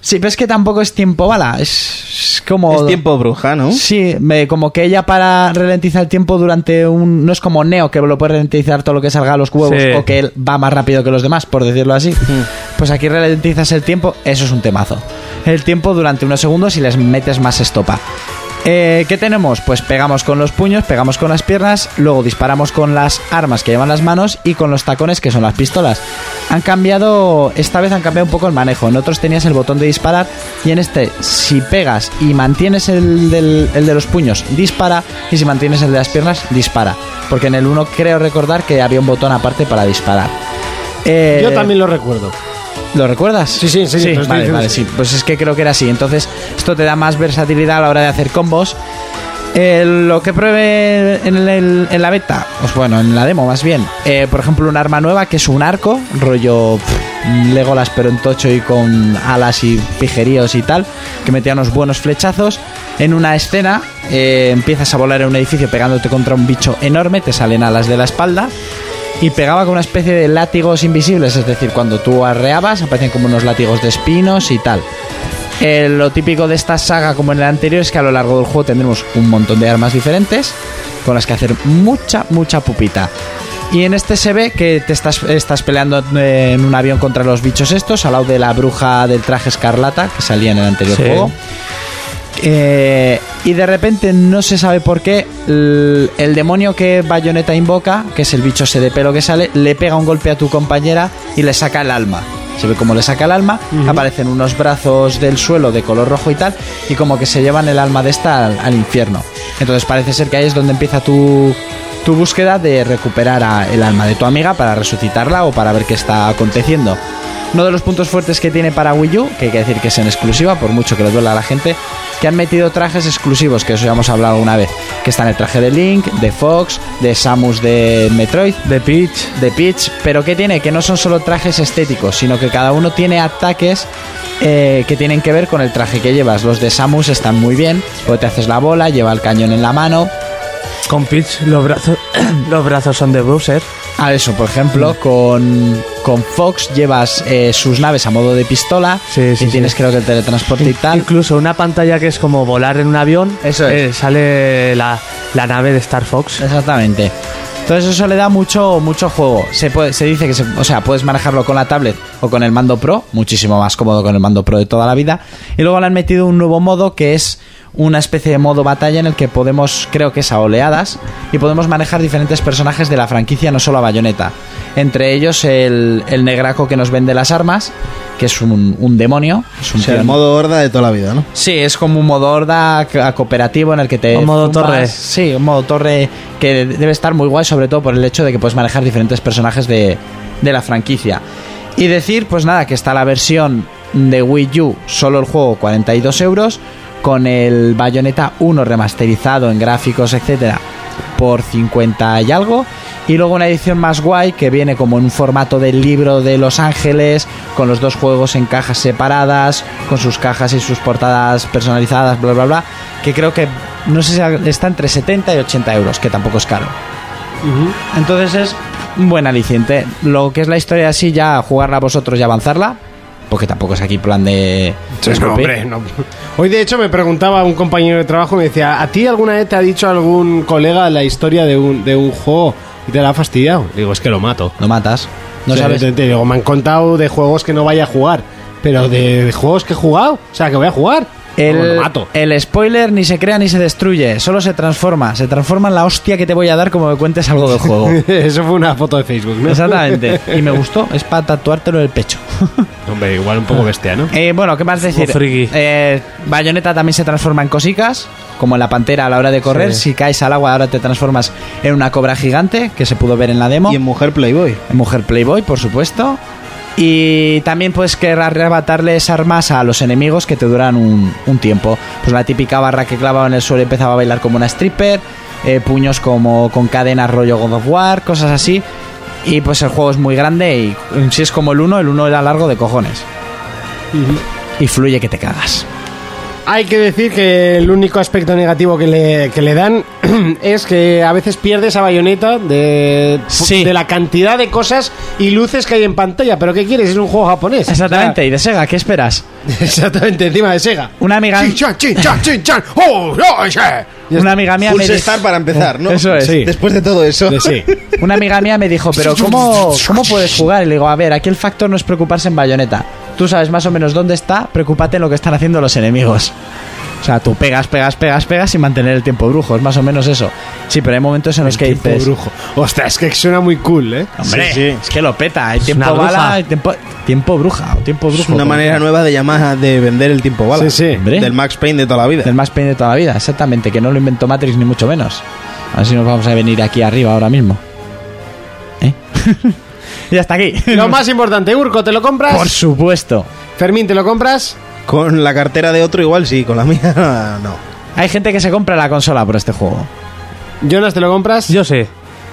Sí, pero es que tampoco es tiempo bala, es, es como...
Es tiempo bruja, ¿no?
Sí, me- como que ella para ralentizar el tiempo durante un... No es como Neo, que lo puede ralentizar todo lo que salga a los huevos
Sí.
o que él va más rápido que los demás, por decirlo así. Pues aquí ralentizas el tiempo, eso es un temazo. El tiempo durante unos segundos y les metes más estopa. Eh, ¿Qué tenemos? Pues pegamos con los puños, pegamos con las piernas, luego disparamos con las armas que llevan las manos y con los tacones que son las pistolas. Han cambiado, esta vez han cambiado un poco el manejo. En otros tenías el botón de disparar y en este, si pegas y mantienes el, del- el de los puños, dispara y si mantienes el de las piernas, dispara. Porque en el 1 creo recordar que había un botón aparte para disparar. Eh,
Yo también lo recuerdo.
¿Lo recuerdas? Sí,
sí, sí, lo estoy
vale,
diciendo,
vale,
sí.
sí. Pues es que creo que era así. Entonces, esto te da más versatilidad a la hora de hacer combos. Eh, lo que pruebe en, el- en la beta, pues bueno, en la demo más bien. eh, por ejemplo, un arma nueva que es un arco, rollo pff, Legolas pero en tocho y con alas y pijeríos y tal, que metía unos buenos flechazos. En una escena eh, empiezas a volar en un edificio pegándote contra un bicho enorme, te salen alas de la espalda y pegaba con una especie de látigos invisibles, es decir, cuando tú arreabas aparecen como unos látigos de espinos y tal. Eh, lo típico de esta saga, como en el anterior, es que a lo largo del juego tendremos un montón de armas diferentes con las que hacer mucha, mucha pupita. Y en este se ve que te estás, estás peleando eh, en un avión contra los bichos estos, al lado de la bruja del traje escarlata que salía en el anterior
Sí.
juego. Eh, y de repente no se sabe por qué el, el demonio que Bayonetta invoca, que es el bicho ese de pelo que sale, le pega un golpe a tu compañera y le saca el alma. Se ve como le saca el alma, aparecen unos brazos del suelo de color rojo y tal, y como que se llevan el alma de esta al, al infierno. Entonces parece ser que ahí es donde empieza tu, tu búsqueda de recuperar a- el alma de tu amiga para resucitarla o para ver qué está aconteciendo. Uno de los puntos fuertes que tiene para Wii U, que hay que decir que es en exclusiva, por mucho que le duela a la gente, que han metido trajes exclusivos, que eso ya hemos hablado una vez, que están el traje de Link, de Fox, de Samus de Metroid,
De Peach.
de Peach, pero que tiene que no son solo trajes estéticos, sino que cada uno tiene ataques eh, que tienen que ver con el traje que llevas. Los de Samus están muy bien, porque te haces la bola, lleva el cañón en la mano,
Con Peach los brazos, los brazos son de Bruiser.
A eso, por ejemplo,
Mm.
con, con Fox llevas eh, sus naves a modo de pistola
Sí, sí,
y tienes
sí.
creo que el teletransporte y tal.
Incluso una pantalla que es como volar en un avión.
Ah. Eso es.
eh, sale la, la nave de Star Fox.
Exactamente. Entonces eso le da mucho, mucho juego. Se, puede- se dice que, se- o sea, puedes manejarlo con la tablet o con el mando Pro, muchísimo más cómodo con el mando Pro de toda la vida. Y luego le han metido un nuevo modo que es una especie de modo batalla en el que podemos, creo que es a oleadas, y podemos manejar diferentes personajes de la franquicia, no solo a Bayonetta. Entre ellos el, el negraco que nos vende las armas, que es un, un demonio. Es un
O sea, el
tío-
modo horda de toda la vida, ¿no?
Sí, es como un modo horda a cooperativo en el que te.
Un modo
zumbas.
torre.
Sí, un modo torre que debe estar muy guay, sobre todo por el hecho de que puedes manejar diferentes personajes de, de la franquicia. Y decir, pues nada, que está la versión de Wii U, solo el juego 42 euros, con el Bayonetta 1 remasterizado en gráficos, etcétera, por 50 y algo. Y luego una edición más guay que viene como en un formato del libro de Los Ángeles, con los dos juegos en cajas separadas, con sus cajas y sus portadas personalizadas, bla, bla, bla, que creo que, no sé si está entre 70 y 80 euros, que tampoco es caro. Entonces es un buen aliciente. Lo que es la historia así, ya jugarla vosotros y avanzarla, porque tampoco es aquí plan de...
Sí, no,
escupir.
hombre, no. Hoy de hecho me preguntaba un compañero de trabajo, me decía, ¿a ti alguna vez te ha dicho algún colega la historia de un, de un juego y te la ha fastidiado? Digo, es que lo mato.
No matas. No
O sea,
sabes.
Te, te digo, me han contado de juegos que no vaya a jugar, pero de, de juegos que he jugado, o sea, que voy a jugar,
El,
no, lo mato.
el spoiler ni se crea ni se destruye, solo se transforma. Se transforma en la hostia que te voy a dar como me cuentes algo del juego.
Eso fue una foto de Facebook, ¿no?
Exactamente. Y me gustó, es para tatuártelo en el pecho.
Hombre, igual un poco bestia, ¿no?
Eh, bueno, ¿qué más decir?
friki.
Eh, Bayonetta también se transforma en cosicas, como en la pantera a la hora de correr. Si caes al agua, ahora te transformas en una cobra gigante, que se pudo ver en la demo.
Y en Mujer Playboy.
Mujer Playboy, por supuesto. Y también puedes querer arrebatarles armas a los enemigos que te duran un, un tiempo. Pues la típica barra que clavaba en el suelo y empezaba a bailar como una stripper. eh, puños como con cadenas rollo God of War, cosas así. Y pues el juego es muy grande y mm, si es como el 1, el 1 era largo de cojones. Y fluye que te cagas.
Hay que decir que el único aspecto negativo que le, que le dan es que a veces pierdes a bayoneta de,
Sí.
de la cantidad de cosas y luces que hay en pantalla. Pero ¿qué quieres? Es un juego japonés.
Exactamente, y de Sega, ¿qué esperas?
O sea, exactamente, encima de Sega.
Una amiga,
Chin, chan, chin, chan, chin, chan. ¡Oh, no, ese!
una amiga mía me
Pulse
dijo-
Star para empezar, ¿no?
Eso es.
Sí.
Después de todo eso.
De sí.
Una amiga mía me dijo, pero ¿cómo, ¿cómo puedes jugar? Y le digo, a ver, aquí el factor no es preocuparse en bayoneta. Tú sabes más o menos dónde está, preocúpate en lo que están haciendo los enemigos. O sea, tú pegas, pegas, pegas, pegas sin mantener el tiempo brujo, es más o menos eso. Sí, pero hay momentos en los que
Tipo
dices...
brujo. Ostras, es que suena muy cool, ¿eh?
Hombre,
Sí, sí.
es que lo peta, hay tiempo
una bruja.
bala, hay tiempo, tiempo bruja, o tiempo brujo.
Es una
como-
manera nueva de llamar, de vender el tiempo bala.
Sí, sí.
Hombre.
Del Max Payne de toda la vida.
Del más pequeño de toda la vida, exactamente, que no lo inventó Matrix ni mucho menos. A ver si nos vamos a venir aquí arriba ahora mismo. ¿Eh? y hasta aquí.
Lo más importante, Urco, ¿te lo compras?
Por supuesto.
Fermín, ¿te lo compras?
Con la cartera de otro igual sí, con la mía no.
Hay gente que se compra la consola por este juego.
Jonas, ¿te lo compras?
Yo sé.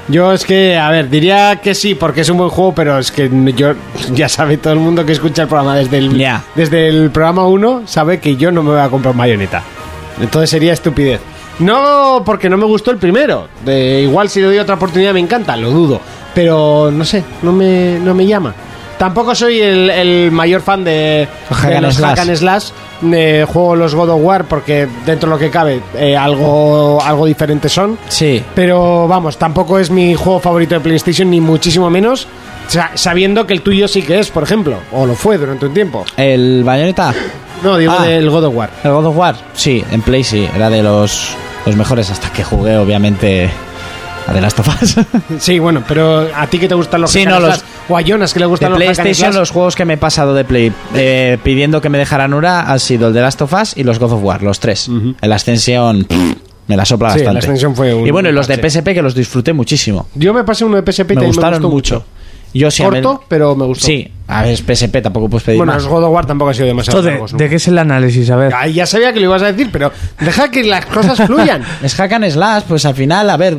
Yo es que, a ver, diría que sí, porque es un buen juego, pero es que yo ya sabe todo el mundo que escucha el programa desde el,
Ya.
desde el programa 1, sabe que yo no me voy a comprar mayoneta. Entonces sería estupidez. No, porque no me gustó el primero. De, igual si le doy otra oportunidad me encanta, lo dudo. Pero no sé, no me, no me llama. Tampoco soy el, el mayor fan de,
Hack
de
and
los
slash.
hack and Slash eh, juego los God of War porque dentro de lo que cabe eh, algo, algo diferente son.
Sí.
Pero vamos, tampoco es mi juego favorito de PlayStation, ni muchísimo menos, sa- sabiendo que el tuyo sí que es, por ejemplo, o lo fue durante un tiempo.
¿El Bayonetta?
No, digo
Ah.
del God of War.
¿El God of War? Sí, en Play sí. Era de los, los mejores hasta que jugué, obviamente, a The Last of Us.
Sí, bueno, pero a ti que te gustan los
Sí,
hack and
no,
slash, o a Jonas que le
de
gustan los hack and
PlayStation,
slash.
los juegos que me he pasado de Play eh, pidiendo que me dejaran una han sido el The Last of Us y los God of War, los tres. El Ascension pff, me la sopla
Sí, el
bastante.
Ascension fue un-
Y bueno, y los de
sí.
PSP que los disfruté muchísimo.
Yo me pasé uno de PSP y
me
también
gustaron
gustó
mucho. Yo sí, a ver-
Corto, pero me gustó.
Sí, a ver, es PSP tampoco puedes pedir
Bueno,
más.
los God of War tampoco ha sido demasiado
Esto de,
largos, ¿no?
¿De qué es el análisis? A ver.
Ay, ya sabía que lo ibas a decir, pero deja que las cosas fluyan.
Es hack and slash, pues al final, a ver,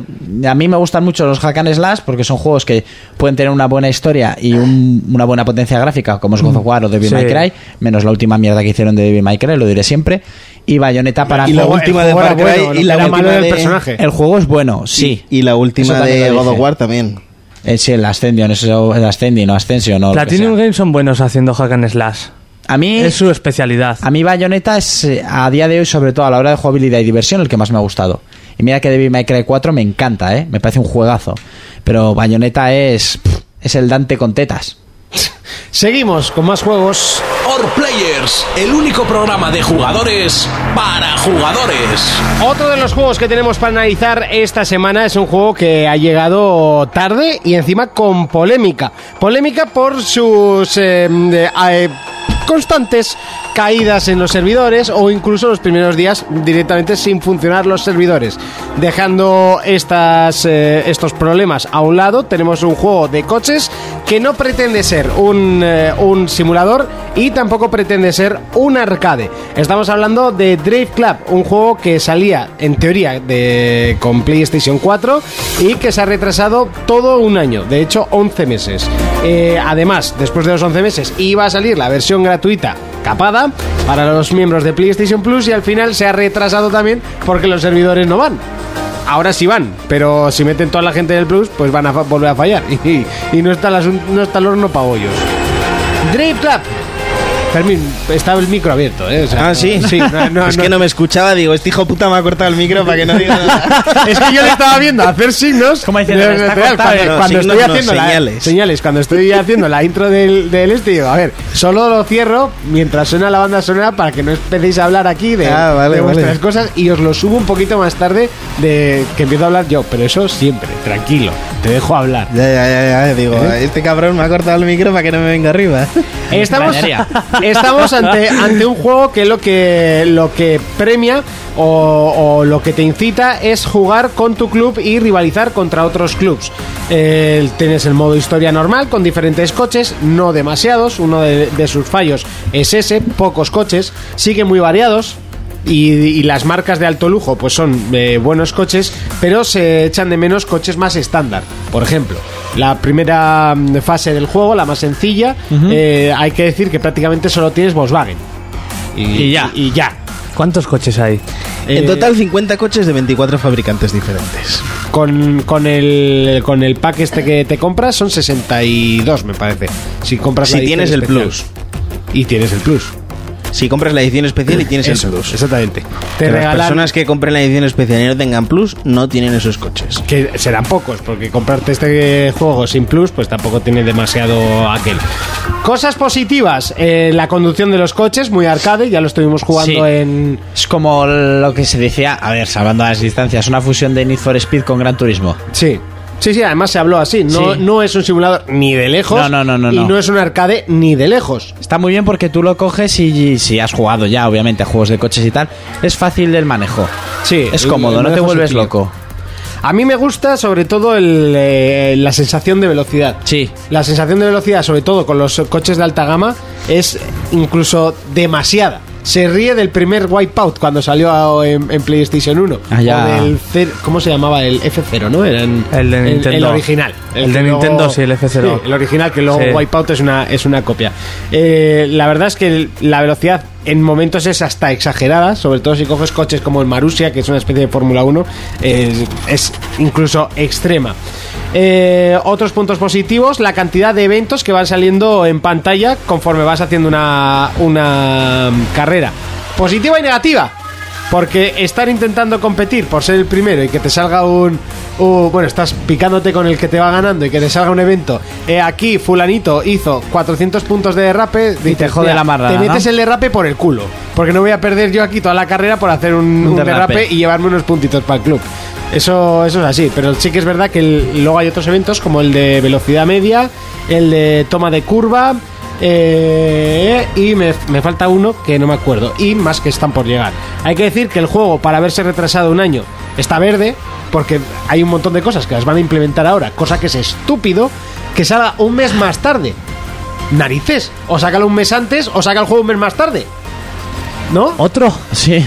a mí me gustan mucho los hack and slash porque son juegos que pueden tener una buena historia y un- una buena potencia gráfica, como es God of War o Devil
Sí.
May Cry, menos la última mierda que hicieron de Devil May Cry, lo diré siempre. Y Bayonetta para
y la
juego-
última de
juego era
Far Cry
bueno,
y la
era
última
malo
de...
el personaje.
el juego es bueno, sí.
Y la
Eso
última
también
de
lo
God of
dije.
War también.
Eh, sí, el Ascension, eso, el Ascension o Ascension o lo que
Platinum
sea.
Games son buenos haciendo hack and slash.
A mí
Es su especialidad.
A mí Bayonetta es eh, a día de hoy, sobre todo a la hora de jugabilidad y diversión, el que más me ha gustado. Y mira que Devil May Cry 4 me encanta, ¿eh? Me parece un juegazo. Pero Bayonetta es. pff, Es el Dante con tetas.
Seguimos con más juegos.
Or Players, el único programa de jugadores para jugadores.
Otro de los juegos que tenemos para analizar esta semana es un juego que ha llegado tarde y encima con polémica. Polémica por sus eh, de- a- eh, constantes caídas en los servidores o incluso los primeros días directamente sin funcionar los servidores. Dejando estas, eh, estos problemas a un lado, tenemos un juego de coches que no pretende ser un, eh, un simulador y tampoco pretende ser un arcade. Estamos hablando de Drive Club, un juego que salía en teoría de, con PlayStation 4 y que se ha retrasado todo un año, de hecho 11 meses. Eh, además, después de los 11 meses iba a salir la versión gratuita capada para los miembros de PlayStation Plus y al final se ha retrasado también porque los servidores no van. Ahora sí van, pero si meten toda la gente del Plus, pues van a fa- volver a fallar. Y, y no, está el asun- no está el horno para bollos. Drive Club. Fermín, estaba el micro abierto, ¿eh? O sea,
Ah, sí,
Sí, no, no,
es
no.
que no me escuchaba, digo, este hijo puta me ha cortado el micro para que no diga nada.
Es que yo le estaba viendo hacer signos.
Como diciendo,
de-
está
de- de-
cortado,
cuando,
¿no?
cuando
Signos
estoy
no,
haciendo la-
señales.
señales, cuando estoy haciendo la intro del, del este, digo, a ver, solo lo cierro mientras suena la banda sonora para que no empecéis a hablar aquí de,
Ah, vale,
de vuestras
vale.
cosas y os lo subo un poquito más tarde de que empiezo a hablar yo, pero eso siempre, tranquilo, te dejo hablar.
Ya, ya, ya, ya, digo, este cabrón me ha cortado el micro para que no me venga arriba.
Estamos, estamos ante, ante un juego que lo que, lo que premia o, o lo que te incita es jugar con tu club y rivalizar contra otros clubs. Eh, tienes el modo historia normal con diferentes coches, no demasiados. Uno de, de sus fallos es ese, pocos coches, siguen muy variados. Y, y las marcas de alto lujo pues son eh, buenos coches, pero se echan de menos coches más estándar. Por ejemplo, la primera mm, fase del juego, la más sencilla, eh, hay que decir que prácticamente solo tienes Volkswagen. Y,
ya.
Y ya.
¿Cuántos coches hay?
Eh,
En total, 50 coches de 24 fabricantes diferentes.
Con, con, el, con el pack este que te compras son 62, me parece. Si compras la
Si
edición
tienes el
especial.
Plus.
Y tienes el Plus.
Si compras la edición especial y tienes
Eso,
el Plus.
Exactamente. Te
Que
regalan.
Las personas que compren la edición especial y no tengan Plus no tienen esos coches.
que serán pocos, porque comprarte este juego sin plus, pues tampoco tiene demasiado aquel. Cosas positivas, eh, la conducción de los coches, muy arcade, ya lo estuvimos jugando
Sí.
en...
Es como lo que se decía, a ver, salvando las distancias, una fusión de Need for Speed con Gran Turismo.
Sí. Sí, sí, además se habló así. No,
Sí.
no es un simulador ni de lejos.
No, no, no, no,
Y no.
no.
es un arcade ni de lejos.
Está muy bien porque tú lo coges y, y si has jugado ya, obviamente, a juegos de coches y tal, es fácil el manejo.
Sí,
Es
el- el
cómodo, no te
manejo
vuelves
sencillo.
loco.
A mí me gusta sobre todo el, eh, la sensación de velocidad.
Sí.
La sensación de velocidad, sobre todo con los coches de alta gama, es incluso demasiada. Se ríe del primer Wipeout cuando salió a- en, en PlayStation 1.
Ah, ya.
O del cer- ¿Cómo se llamaba? El F0, ¿no? Era en-
El de Nintendo.
original.
El de
que
Nintendo, sí, el F0.
Sí, el original, que luego
Sí.
Wipeout es una, es una copia. Eh, la verdad es que el- la velocidad en momentos es hasta exagerada, sobre todo si coges coches como el Marussia, que es una especie de Fórmula 1, eh, es incluso extrema. Eh, otros puntos positivos, la cantidad de eventos que van saliendo en pantalla conforme vas haciendo una, una mm, carrera. Positiva y negativa. Porque estar intentando competir por ser el primero y que te salga un, un- Bueno, estás picándote con el que te va ganando y que te salga un evento. Eh, aquí fulanito hizo 400 puntos de derrape y
te jode la marrana,
Te
¿no?
metes el derrape por el culo. Porque no voy a perder yo aquí toda la carrera por hacer un, un derrape.
derrape.
y llevarme unos puntitos para el club. Eso, eso es así, pero sí que es verdad que el- luego hay otros eventos como el de velocidad media, el de toma de curva eh, y me, me falta uno que no me acuerdo y más que están por llegar. Hay que decir que el juego para haberse retrasado un año está verde porque hay un montón de cosas que las van a implementar ahora, cosa que es estúpido que salga un mes más tarde. Narices, o sácalo un mes antes o saca el juego un mes más tarde. ¿No?
¿Otro? Sí.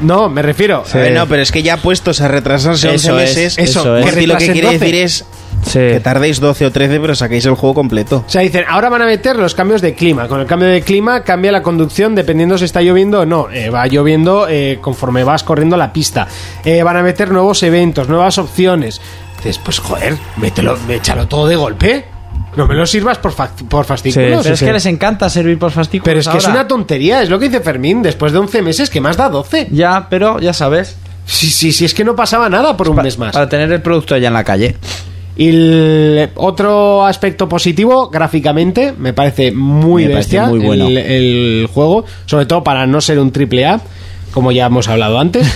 No, me refiero.
A ver, no, pero es que ya puestos a retrasarse 11
Eso es,
meses,
eso es.
Monty lo que
Retrasen
quiere
12.
decir es
Sí.
que tardéis 12 o 13, pero saquéis el juego completo.
O sea, dicen, ahora van a meter los cambios de clima. Con el cambio de clima cambia la conducción dependiendo si está lloviendo o no. Eh, va lloviendo eh, conforme vas corriendo la pista. Eh, van a meter nuevos eventos, nuevas opciones. Dices, pues joder, mételo, échalo todo de golpe. No me lo sirvas por, fac- por fascículos.
Pero es que les encanta servir por fastículos.
Pero es que es
ahora.
una tontería, es lo que dice Fermín. Después de 11 meses, que más da 12?
Ya, pero ya sabes.
Sí, sí, sí, es que no pasaba nada por un
pa-
mes más.
Para tener el producto ya en la calle.
Y el otro aspecto positivo, gráficamente, me parece muy
Me parece
bestia
muy bueno.
el, el juego, sobre todo para no ser un triple A, como ya hemos hablado antes.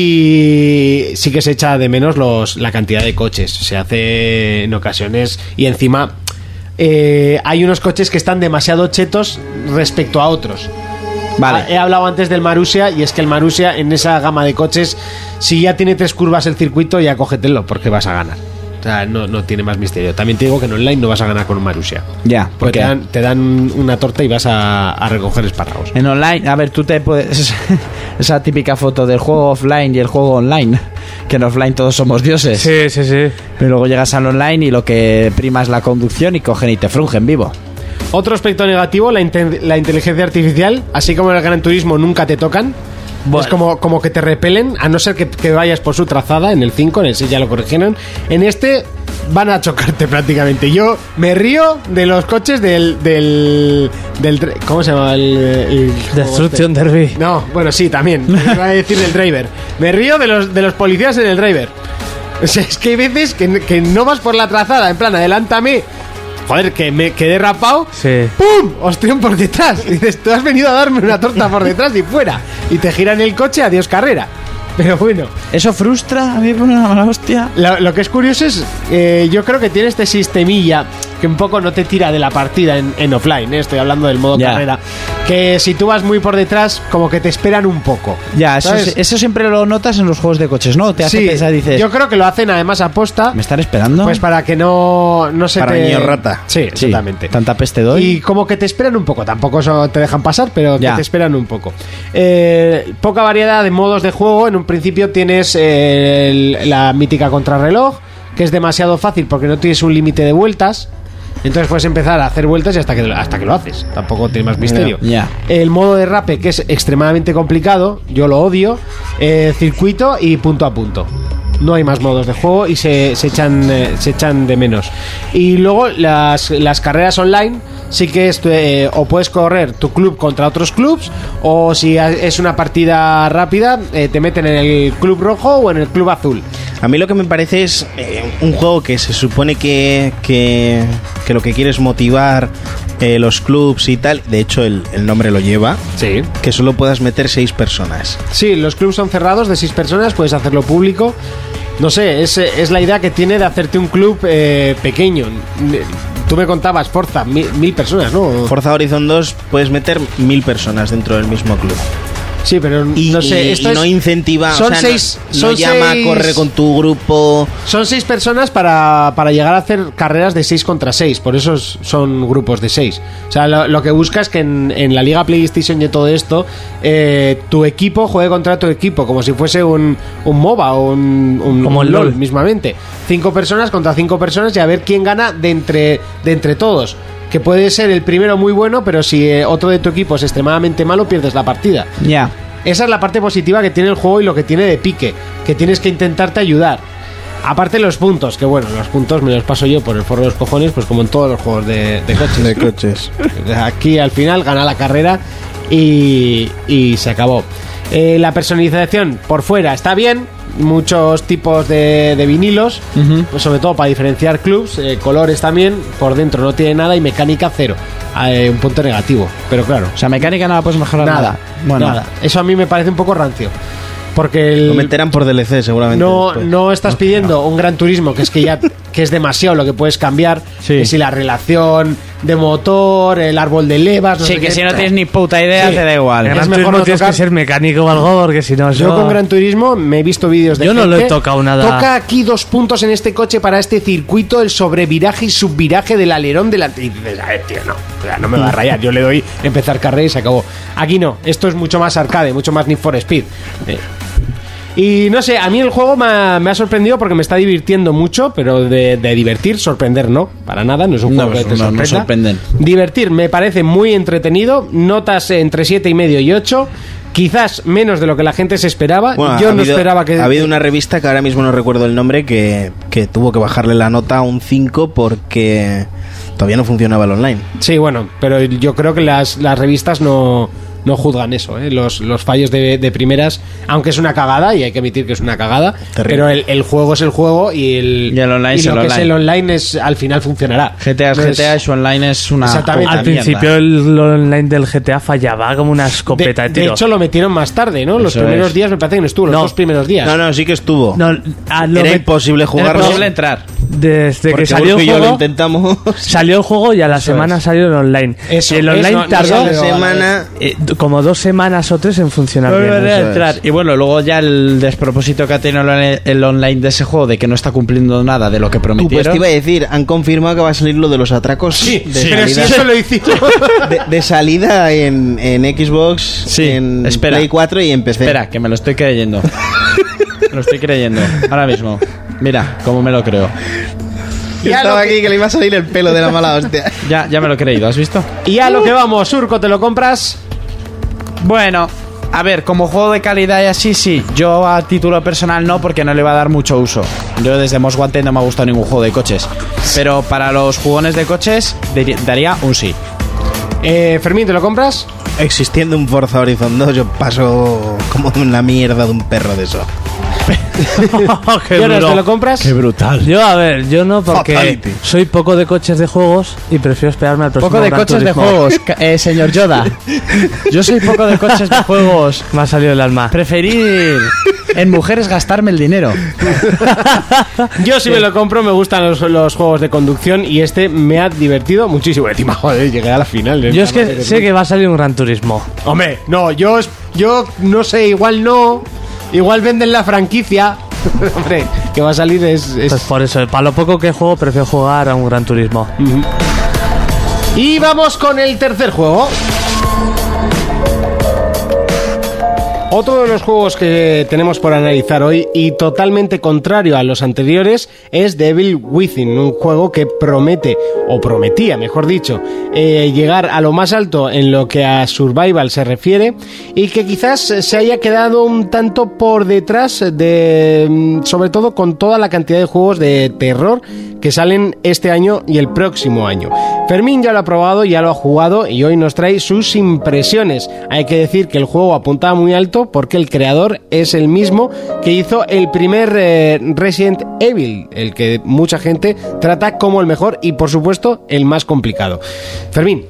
y sí que se echa de menos los, la cantidad de coches. Se hace en ocasiones y encima eh, hay unos coches que están demasiado chetos respecto a otros.
Vale.
Ah, He hablado antes del Marussia y es que el Marussia en esa gama de coches, si ya tiene tres curvas el circuito, ya cógetelo porque vas a ganar. O sea, no, no tiene más misterio. También te digo que en online no vas a ganar con un Marussia.
Ya,
Porque
porque-
te dan, te dan una torta y vas a, a recoger espárragos.
En online, a ver, tú te puedes. Esa típica foto del juego offline y el juego online. Que en offline todos somos dioses.
Sí, sí, sí.
Pero luego llegas al online y lo que prima es la conducción y cogen y te frungen vivo.
Otro aspecto negativo, la, inte- la inteligencia artificial. Así como en el Gran Turismo nunca te tocan. Es como, como que te repelen, a no ser que, que vayas por su trazada. En el 5, en el 6 ya lo corrigieron. En este van a chocarte prácticamente. Yo me río de los coches del... del, del dr- ¿Cómo se llama? El, el este? juego
Destruction Derby.
no, bueno, sí, también. Iba a decir del driver. Me río de los, de los policías en el driver. O sea, es que hay veces que, que no vas por la trazada, en plan, adelántame. Joder, que me quedé rapado.
Sí.
¡Pum! Ostrión por detrás. Y dices, tú has venido a darme una torta por detrás y fuera. Y te giran el coche, adiós carrera. Pero bueno,
Eso frustra, a mí me pone una mala hostia.
lo, lo que es curioso es, eh, yo creo que tiene este sistemilla que un poco no te tira de la partida en, en offline, ¿eh? estoy hablando del modo
Ya.
carrera, que si tú vas muy por detrás, como que te esperan un poco.
Ya, eso,
¿Sabes?
es- eso siempre lo notas en los juegos de coches, ¿no? Te hace
Sí,
pensar, dices,
Yo creo que lo hacen además aposta.
¿me están esperando?
Pues para que no, no se
Para
te...
niños rata.
Sí,
Sí,
exactamente.
Tanta peste doy.
Y como que te esperan un poco, tampoco eso te dejan pasar, pero que
Ya.
te esperan un poco. Eh, poca variedad de modos de juego. En un principio tienes eh, el- la mítica contrarreloj, que es demasiado fácil porque no tienes un límite de vueltas. Entonces puedes empezar a hacer vueltas y hasta que, hasta que lo haces. Tampoco tiene más misterio.
Ya.
El modo de rape, que es extremadamente complicado, yo lo odio. eh, circuito y punto a punto. No hay más modos de juego y se, se echan, eh, se echan de menos. Y luego las, las carreras online, sí que es, eh, o puedes correr tu club contra otros clubs, o si ha- es una partida rápida, eh, te meten en el club rojo o en el club azul.
A mí lo que me parece es eh, un juego que se supone que, que, que lo que quiere es motivar eh, los clubs y tal. De hecho, el, el nombre lo lleva.
Sí.
Que solo puedas meter seis personas.
Sí, los clubs son cerrados de seis personas, puedes hacerlo público. No sé, es, es la idea que tiene de hacerte un club eh, pequeño. Tú me contabas, Forza, mi- mil, personas, ¿no?
Forza Horizon 2 puedes meter mil personas dentro del mismo club.
sí, pero
Y
no sé,
y-
esto
y
es-
no incentiva. o
son
sea, no-
seis-
No,
son
llama,
seis-
corre con tu grupo.
Son seis personas para, para llegar a hacer carreras de seis contra seis, por eso es- son grupos de seis. O sea, lo, lo que busca es que en, en la liga PlayStation y todo esto, eh, tu equipo juegue contra tu equipo, como si fuese un, un MOBA o un, un-
Como
un
el LOL.
mismamente. Cinco personas contra cinco personas y a ver quién gana de entre, de entre todos. Que puede ser el primero muy bueno, pero si eh, otro de tu equipo es extremadamente malo, pierdes la partida.
Ya.
Esa es la parte positiva que tiene el juego y lo que tiene de pique, que tienes que intentarte ayudar. Aparte los puntos, que bueno, los puntos me los paso yo por el forro de los cojones, pues como en todos los juegos de, de coches.
De coches.
Aquí al final gana la carrera y, y se acabó. Eh, la personalización por fuera está bien, muchos tipos de, de vinilos, pues sobre todo para diferenciar clubs, eh, colores también, por dentro no tiene nada y mecánica cero. Eh, un punto negativo, pero claro,
O sea, mecánica no la puedes mejorar nada.
Ah, nada,
Bueno,
nada. Eso a mí me parece un poco rancio. Porque el-
Lo meterán por DLC, seguramente.
no,
después.
no estás pidiendo un gran turismo, que es que ya que es demasiado lo que puedes cambiar.
Sí.
Que si la relación de motor, el árbol de levas, no
Sí,
sé
que
qué.
si no tienes ni puta idea,
Sí.
te da igual.
En Gran
mejor
Turismo
no
tienes
tocar-
que ser mecánico o algo, porque si no,
Yo
eso-
con Gran Turismo me he visto vídeos de
Yo no lo he
gente,
tocado nada.
Toca aquí dos puntos en este coche para este circuito, el sobreviraje y subviraje del alerón delante. Y dices, a ver, tío, no, o sea, no me va a rayar. Yo le doy empezar carrera y se acabó. Aquí no, esto es mucho más arcade, mucho más Need for Speed. Eh, Y no sé, a mí el juego me ha, me ha sorprendido porque me está divirtiendo mucho, pero de, de divertir, sorprender no, para nada, no es un
No, pues
juego que te
no, no
sorprenda.
sorprenden.
Divertir me parece muy entretenido, notas entre siete y medio y 8, quizás menos de lo que la gente se esperaba,
Bueno,
yo
ha
no
habido-
esperaba que...
Ha habido una revista que ahora mismo no recuerdo el nombre que, que tuvo que bajarle la nota a un 5 porque todavía no funcionaba el online.
Sí, bueno, pero yo creo que las, las revistas no, no juzgan eso, ¿eh? los, los fallos de, de primeras, aunque es una cagada, y hay que admitir que es una cagada,
Terrible.
pero el, el juego es el juego y el,
Y el online es
lo
el
que es
online.
el online es al final funcionará.
GTA es
No es-
GTA y su online es una.
Pues Exactamente.
puta
Al principio el online del GTA fallaba como una
De,
escopeta de,
de
tiro.
hecho lo metieron más tarde, ¿no? Los
Eso
primeros
es.
días me parece que no estuvo, los
No.
dos primeros días.
No, no, sí que estuvo.
No, a lo
Era
que-
imposible
mierda.
jugarlo.
Es posible entrar.
desde
porque
que salió
Urco
el
y yo lo
juego,
intentamos.
salió el juego y a la semana salió el online.
Eso,
Y el
es,
online
no- no
tardó
salió.
semana.
eh, como dos semanas o tres en funcionar.
Volver
bien.
a
eso
entrar.
es.
Y bueno, luego ya el despropósito que ha tenido el on- el online de ese juego de que no está cumpliendo nada de lo que
Tú, pues te
prometieron.
iba a decir, han confirmado que va a salir lo de los atracos
Sí,
de,
pero si
salida,
eso lo hicimos.
de, de salida en, en Xbox,
Sí,
en
espera.
Play 4 y en PC.
Espera, que me lo estoy creyendo. me lo estoy creyendo. Ahora mismo. Mira, cómo me lo creo.
Yo estaba aquí que le iba a salir el pelo de la mala hostia.
Ya, ya me lo he creído, ¿has visto?
y a lo que vamos, Surco, ¿te lo compras?
Bueno, a ver, como juego de calidad y así, sí. Yo a título personal no, porque no le va a dar mucho uso. Yo desde Most Wanted no me ha gustado ningún juego de coches. Pero para los jugones de coches, dir- daría un sí.
Eh, Fermín, ¿te lo compras?
Existiendo un Forza Horizon 2, yo paso como una mierda de un perro de eso.
Qué
Jonas,
duro.
¿te lo compras?
brutal. Yo, a ver, yo no porque
Fatality.
soy poco de coches de juegos y prefiero esperarme al próximo
Poco de
Gran
coches de
Turismo.
juegos, ca- eh, señor Yoda. Yo soy poco de coches de juegos.
Me ha salido el alma.
Preferir en mujeres gastarme el dinero.
Yo si me lo compro, me gustan los, los juegos de conducción y este me ha divertido muchísimo. Encima, joder, llegué a la final. eh.
Yo es
Además,
que
eres
sé
muy-
que va a salir un Gran Turismo.
Hombre, no, yo, es- yo no sé, igual no. Igual venden la franquicia. Hombre, que va a salir es... es-
Pues por eso, para lo poco que juego, prefiero jugar a un Gran Turismo.
Y vamos con el tercer juego. Otro de los juegos que tenemos por analizar hoy y totalmente contrario a los anteriores es Devil Within, un juego que promete, o prometía, mejor dicho, eh, llegar a lo más alto en lo que a Survival se refiere y que quizás se haya quedado un tanto por detrás de, mm, sobre todo con toda la cantidad de juegos de terror que salen este año y el próximo año. Fermín ya lo ha probado, ya lo ha jugado y hoy nos trae sus impresiones. Hay que decir que el juego apuntaba muy alto porque el creador es el mismo que hizo el primer eh, Resident Evil, el que mucha gente trata como el mejor y por supuesto el más complicado. Fermín,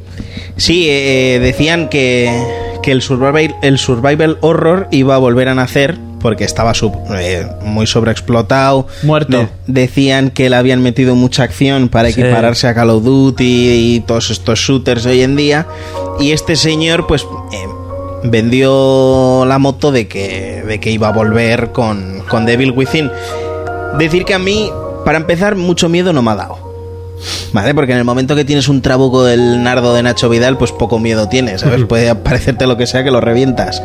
Sí, eh, eh, decían que, que el, survival, el survival horror iba a volver a nacer porque estaba sub- eh, muy sobreexplotado.
Muerto.
decían que le habían metido mucha acción para
Sí.
equipararse a Call of Duty y todos estos shooters hoy en día. Y este señor, pues, eh, vendió la moto de que, de que iba a volver con, con Devil Within. Decir que a mí, para empezar, mucho miedo no me ha dado. Vale, porque en el momento que tienes un trabuco del nardo de Nacho Vidal, pues poco miedo tienes, ¿sabes? Puede aparecerte lo que sea que lo revientas.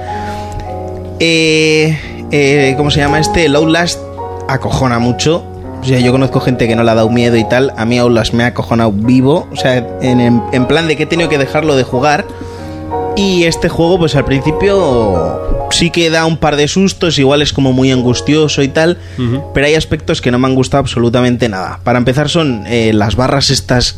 Eh, eh, ¿Cómo se llama este? El Outlast acojona mucho. O sea, yo conozco gente que no le ha dado miedo y tal. A mí Outlast me ha acojonado vivo. O sea, en, en- en plan de que he tenido que dejarlo de jugar. Y este juego, pues al principio sí que da un par de sustos, igual es como muy angustioso y tal, pero hay aspectos que no me han gustado absolutamente nada. Para empezar son eh, las barras estas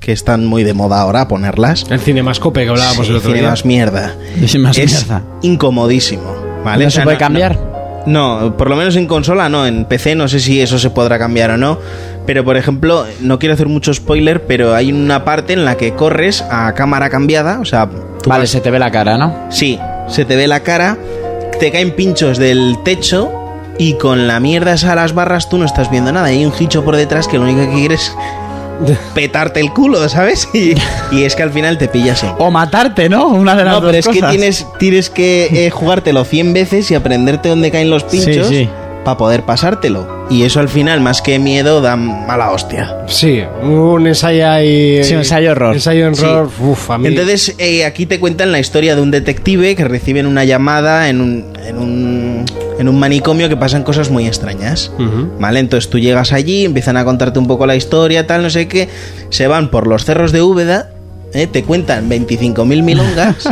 que están muy de moda ahora ponerlas.
el cinemascope que hablábamos
Sí,
el otro
tiene
día.
más mierda.
Tiene más
es
mierda.
incomodísimo, ¿vale?
¿No
O
se
sea,
puede cambiar?
no, por lo menos en consola no, en PC no sé si eso se podrá cambiar o no. Pero por ejemplo, no quiero hacer mucho spoiler, pero hay una parte en la que corres a cámara cambiada, o sea, tú
Vale,
vas-
se te ve la cara, ¿no?
Sí, se te ve la cara, te caen pinchos del techo y con la mierda esa a las barras tú no estás viendo nada. Y hay un hicho por detrás que lo único que quieres es petarte el culo, ¿sabes? Y, y es que al final te pillas en...
O matarte, ¿no? Una de las
No,
dos
pero es que
cosas.
tienes, tienes que eh, jugártelo 100 veces y aprenderte dónde caen los pinchos
sí.
para poder pasártelo. Y eso al final, más que miedo, da mala hostia.
Sí, un ensayo y...
Sí, un ensayo horror.
Ensayo
Sí.
horror, uf, a mí...
Entonces, eh, aquí te cuentan la historia de un detective que reciben una llamada en un, en un, en un manicomio que pasan cosas muy extrañas. ¿Vale? Entonces tú llegas allí, empiezan a contarte un poco la historia, tal, no sé qué. Se van por los cerros de Úbeda, ¿eh? te cuentan 25.000 milongas.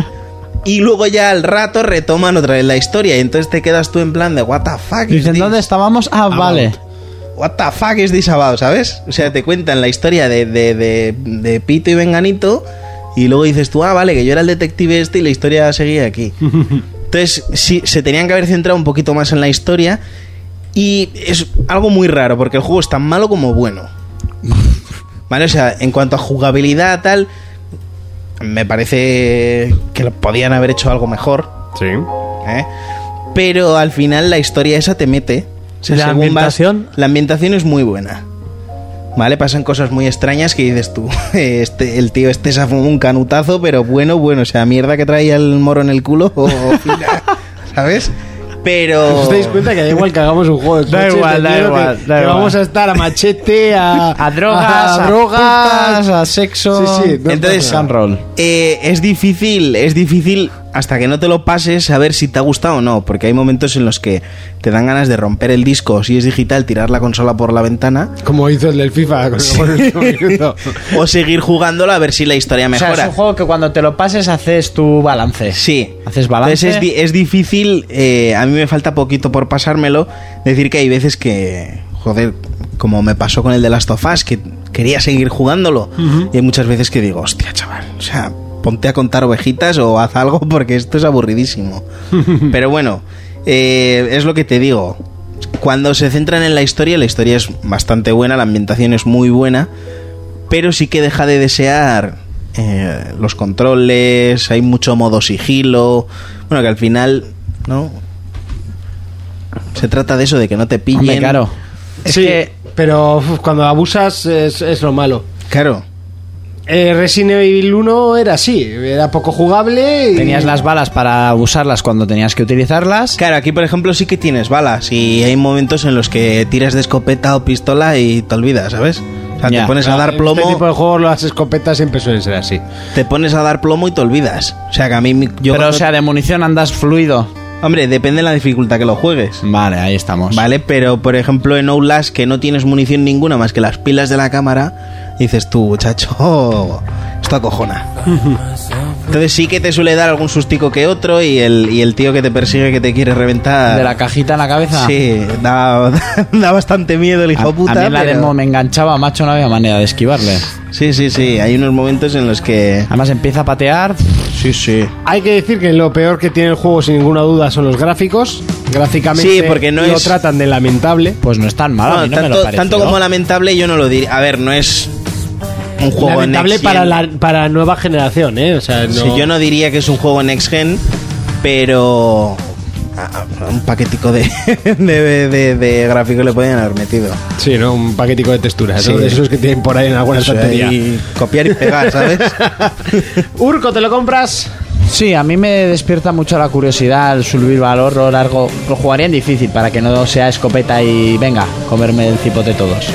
y luego ya al rato retoman otra vez la historia. Y entonces te quedas tú en plan de, ¿What the fuck? is
Dicen,
this?"
¿dónde estábamos? Ah, vale.
What the fuck is this about, ¿sabes? O sea, te cuentan la historia de, de, de, de Pito y Venganito Y luego dices tú, ah, vale, que yo era el detective este y la historia seguía aquí. Entonces, sí, se tenían que haber centrado un poquito más en la historia. Y es algo muy raro, porque el juego es tan malo como bueno. ¿Vale? O sea, en cuanto a jugabilidad, tal. Me parece que lo podían haber hecho algo mejor.
Sí.
¿eh? Pero al final la historia esa te mete. O sea,
¿La
según vas-
ambientación?
la ambientación es muy buena. ¿Vale? Pasan cosas muy extrañas que dices tú. Este, el tío este se ha fumado un canutazo, pero bueno, bueno. O sea, mierda que traía el moro en el culo. o- o fina, ¿Sabes? Pero.
¿Os dais cuenta que da igual que hagamos un juego de
Da
coches,
igual,
te
da
quiero
igual,
que,
da
que
igual.
vamos a estar a machete, a,
A drogas,
a,
a
drogas,
putas, a sexo.
Sí, sí, no-
Entonces,
Rock and roll.
eh, es difícil, es difícil hasta que no te lo pases saber si te ha gustado o no, porque hay momentos en los que te dan ganas de romper el disco, si es digital, tirar la consola por la ventana
como hizo el del FIFA con el último minuto.
o seguir jugándolo a ver si la historia
O sea,
mejora.
es un juego que cuando te lo pases haces tu balance.
Sí.
Haces balance.
Entonces es, di- es difícil, eh, a mí me falta poquito por pasármelo, decir que hay veces que, joder, como me pasó con el de Last of Us, que quería seguir jugándolo. Y hay muchas veces que digo, hostia, chaval, o sea, ponte a contar ovejitas o haz algo porque esto es aburridísimo. Pero bueno, eh, es lo que te digo. Cuando se centran en la historia, la historia es bastante buena, la ambientación es muy buena pero sí que deja de desear eh, los controles, hay mucho modo sigilo, bueno, que al final, ¿no? Se trata de eso, de que no te pillen.
Hombre, claro.
sí, pero uf, cuando abusas es, es lo malo.
Claro.
Eh, Resident Evil 1 era así, era poco jugable. y-
Tenías las balas para usarlas cuando tenías que utilizarlas.
Claro, aquí por ejemplo sí que tienes balas y hay momentos en los que tiras de escopeta o pistola y te olvidas, ¿sabes? O sea,
Ya.
te pones a dar plomo.
Este tipo de juegos, las escopetas siempre suelen ser así.
Te pones a dar plomo y te olvidas. O sea, que a mí mi- yo
pero,
cuando-
o sea, de munición andas fluido.
hombre, depende de la dificultad que lo juegues.
Vale, ahí estamos.
Vale, pero por ejemplo en Outlast que no tienes munición ninguna más que las pilas de la cámara, dices tú, muchacho, esto acojona. Entonces sí que te suele dar algún sustico que otro y el, y el tío que te persigue que te quiere reventar.
De la cajita en la cabeza.
Sí, da, da bastante miedo el
A,
hijo
a
puta.
mí en la
pero-
demo me enganchaba, macho, no había manera de esquivarle.
Sí, sí, sí, hay unos momentos en los que...
Además empieza a patear.
Sí, sí.
Hay que decir que lo peor que tiene el juego, sin ninguna duda, son los gráficos. Gráficamente
Sí, porque no
lo
es-
tratan de lamentable.
Pues no es tan malo. a mí no me
tanto,
lo pareció.
tanto como lamentable yo no lo diría. A ver, no es un juego
lamentable
next gen.
para la para nueva generación, ¿eh? O sea, no...
Sí, yo no diría que es un juego next gen, pero ah, un paquetico de, de, de- de gráfico le podían haber metido.
Sí, ¿no? Un paquetico de texturas, ¿no?
Sí.
De esos que tienen por ahí en alguna
O sea,
estantería.
y copiar y pegar, ¿sabes?
Urco, ¿te lo compras?
Sí, a mí me despierta mucho la curiosidad el survival horror largo. Lo jugaría en difícil para que no sea escopeta y venga, comerme el cipote todos.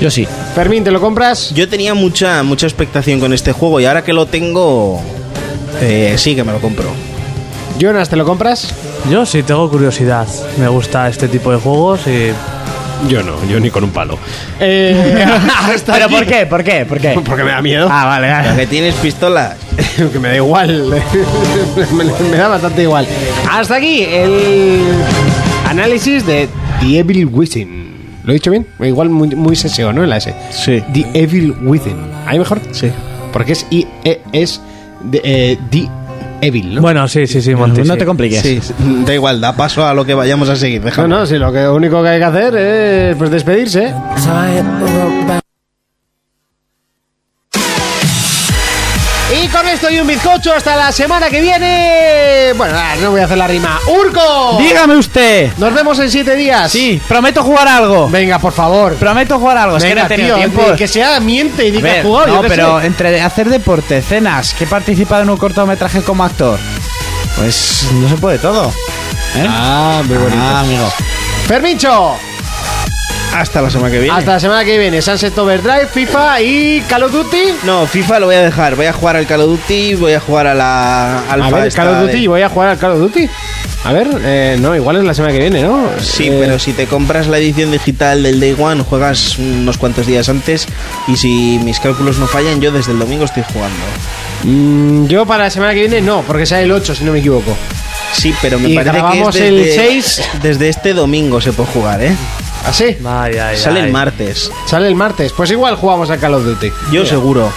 Yo sí.
Fermín, ¿te lo compras?
Yo tenía mucha mucha expectación con este juego y ahora que lo tengo, eh, sí que me lo compro.
Jonas, ¿te lo compras?
Yo sí tengo curiosidad. Me gusta este tipo de juegos y.
Yo no, yo ni con un palo. Eh, hasta
¿Pero
aquí.
por qué? ¿Por qué? ¿Por qué?
Porque me da miedo.
Ah, vale, vale.
Lo que tienes pistola.
que me da igual. me, me da bastante igual. Hasta aquí el análisis de The Evil Within. ¿Lo he dicho bien? Igual muy, muy seseo, ¿no? En la S.
Sí.
The Evil Within. ¿Ahí mejor?
Sí.
Porque es, I, E- es de, eh, The Evil, ¿no?
Bueno, sí, sí, sí, Monty,
No
sí.
te compliques.
Sí, sí. da igual, da paso a lo que vayamos a seguir.
No,
déjame.
no, si lo que, único que hay que hacer es pues, despedirse. Y con esto y un bizcocho hasta la semana que viene. Bueno, nada, no voy a hacer la rima. ¡Urco!
Dígame usted.
Nos vemos en siete días.
Sí, prometo jugar algo.
Venga, por favor.
Prometo jugar algo. es que no he
Venga,
tenido
tío,
tiempo.
que sea miente y
A
diga
ver,
jugado. yo
no,
qué
pero
sé.
entre hacer deporte, cenas, que he participado en un cortometraje como actor, pues no se puede todo. ¿eh?
Ah, muy bonito.
Ah, amigo.
Fermincho,
Hasta la semana que viene.
hasta la semana que viene. Sunset Overdrive, FIFA y Call of Duty.
No, FIFA lo voy a dejar. Voy a jugar al Call of Duty, voy a jugar a la Alpha
A ver,
esta
Call of
de-
Duty, voy a jugar al Call of Duty. A ver, eh, no, igual es la semana que viene, ¿no?
Sí,
Eh,
pero si te compras la edición digital del Day One, juegas unos cuantos días antes y si mis cálculos no fallan, yo desde el domingo estoy jugando.
mm, yo para la semana que viene no, porque sale el 8, si no me equivoco.
Sí, pero me
Y
parece que es
grabamos
desde,
el 6.
desde este domingo se puede jugar, ¿eh?
¿Ah,
¿Así?
Ay, ay,
Sale
ay.
el martes.
Sale el martes. Pues igual jugamos al Call of Duty.
Yo seguro.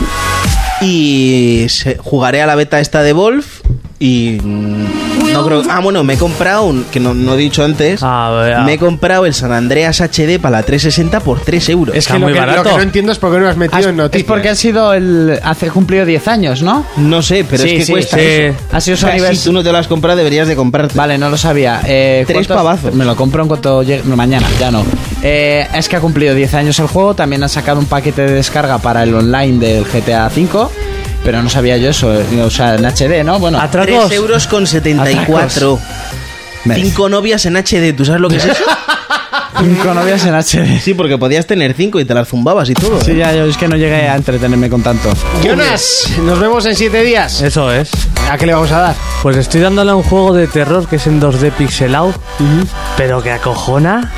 Y se- jugaré a la beta esta de Wolf. Y. mm, No creo. Ah, bueno, me he comprado un. Que no, no he dicho antes.
A ver, a-
Me he comprado el San Andreas HD para la 360 por 3 euros.
Es
Está
que, lo
muy
que, lo
barato.
que no entiendo es por qué no has
Has-
metido en noticias.
Ah, es porque ha sido el. Hace cumplido 10 años, ¿no?
No sé, pero
Sí,
es que
sí,
cuesta.
sí.
eso.
Ha sido
O
su
sea, si tú
aniversario.
no te lo has comprado, deberías de comprarte.
Vale, no lo sabía. Eh,
Tres
¿cuántos-
pavazos.
Me lo compro en cuanto llegue. no, mañana, ya no. Eh, es que ha cumplido 10 años el juego. También han sacado un paquete de descarga para el online del GTA V. Pero no sabía yo eso. eh, O sea, en HD, ¿no? Bueno,
Atracos.
3 euros con 74.
merece.
Cinco novias en HD, ¿tú sabes lo que es eso?
cinco novias en HD.
Sí, porque podías tener cinco y te las zumbabas y todo. ¿eh?
Sí, ya, yo es que no llegué a entretenerme con tanto.
Jonas, nos vemos en siete días.
Eh.
Eso es.
¿A qué le vamos a dar?
Pues estoy dándole a un juego de terror que es en 2D pixelado, pero que acojona.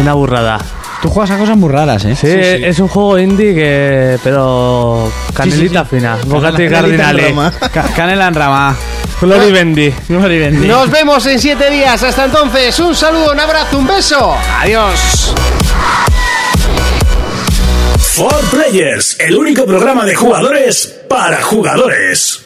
Una burrada.
Tú juegas a cosas muy raras, ¿eh?
Sí, es un juego indie que. Pero. Canelita fina. Bocati y
eh.
Cardinale.
Ca- Canela en rama.
Glory Bendy.
Glory bendita.
Nos vemos en siete días. Hasta entonces, un saludo, un abrazo, un beso. Adiós.
For Players, el único programa de jugadores para jugadores.